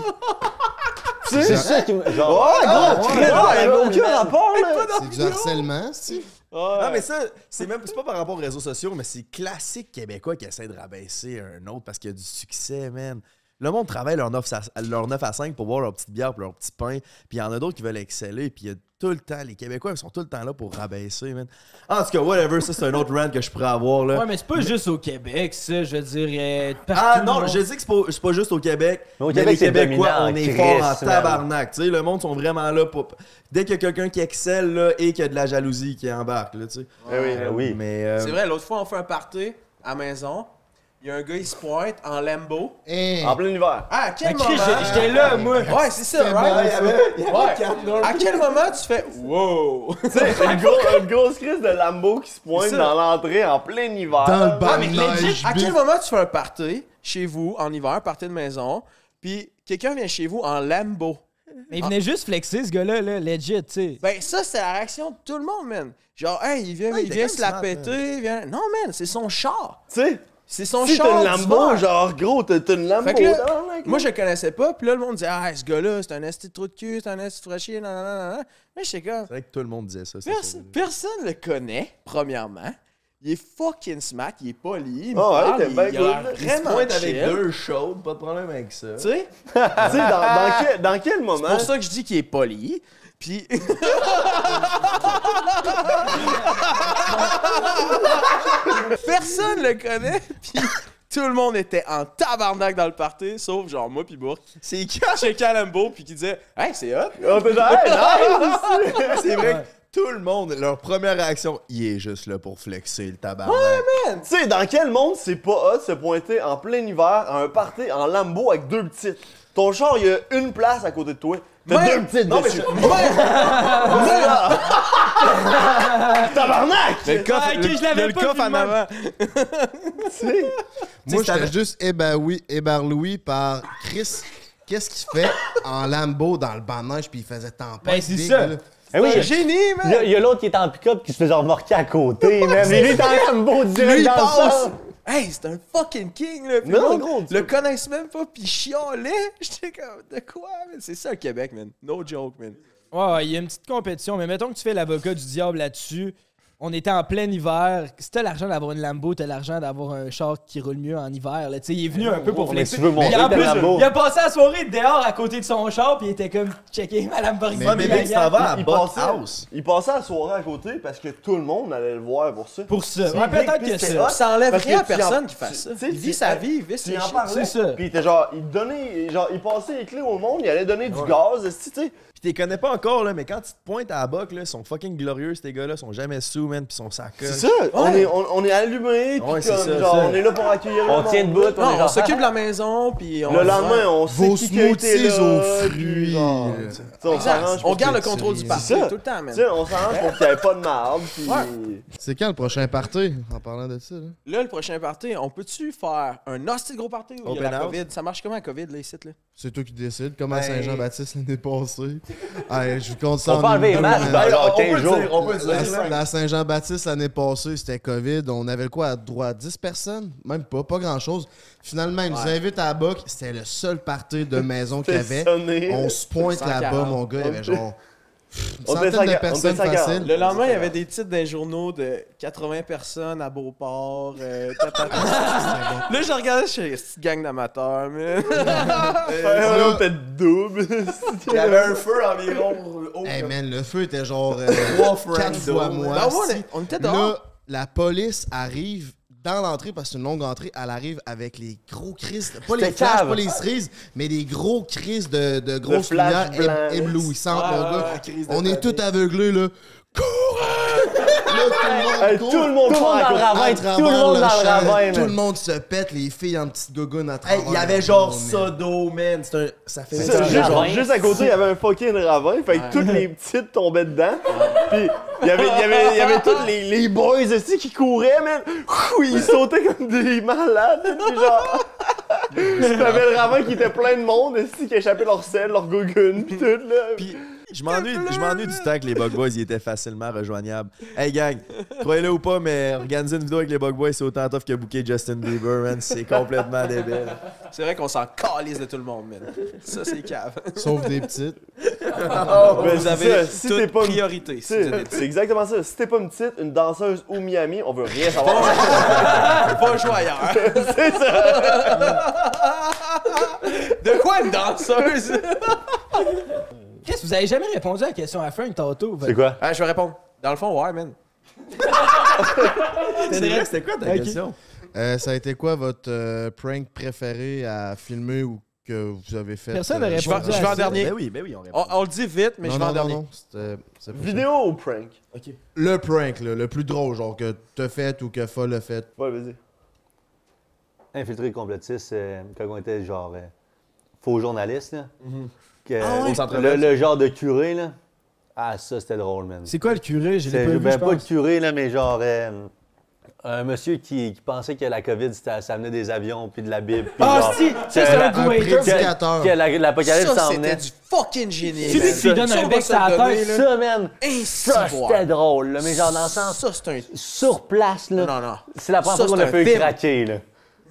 J: C'est
A: C'est
J: ça qui me. Genre, Ah,
I: Ouais, gros,
J: ouais,
I: très bon,
J: ouais,
I: elle avait
J: ouais,
I: aucun
J: ouais.
I: rapport, là.
A: C'est du harcèlement, si?
D: Non, mais ça, c'est même c'est pas par rapport aux réseaux sociaux, mais c'est classique québécois qui essaie de rabaisser un autre parce qu'il y a du succès, man. Le monde travaille leur 9 à, leur 9 à 5 pour boire leur petite bière, pour leur petit pain. Puis il y en a d'autres qui veulent exceller. Puis il y a tout le temps, les Québécois, ils sont tout le temps là pour rabaisser, man. En tout cas, whatever, ça, c'est un autre rant que je pourrais avoir, là.
C: Ouais, mais c'est pas juste au Québec, ça, je veux dire. euh, partout
D: Ah
C: dans
D: non,
C: le
D: je dis que c'est pas, c'est pas juste au Québec.
J: Mais au
D: mais
J: Québec,
D: les
J: c'est
D: Québécois,
J: dominant,
D: on est
J: Chris,
D: fort en
J: man.
D: tabarnak. Tu sais, le monde sont vraiment là pour. Dès qu'il y a quelqu'un qui excelle là, et qu'il y a de la jalousie qui embarque, là, tu sais.
E: Eh oui, eh
J: oui.
D: Mais. euh,
E: C'est vrai, l'autre fois, on fait un party à la maison. Il y a un gars, il se pointe en Lambo.
A: Hey.
I: En plein hiver.
E: Ah, à
C: Ah,
E: quel
C: Chris,
E: moment...
C: j'ai- j'étais là, moi.
E: Ouais, c'est ça, right? Ouais. À quel moment tu fais « Wow!
I: Tu sais, une, gros- une grosse crise de Lambo qui se pointe
E: Ça.
I: dans l'entrée en plein hiver.
A: Dans le »
E: Ah,
A: bas
E: mais
A: de
E: legit,
A: neige,
E: à quel
A: bif.
E: moment tu fais un party chez vous, en hiver, party de maison, puis quelqu'un vient chez vous en Lambo?
C: Mais il venait juste flexer, ce gars-là, là, legit, tu sais.
E: Ben, ça, c'est la réaction de tout le monde, man. Genre, hey, il vient,
D: Ouais, Ah,
E: il
D: il était
E: vient
D: comme
E: se la
D: smart,
E: péter, il vient... Non, man, c'est son char.
I: Tu sais,
E: C'est son
I: si
E: char
I: t'as une
E: d'hiver.
I: Lambo, genre gros, t'as t'as une Lambo.
E: Fait que là,
I: tabarnak,
E: Moi,
I: là.
E: je le connaissais pas, puis là, le monde disait, ah, ce gars-là, c'est un esti de trou de cul, c'est un esti de fraîchier, nan, nan, nan, nan. Mais je sais comme,
D: C'est vrai que tout le monde disait ça. c'est
E: pers-
D: sûr.
E: personne le connaît, premièrement. Il est fucking smart, il est poli, il me
I: Ah ouais,
E: parle,
I: t'es
E: il,
I: bien
E: il a
I: cool,
E: l'air
I: là.
D: Il se
E: vraiment
D: pointe
E: chill.
D: avec deux chaudes, pas de problème avec ça.
E: Tu sais,
I: Tu
E: Ah,
I: sais, dans, dans quel, dans quel
E: c'est
I: moment.
E: pour ça que je dis qu'il est poli. Puis, personne le connaît, puis tout le monde était en tabarnak dans le party, sauf genre moi puis Bourg.
D: C'est
E: Chez Calambo, puis qui disait, hey, c'est hot.
I: On peut genre, hey, nice!
D: C'est vrai que tout le monde, leur première réaction, il est juste là pour flexer le tabac.
I: Tu sais, dans quel monde c'est pas hot de se pointer en plein hiver à un party en Lambo avec deux petites? Ton char, il y a une place à côté de toi. T'as
E: Ouais.
I: deux petites
E: Non, mais
I: dessus.
E: c'est- Ouais.
I: Tabarnak!
E: Le coffre,
C: ok, je l'avais
E: le
C: pas
E: coffre
C: vu de
E: en
C: même.
E: avant.
A: Moi, j'étais juste ébaoui, ébarloui par Chris. Qu'est-ce qu'il fait en Lambo dans le banc de neige puis il faisait tempête?
C: Ben, c'est
A: big,
C: ça.
A: là.
J: Eh oui,
E: C'est un génie, man!
J: il y a- il y a, l'autre qui est en pick-up qui se fait genre remorquer à côté, même. Il est en Lambo direct
E: Lui, il
J: dans le
E: passe!
J: sol.
E: Hey, c'est un fucking king, là! Puis
I: Non,
E: le monde
I: gros, tu-
E: le connaissent même pas, pis chialait! J'étais comme, de quoi, man? C'est ça, le Québec, man. No joke, man.
C: Ouais, ouais, il y a une petite compétition, mais mettons que tu fais l'avocat du diable là-dessus. On était en plein hiver. Si t'as l'argent d'avoir une Lambo, t'as l'argent d'avoir un char qui roule mieux en hiver. Là. Tu sais, Il est venu un peu pour
J: mais
C: flexer.
J: tu veux
C: Puis
J: montrer
C: en
J: ta
C: plus,
J: Lambo.
C: il a passé la soirée dehors à côté de son char, puis il était comme checké Madame Boris.
D: Ouais, mais mec, tu t'en vas à
I: il
D: Buck
I: passait-
D: House.
I: Il passait la soirée à côté parce que tout le monde allait le voir pour ça.
C: Pour ça.
I: C'est
C: Ouais, peut-être
I: big,
C: que
I: c'est
C: ça.
I: hot.
E: Ça enlève
I: Parce que
E: rien à
I: tu en-
E: personne
I: tu-
E: qui fasse ça.
I: tu sais,
E: Il vit
I: tu-
E: sa vie, il vit ses
I: Puis il en
E: shit.
I: parlait.
C: c'est ça.
I: Puis il était genre, il donnait, genre, il passait les clés au monde, il allait donner du gaz, esti, tu sais.
D: Pis t'es connais pas encore, là, mais quand tu te pointes à la boc, là, ils sont fucking glorieux, ces gars-là, ils sont jamais sous, man, pis ils sont sacoches.
I: C'est ça, on est, on, on est allumé, puis
D: Ouais, c'est
I: comme,
D: ça,
I: genre,
D: ça.
I: on est là pour accueillir le
J: On
I: monde.
J: tient debout, on est
E: Non, on
J: genre,
E: s'occupe de la maison, pis on.
I: Le lendemain, on sait
A: Vos
I: qui qui a été
A: smoothies
I: là,
A: aux
I: puis
A: fruits.
I: genre,
A: là.
I: tu sais, On s'arrange
E: on
I: pour
E: garde le
A: que tu
E: contrôle du
A: ris.
E: parti
I: C'est ça.
E: tout le temps, man.
I: Tu sais, on s'arrange pour qu'il n'y ait pas de marde, puis...
A: C'est quand le prochain party? En parlant de ça, là.
E: Là, le prochain party, on peut-tu faire un hostie de gros party où il y a
D: Open
E: la
D: house.
E: COVID? Ça marche comment, la COVID, là, ici, là?
A: C'est toi qui décides. Comment
D: Ben-
A: Saint-Jean-Baptiste l'année passée? Hey, je vous compte ça
J: On peut
A: en
J: enlever les
A: une
J: masques ben,
A: minute.
J: dans
D: Hey,
J: genre
D: on, peut
J: 15
D: le
J: Ah, jours.
D: dire, on peut le
A: La,
D: dire, man.
A: la Saint-Jean-Baptiste l'année passée, c'était COVID. On avait le quoi à droit à 10 personnes? Même pas, pas grand-chose. Finalement, ils nous invitent à la boc. C'était le seul party de maison qu'il y avait.
I: sonné.
A: On se pointe là-bas,
E: 140.
A: mon gars. Il y avait genre pff, une
I: On
A: centaine
I: était
A: de
I: 140,
A: personnes
I: on était 140.
A: faciles.
E: Le lendemain, il y avait des titres dans les journaux de 80 personnes à Beauport. euh, tatata. là, je regardais, je suis petite gang d'amateurs, man.
I: Ouais, on était double.
D: Il y avait un feu environ haut.
A: Hey
D: comme-
A: man, le feu était genre 3
D: Trois friends,
A: fois
D: though.
A: moins.
E: Non, moi, Ben, on, est- on était dehors.
A: Là, la police arrive dans l'entrée, parce que c'est une longue entrée, elle arrive avec les gros crises, pas les
J: C'était
A: flashs,
J: cave.
A: pas les cerises, mais les gros crises de, de grosses lumières
I: flash blanc.
A: ébl- éblouissantes, mon
E: ouais,
A: gars.
E: ouais,
I: crise de
A: On est
I: panique.
A: tous aveuglés, là. Courez! Là,
I: Hey,
A: tout
I: tout
A: le monde
I: le monde
J: Tout le monde
I: part à
J: dans le
I: côté.
J: ravin,
A: court.
J: tout le monde dans le ravin,
A: tout le
J: man.
A: monde se pète, les filles en petite gogoune à
D: Hey,
A: travers.
D: il y avait
A: le
D: genre
A: monde, man.
D: Sodo, man. C'est un- Ça fait
I: C'est
J: C'est
I: ça,
J: un
I: juste,
J: ravin.
I: juste à côté, il y avait un fucking ravin, fait que toutes les petites tombaient dedans. Puis il y avait, il y avait, il y avait tous les, les boys aussi qui couraient, man. Ouh, Ils sautaient comme des malades. Puis genre. T'avais le ravin qui était plein de monde aussi, qui échappait leur sel, leur gogun, pis tout, là.
D: Puis je m'ennuie, je m'ennuie du temps que les Bug Boys ils étaient facilement rejoignables. Hey gang, croyez-le ou pas, mais organiser une vidéo avec les Bug Boys, c'est autant tough que booker Justin Bieber, man. C'est complètement débile.
E: C'est vrai qu'on s'en calisse de tout le monde, man. Ça, c'est cave.
A: Sauf des petites.
I: Ben,
E: Vous
I: c'est
E: avez
I: ça, si t'es
E: toute
I: pas une-
E: priorité. si
I: C'est
E: vous avez-
I: c'est exactement ça. Si t'es pas une petite, une danseuse ou Miami, on veut rien savoir.
E: hein. Pas jouer ailleurs.
I: C'est ça.
E: De quoi une danseuse?
C: Qu'est-ce que vous avez jamais répondu à la question à Frank tantôt? votre-
E: Ah, je vais répondre. Dans le fond, ouais, man.
D: C'est vrai, c'était quoi ta
C: Ok.
D: question?
A: Euh, ça a été quoi votre euh, prank préféré à filmer ou que vous avez fait?
C: Personne n'a
A: euh,
C: répondu.
E: Je vais en dernier.
D: Ben oui, ben oui, on répond.
E: On, on le dit vite, mais
A: Non,
E: je
A: non,
E: vais en
A: non,
E: dernier.
A: non, c'était- euh, c'est pas ça.
I: Vidéo ou prank?
A: Le prank, là, le plus drôle, genre que t'as fait ou que Fall a fait.
I: Ouais, vas-y.
J: Infiltré complotiste, euh, quand on était genre euh, faux journaliste, là. Que-
D: ouais? Au Centre
J: le,
D: Bell.
J: le genre de curé, là. Ah, ça, c'était drôle, man.
C: C'est quoi le curé? Je l'ai
J: C'est
C: pas vu,
J: ben,
C: je
J: pas le
C: pense.
J: curé, là, mais genre euh, un monsieur qui, qui pensait que la COVID, c'était- ça venait des avions, puis de la Bible. puis
C: Ah,
J: genre,
C: si!
J: que-
C: Ça, c'est un
A: Un
C: waiter.
J: que-
A: prédicateur.
J: que la- l'apocalypse
E: Ça,
J: s'en
E: c'était
J: venait.
E: du fucking génie.
C: Tu dis que tu lui donnes
E: Ça, on
C: un
E: va
C: bec
E: se
C: sur la
E: le donner,
C: tête, là?
J: Ça, man, ça, c'était drôle, là, mais genre dans le sens,
E: Ça, c'est un.
J: sur place, là,
E: Non, non.
J: c'est la première
E: Ça,
J: fois qu'on
E: c'est
J: a
E: un
J: fait
E: film.
J: craquer, là.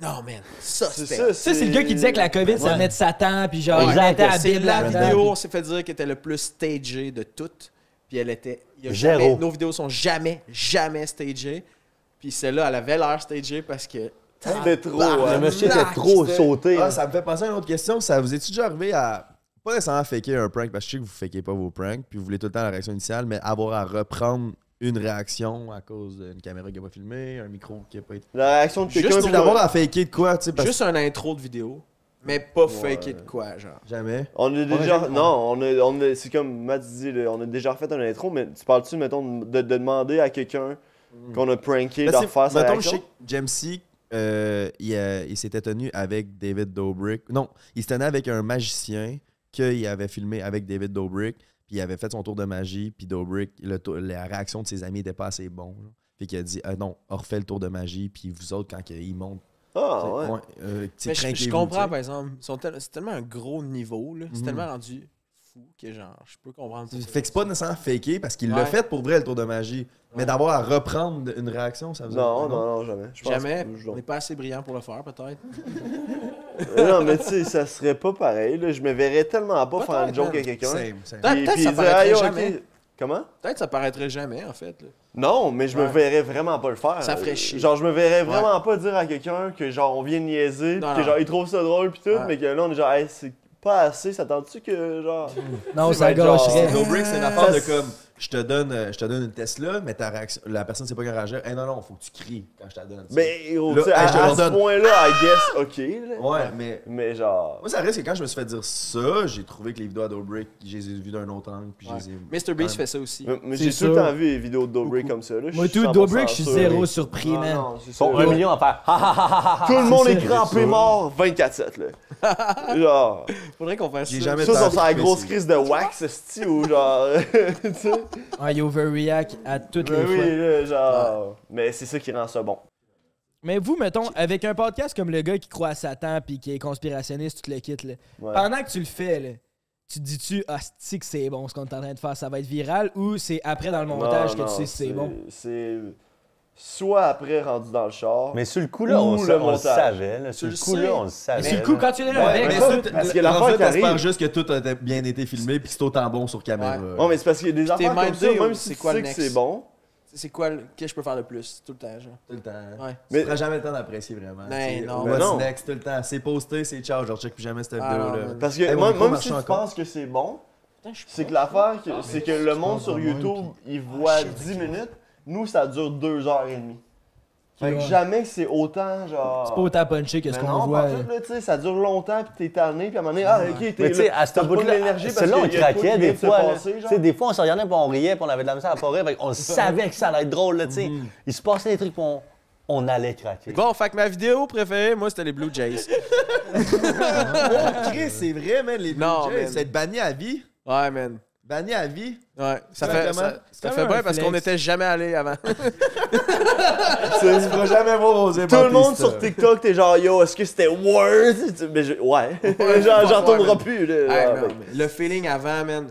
E: Non, man. Ça, c'était.
C: Ça, c'est le gars qui disait que la COVID, ça venait de Satan, puis genre, il
J: Exact.
C: était à
E: C'est
C: Bible
E: la
C: là-dedans.
E: vidéo, on s'est fait dire qu'elle était le plus stagée de toutes. Puis elle était. il y a
J: Zéro.
E: jamais- nos vidéos sont jamais, jamais stagées. Puis celle-là, elle avait l'air stagée parce que.
I: C'était trop,
J: Le
I: ouais.
J: monsieur était trop sauté.
D: Ah,
J: là.
D: ça me fait penser à une autre question. Ça vous est-tu déjà arrivé à pas nécessairement faker un prank parce que je sais que vous fakez pas vos pranks puis vous voulez tout le temps la réaction initiale, mais avoir à reprendre une réaction à cause d'une caméra qui a pas filmé, un micro qui a pas été.
I: La réaction de
E: Juste
I: quelqu'un,
E: pour
I: puis
D: Puis d'avoir à faker de quoi, tu sais, parce que
E: Juste un intro de vidéo, mais pas fake de quoi, genre.
D: jamais.
I: On a déjà. non, on a, on a- c'est comme Matt dit, là, on a déjà refait un intro, mais tu parles-tu, mettons, de, de demander à quelqu'un qu'on a pranké
D: Ben,
I: de
D: c'est-
I: refaire sa
D: mettons, je
I: réaction?
D: sais que James C, euh, il, euh, il s'était tenu avec David Dobrik. Non, il se tenait avec un magicien qu'il avait filmé avec David Dobrik. Puis il avait fait son tour de magie. Puis Dobrik, le tour- la réaction de ses amis n'était pas assez bon. là. Fait qu'il a dit Ah non, on refait le tour de magie. Puis vous autres, quand que- il monte,
I: Ah, ouais.
D: euh,
E: Mais je, je comprends, par exemple. ils sont tel- C'est tellement un gros niveau, là. C'est
D: Mhm.
E: tellement rendu fou que, genre, je peux comprendre. ça.
D: Fait que c'est pas nécessairement faké parce qu'il
E: Ouais.
D: l'a fait pour vrai le tour de magie. Mais d'avoir à reprendre une réaction, ça faisait.
I: Non, non, non, jamais. Je pense
E: Jamais.
I: que- je-
E: On n'est pas assez brillant pour le faire, peut-être.
I: non, mais tu sais, ça serait pas pareil. Là. Je me verrais tellement pas faire une joke à quelqu'un. Puis-
D: Same, same.
E: Peut-être
I: puis
E: ça
I: dire,
E: paraîtrait
I: Aïe, ok.
E: jamais.
I: Comment?
E: Peut-être ça paraîtrait jamais, en fait. là.
I: Non, mais je me
E: Ouais.
I: verrais vraiment pas le faire.
E: Ça ferait chier.
I: Genre, je me verrais vraiment pas dire à quelqu'un que genre on vient de niaiser,
E: Non,
I: puis que
E: non.
I: genre il trouve ça drôle puis tout,
E: Ouais.
I: mais que là on est genre hey, c'est pas assez, ça tente-tu que genre
C: Non,
I: C'est
C: ça
I: ben, genre-
D: C'est
C: gâcherait.
D: Ah, no break, c'est une affaire de comme je te donne euh, je te donne une Tesla, mais ta réaction, la personne sait pas qu'elle réagir. Hey, non non, faut que tu cries quand je te la donne. tu sais.
I: ben au-
D: Là,
I: tu sais,
D: hey,
I: à,
D: je te
I: à
D: l'ordonne.
I: ce point-là, I guess OK. là.
D: Ouais, mais
I: Mais genre
D: moi ça reste que quand je me suis fait dire ça, j'ai trouvé que les vidéos à no break, j'ai vu d'un autre angle, puis
E: Ouais.
D: j'ai
E: Mr. Beast fait ça aussi.
I: mais- mais
C: C'est
I: j'ai tout le
C: sûr.
I: temps vu les vidéos de Dobrik comme ça là.
C: Moi, tout,
I: 100%
C: Dobrik, je suis
I: sûr.
C: zéro surpris,
I: Non,
C: man. Ah,
I: non, c'est
J: Ils sont
I: sûr.
J: un million à faire. ah, Ha, ha, ha, ha, ha.
I: Tout le monde est
C: c'est
I: crampé
D: sûr.
I: mort 24-7 là. genre
E: Faudrait qu'on fasse
D: J'ai
E: ça.
D: jamais
I: ça sont
D: tenté,
I: sur la
D: mais
I: grosse
D: c'est-
I: crise de wax style ou genre tu sais.
C: Ah, il overreact à toutes les
I: Ben
C: fois.
I: oui, là, genre mais c'est ça qui rend ça bon.
C: Mais vous, mettons, avec un podcast comme le gars qui croit à Satan puis qui est conspirationniste, tu te le quittes, là.
I: Ouais.
C: pendant que tu le fais, là, tu te dis-tu, ah, c'est que c'est bon ce qu'on est en train de faire, ça va être viral, ou c'est après dans le montage
I: Non,
C: que
I: non,
C: tu sais si c'est bon?
I: C'est soit après rendu dans le char.
J: Mais sur le coup-là, on,
I: Ou
J: le
I: le
J: on le
I: montage.
J: savait. là. Sur
E: Tu
J: le
E: le sais.
J: coup-là, on le savait.
C: Mais c'est le coup,
J: là.
C: quand tu es là
I: Ouais,
C: avec,
I: mais
C: ça,
I: ça, parce que l'affaire
D: en fait,
I: qui
D: t'espères
I: arrive-
D: juste que tout a été- bien été filmé puis que c'est autant bon sur caméra.
E: Ouais.
I: Non, mais c'est parce qu'il y a des
E: t'es
I: affaires comme ça,
E: mindé, ou
I: même si
E: c'est
I: tu
E: quoi
I: sais
E: le
I: que
E: next?
I: c'est bon.
E: C'est quoi le... que je peux faire le plus tout le temps, genre.
D: Tout le temps. hein.
E: Ouais.
D: Tu
I: Mais-
D: feras jamais le temps d'apprécier vraiment.
E: Mais
D: tu sais.
E: non.
D: What's
I: Mais non.
D: next tout le temps. C'est posté, c'est ciao, je recheck plus jamais cette
E: Ah,
D: vidéo
E: non,
D: là.
E: mais-
I: Parce que
D: Hey, mon
I: même,
D: micro
I: même
D: marche
I: si tu
D: encore.
I: penses que c'est bon,
E: Putain, je suis
I: c'est que l'affaire, que- c'est que le monde sur YouTube, il voit 10 minutes. Nous, ça dure 2 heures et demie. Fait que
C: Ouais.
I: jamais que c'est autant, genre...
C: c'est pas autant punché que ce
I: Mais
C: qu'on
I: non,
C: voit.
I: pas tout, là, tu sais, ça dure longtemps, puis t'es tanné, puis à un moment donné, ah, OK,
J: Mais
I: t'es
J: tu sais,
I: là.
J: à ce
I: t'as pas de
J: bout-là,
I: l'énergie parce
J: celle-là, on
I: qu'il y a de quoi
J: craquait
I: qui
J: des
I: vient de se
J: fois. là.
I: passer,
J: Tu
I: genre. hein?
J: sais, Des fois, on se regardait, puis on riait, puis on avait de la misère à pas rire. fait qu'on savait que ça allait être drôle. Là, tu sais.
I: Mm.
J: Il se passait des trucs, puis on, on allait craquer.
E: Bon, fait que ma vidéo préférée, moi, c'était les Blue Jays.
D: Chris, c'est vrai, man, les
E: Non,
D: non, Jays,
E: man.
D: c'est être banni à vie.
E: Ouais, man.
D: Banni à vie.
E: Ouais. Ça
D: C'est
E: fait,
D: vraiment-
E: ça,
C: c'est
E: ça
C: comme
E: fait
C: un
E: bien parce
C: flex.
E: qu'on n'était jamais allé avant.
I: Ah,
D: tu pourras jamais voir vos
I: Tout le monde sur TikTok, t'es genre, yo, est-ce que c'était worth? it? Mais je- ouais. genre, j'en tournerai plus, là.
E: Hey,
I: Ouais,
E: man,
I: mais-
E: le feeling avant, man.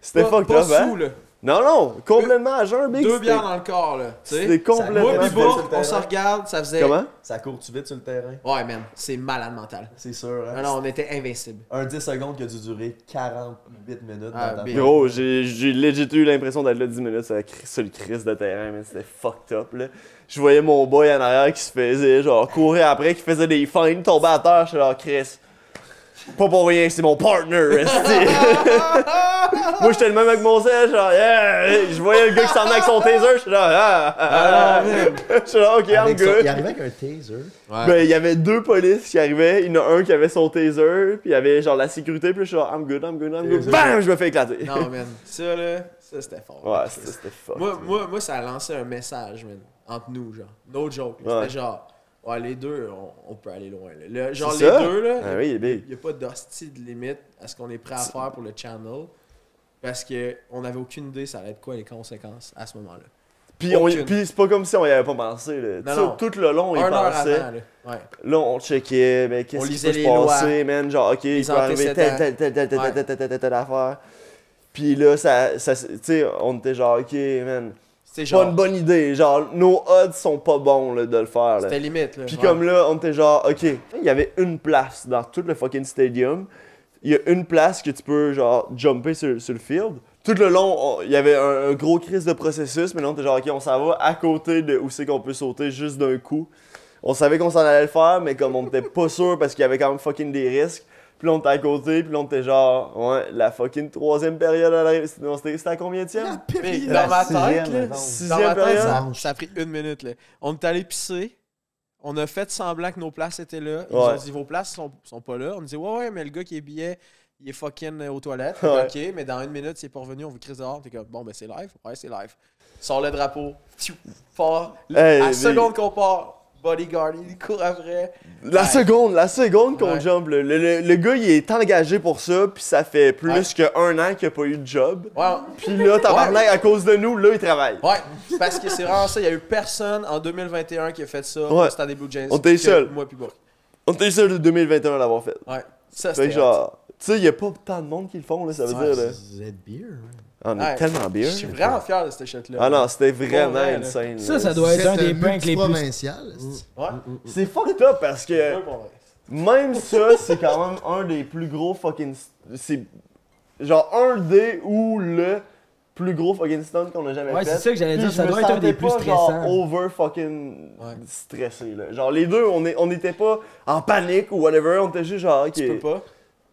I: C'était
E: pas,
I: fucked
E: pas
I: up,
E: sous,
I: hein?
E: là.
I: Non, non, complètement à jeun, Big.
E: Deux
I: c'était-
E: bières dans le corps, là. tu sais.
I: C'était complètement...
E: Moi, pis
D: Ouais,
E: vous,
D: c'était-
E: on se regarde, ça faisait.
I: Comment?
D: Ça court-tu vite sur le terrain?
E: Ouais, man. C'est malade mental. Ah
D: C'est sûr, hein?
E: Non, non, on était invincibles.
D: Un 10 secondes qui a dû durer 48 minutes
E: Ah,
D: dans ta
E: big.
D: vie.
I: Gros, j'ai j'ai legit eu l'impression d'être là 10 minutes sur, la cri- sur le crise de terrain, mais c'était fucked up, là. Je voyais mon boy en arrière qui se faisait, genre, courir après, qui faisait des feintes, tomber à terre, je suis genre, Chris, Pas pour rien, c'est mon partner, esti. Moi, j'étais le même avec mon zèle, genre, yeah. Je voyais le gars qui s'en venait avec son taser, j'étais genre, ah, ah, ah. J'étais genre, ok, I'm
L: Avec son-
I: good.
L: il arrivait avec un taser.
I: Ben, il y avait deux polices qui arrivaient. Il y en a un qui avait son taser, puis il y avait genre la sécurité, puis je suis genre, I'm good, I'm good, I'm good.
E: Taser.
I: Bam, je me fais éclater.
E: Non, man. Ça, là, ça, c'était fort.
I: Ouais, ça, c'était fort.
E: Moi, moi, moi, ça a lancé un message, man, entre nous, genre. No joke. là.
I: Ouais.
E: C'était genre, ouais, les deux, on, on peut aller loin. là. Le- genre, les
I: C'est ça?
E: deux, là,
I: Ah oui, il est big.
E: il n'y a pas d'hostie de limite à ce qu'on est prêt à faire pour le channel. Parce qu'on n'avait aucune idée ça allait être quoi les conséquences à ce moment-là.
I: Puis, on-
E: Aucune.
I: puis c'est pas comme si on y avait pas pensé. Là.
E: Non,
I: Ça,
E: non.
I: Tout le long, on y
E: Un heure
I: pensait.
E: avant, là. Ouais.
I: Là, on checkait, mais
E: On
I: qu'est-ce qui
E: lisait
I: peut se
E: les lois.
I: passer, man? Genre, ok, il
E: Les
I: peut arriver telle,
E: antécédents.
I: telle, telle, telle, telle,
E: Ouais.
I: telle, telle, telle, telle affaire. Puis là, ça, ça tu sais, on était genre, ok, man,
E: C'est
I: pas
E: genre-
I: une bonne idée. Genre, nos odds sont pas bons là, de le faire. là.
E: C'était limite, là,
I: Puis
E: ouais.
I: comme là, on était genre, ok, il y avait une place dans tout le fucking stadium. Il y a une place que tu peux, genre, jumper sur, sur le field. Tout le long, on- il y avait un, un gros crise de processus, mais là, on était genre, ok, on s'en va à côté de où c'est qu'on peut sauter juste d'un coup. On savait qu'on s'en allait le faire, mais comme on n'était pas sûr parce qu'il y avait quand même fucking des risques. Puis là, on était à côté, puis là, on était genre, ouais, la fucking troisième période à l'arrivée. C'était c'était à combien de La
E: Mais dans ma tête, là, dans ma
I: Sixième
E: tête,
I: période.
E: ça, ça a pris une minute. Là. On est allé pisser. On a fait semblant que nos places étaient là. Ils nous
I: Ouais.
E: ont dit vos places sont, sont pas là. On dit ouais, ouais, mais le gars qui est billet, il est fucking euh, aux toilettes.
I: Ouais.
E: Ok, mais dans une minute, s'il est pas revenu, on vous crise dehors. T'es comme bon, ben c'est live. Ouais, c'est live. Sors le drapeau. Pfiou, Part.
I: Hey,
E: à
I: mais-
E: seconde qu'on part, bodyguard, il court après.
I: La seconde, la seconde qu'on
E: Ouais.
I: jump, là. le, le- le gars il est engagé pour ça, puis ça fait plus qu'un an qu'il a pas eu de job.
E: Ouais.
I: Puis là, tabarnak, à cause de nous, là, il travaille.
E: Ouais, parce que c'est vraiment ça. Il y a eu personne en 2021 qui a fait ça
I: Ouais.
E: au Stade des Blue Jays.
I: On était
E: que
I: seul.
E: Moi puis Bourg.
I: On était seul de 2021 à l'avoir fait.
E: Ouais, ça
I: Fait
E: c'était.
I: que genre, tu sais, il y a pas tant de monde qui le font, là, ça veut
E: Ouais,
I: dire. Là. Ah, On est
E: Ouais.
I: tellement bien.
E: Je suis vraiment fier de cette shot-là.
I: Ah non, c'était
E: Pour
I: vraiment
E: vrai, là.
I: insane. là.
C: Ça, ça doit être un des pranks les plus.
A: provincial.
E: Ouais.
I: C'est fucked up parce que même ça, c'est quand même un des plus gros fucking. C'est genre un des ou le plus gros fucking stunt qu'on a jamais
C: Ouais,
I: fait.
C: c'est ça que j'allais
I: Puis
C: dire, ça
I: je me
C: doit être un
I: sentais
C: des plus
I: pas, genre,
C: stressants.
I: over fucking stressé là. Genre les deux, on est- on n'était pas en panique ou whatever, on était juste genre ok. Tu
E: peux pas.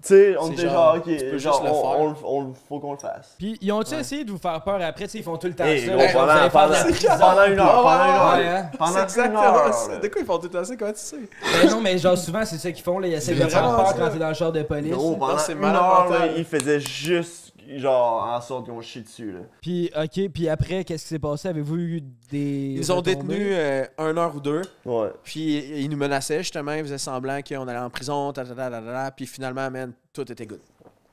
I: Tu sais, on
E: C'est
I: était
E: genre,
I: genre,
E: tu peux
I: ok,
E: juste
I: genre,
E: le faire.
I: on, on le- on le- faut qu'on le fasse.
C: Puis, ils ont-tu essayé de vous faire peur après? Tu sais, ils font tout le temps
I: Hey,
C: ça.
I: gros,
C: là,
I: pendant-
C: vous allez faire de la
I: pendant-
C: prison.
I: pendant une heure, pendant une heure.
C: Ouais, hein?
I: Pendant
E: C'est
I: une
E: exactement
I: heure,
E: ça.
I: là.
E: De quoi ils font tout ça? Comment tu sais?
C: Ben non, mais genre, souvent, c'est ça qu'ils font. Là. Ils essaient de
E: C'est
C: faire
E: vraiment
C: peur
E: ça.
C: quand t'es dans le genre de police.
I: Gros,
C: là.
I: pendant
E: c'est
I: une
E: malade
I: heure,
E: mental.
I: là, il faisait juste genre en sorte qu'on chie dessus là.
C: Puis, ok, puis après, qu'est-ce qui s'est passé? Avez-vous eu des.
E: Ils ont
C: retombées?
E: détenu euh, un heure ou deux.
I: Ouais.
E: Puis ils nous menaçaient justement, ils faisaient semblant qu'on allait en prison, ta, ta, ta, ta, ta, ta. puis finalement, man, tout était good.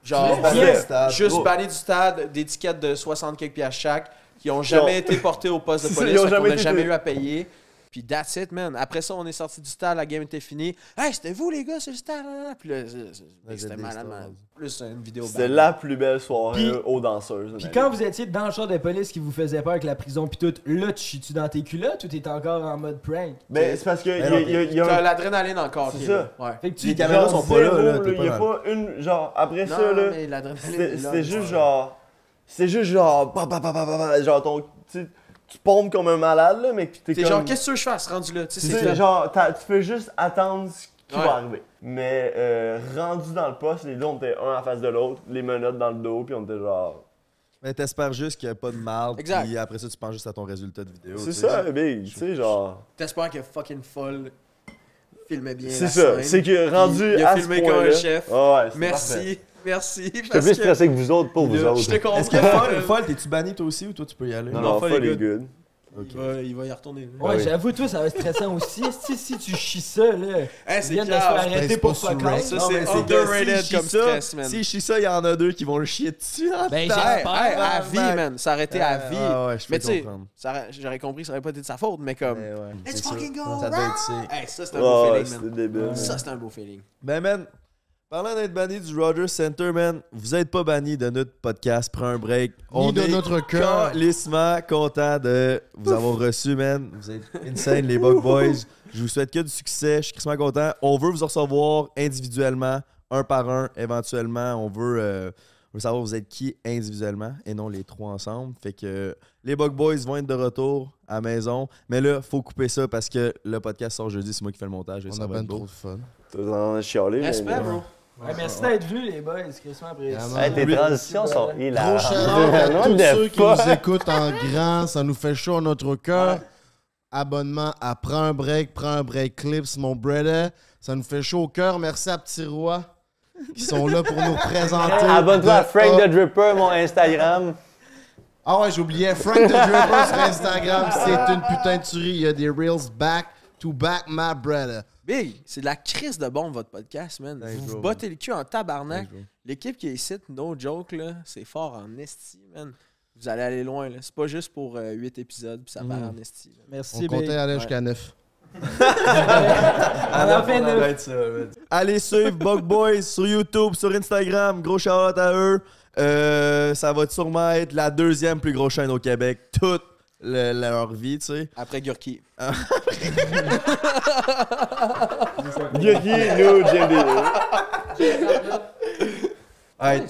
E: Genre,
I: Juste banni du stade. Oh.
E: juste
I: Gros.
E: banni du stade, des tickets de 60 quelques pièces chaque, qui ont jamais
I: ont-
E: été portés au poste de
I: Ils
E: police,
I: ont
E: on
I: jamais
E: n'a
I: été-
E: jamais eu à payer. Puis that's it, man. Après ça, on est sorti du stade, la game était finie. Hey, c'était vous les gars sur le stade? là, là, là. Puis là, c'est- c'est- c'était malade, man. Plus une vidéo.
I: C'était
E: ban.
I: la plus belle soirée euh,
C: Puis-
I: aux danseuses.
C: Puis quand vous étiez dans le genre de police qui vous faisait peur avec la prison, puis tout, là, tu chies-tu dans tes culottes ou t'es encore en mode prank?
I: Ben, c'est parce que
E: Ben
I: il y a- il y a- il y a
E: T'as
I: un-
E: l'adrénaline encore.
I: C'est
E: qui est
I: ça.
E: là. Ouais.
C: Fait que tu
I: Les
L: caméras sont pas là,
I: zéro,
L: là, t'es
I: Il
L: pas
I: n'y a
L: dans
I: pas une. Genre, après
E: Non,
I: ça, là.
E: mais l'adrénaline est
I: C'était
E: là,
I: c'était
E: mais-
I: juste genre. C'était juste genre. pa, pa, pa, pa, pa, pa, genre, ton. Tu sais, tu pompes comme un malade, là, mais puis t'es
E: T'es
I: comme.
E: genre, qu'est-ce que je fasse rendu là? Tu sais,
I: Tu sais,
E: c'est genre.
I: genre, t'as- tu peux juste attendre ce qui
E: Ouais.
I: va arriver. Mais euh, rendu dans le poste, les deux, on était un en face de l'autre, les menottes dans le dos, puis on était genre.
D: Mais t'espères juste qu'il n'y a pas de marde.
E: Exact.
D: Puis après ça, tu penses juste à ton résultat de vidéo.
I: C'est
D: tu
I: ça,
D: sais.
I: big. Tu sais, genre.
E: T'espères que fucking folle filmait bien.
I: C'est
E: la
I: ça.
E: scène.
I: C'est que rendu.
E: Il a
I: à ce
E: filmé comme
I: point-là-
E: un chef.
I: Ah ouais, c'est parfait.
E: Merci. Merci.
M: Je suis plus stressé que vous autres pour vous
E: Je te
M: autres.
E: comprends.
D: Est-ce que Folle, Folle, t'es-tu banni toi aussi ou toi tu peux y aller?
I: Non,
E: Non,
I: non,
E: full
I: full
E: est
I: est good.
E: Il, va, il va y retourner. là.
C: Ouais,
D: oui.
C: j'avoue, toi, ça va être stressant aussi. si, si tu chies ça, là.
E: Hey,
C: Ils
E: c'est
C: viennent de se faire
E: clair.
C: arrêter
A: c'est
C: pour
A: pas sous
C: fuck
A: rank.
C: all.
E: Ça,
D: Non,
E: c'est
D: mais c'est que
E: underrated
D: s'il
E: comme
D: chie ça,
E: stress, man.
D: Si je chie ça, il y en a deux qui vont le chier dessus. en
C: Ben,
D: temps.
C: j'espère.
E: Hey, hey, à
D: tabarnak.
E: vie, man. S'arrêter à vie.
D: Ah ouais, je peux
E: mais tu sais,
D: comprendre.
E: ça aurait- j'aurais compris que ça aurait pas été de sa faute, mais comme.
D: Mais ouais,
E: Let's
D: c'est ça.
E: fucking go! Ah!
D: Ça doit être sick.
E: Hey, ça, c'est un beau
I: Ouais,
E: feeling,
I: c'était
E: man.
I: Ah, débile. man.
E: Ça, c'est un beau feeling.
D: Ben, man, parlant d'être banni du Rogers Center, man, vous n'êtes pas banni de notre podcast. Prends un break. On
A: de
D: est
A: notre cœur.
D: calissement content de vous avoir reçu, man. Vous êtes insane, les Buck Boys. Je vous souhaite que du succès. Je suis crissement content. On veut vous recevoir individuellement, un par un, éventuellement. On veut, euh, on veut savoir vous êtes qui individuellement et non les trois ensemble. Fait que euh, les Buck Boys vont être de retour à la maison. Mais là, faut couper ça parce que le podcast sort jeudi. C'est moi qui fais le montage. et
A: On
D: ça
A: a ben
D: va
A: bien
D: être beau.
A: trop de fun.
I: T'as en chialé, mais-
E: Respect, bro.
C: Ouais, merci d'être venu, les boys. Christmas après.
I: Hey, tes transitions sont
A: Gros
I: hilarantes.
A: shout-out à
I: What
A: tous
I: the
A: ceux qui
I: fuck?
A: nous écoutent en grand. Ça nous fait chaud à notre cœur. Abonnement à Prends un break, Prends un break clips, mon brother. Ça nous fait chaud au cœur. Merci à Petit Roi qui sont là pour nous présenter.
I: Abonne-toi à
A: de
I: Frank
A: A
I: the Dripper, mon Instagram.
A: Ah ouais, j'oubliais. Frank the Dripper sur Instagram, c'est une putain de tuerie. Il y a des reels back to back, my brother.
E: Big, c'est de la crise de bombe, votre podcast, man. vous vous bottez le cul en tabarnak. L'équipe qui est ici, no joke, là, c'est fort en esti, man. Vous allez aller loin, là. C'est pas juste pour 8 épisodes, puis ça part en esti. là.
A: On
C: Merci, Big.
A: comptait aller jusqu'à 9.
C: On en fait neuf.
D: Allez suivre Bug Boys sur YouTube, sur Instagram. Gros shout à eux. Euh, ça va sûrement être la deuxième plus grosse chaîne au Québec. Toute le- leur vie, tu sais.
E: Après Gurki.
I: Yogi, nous, JMD.
D: Hey,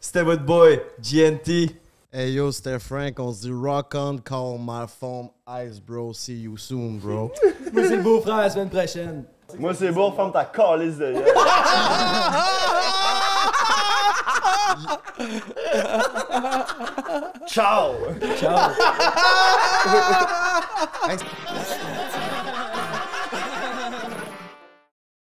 D: C'était votre boy, GNT.
A: Hey yo, c'était Frank. On se dit rock on, call my phone, ice bro. See you soon, bro.
C: Moi, c'est le beau-frère la semaine prochaine.
I: Moi, c'est bon, ferme ta calice de gueule. Ciao!
C: Ciao.
A: Hey,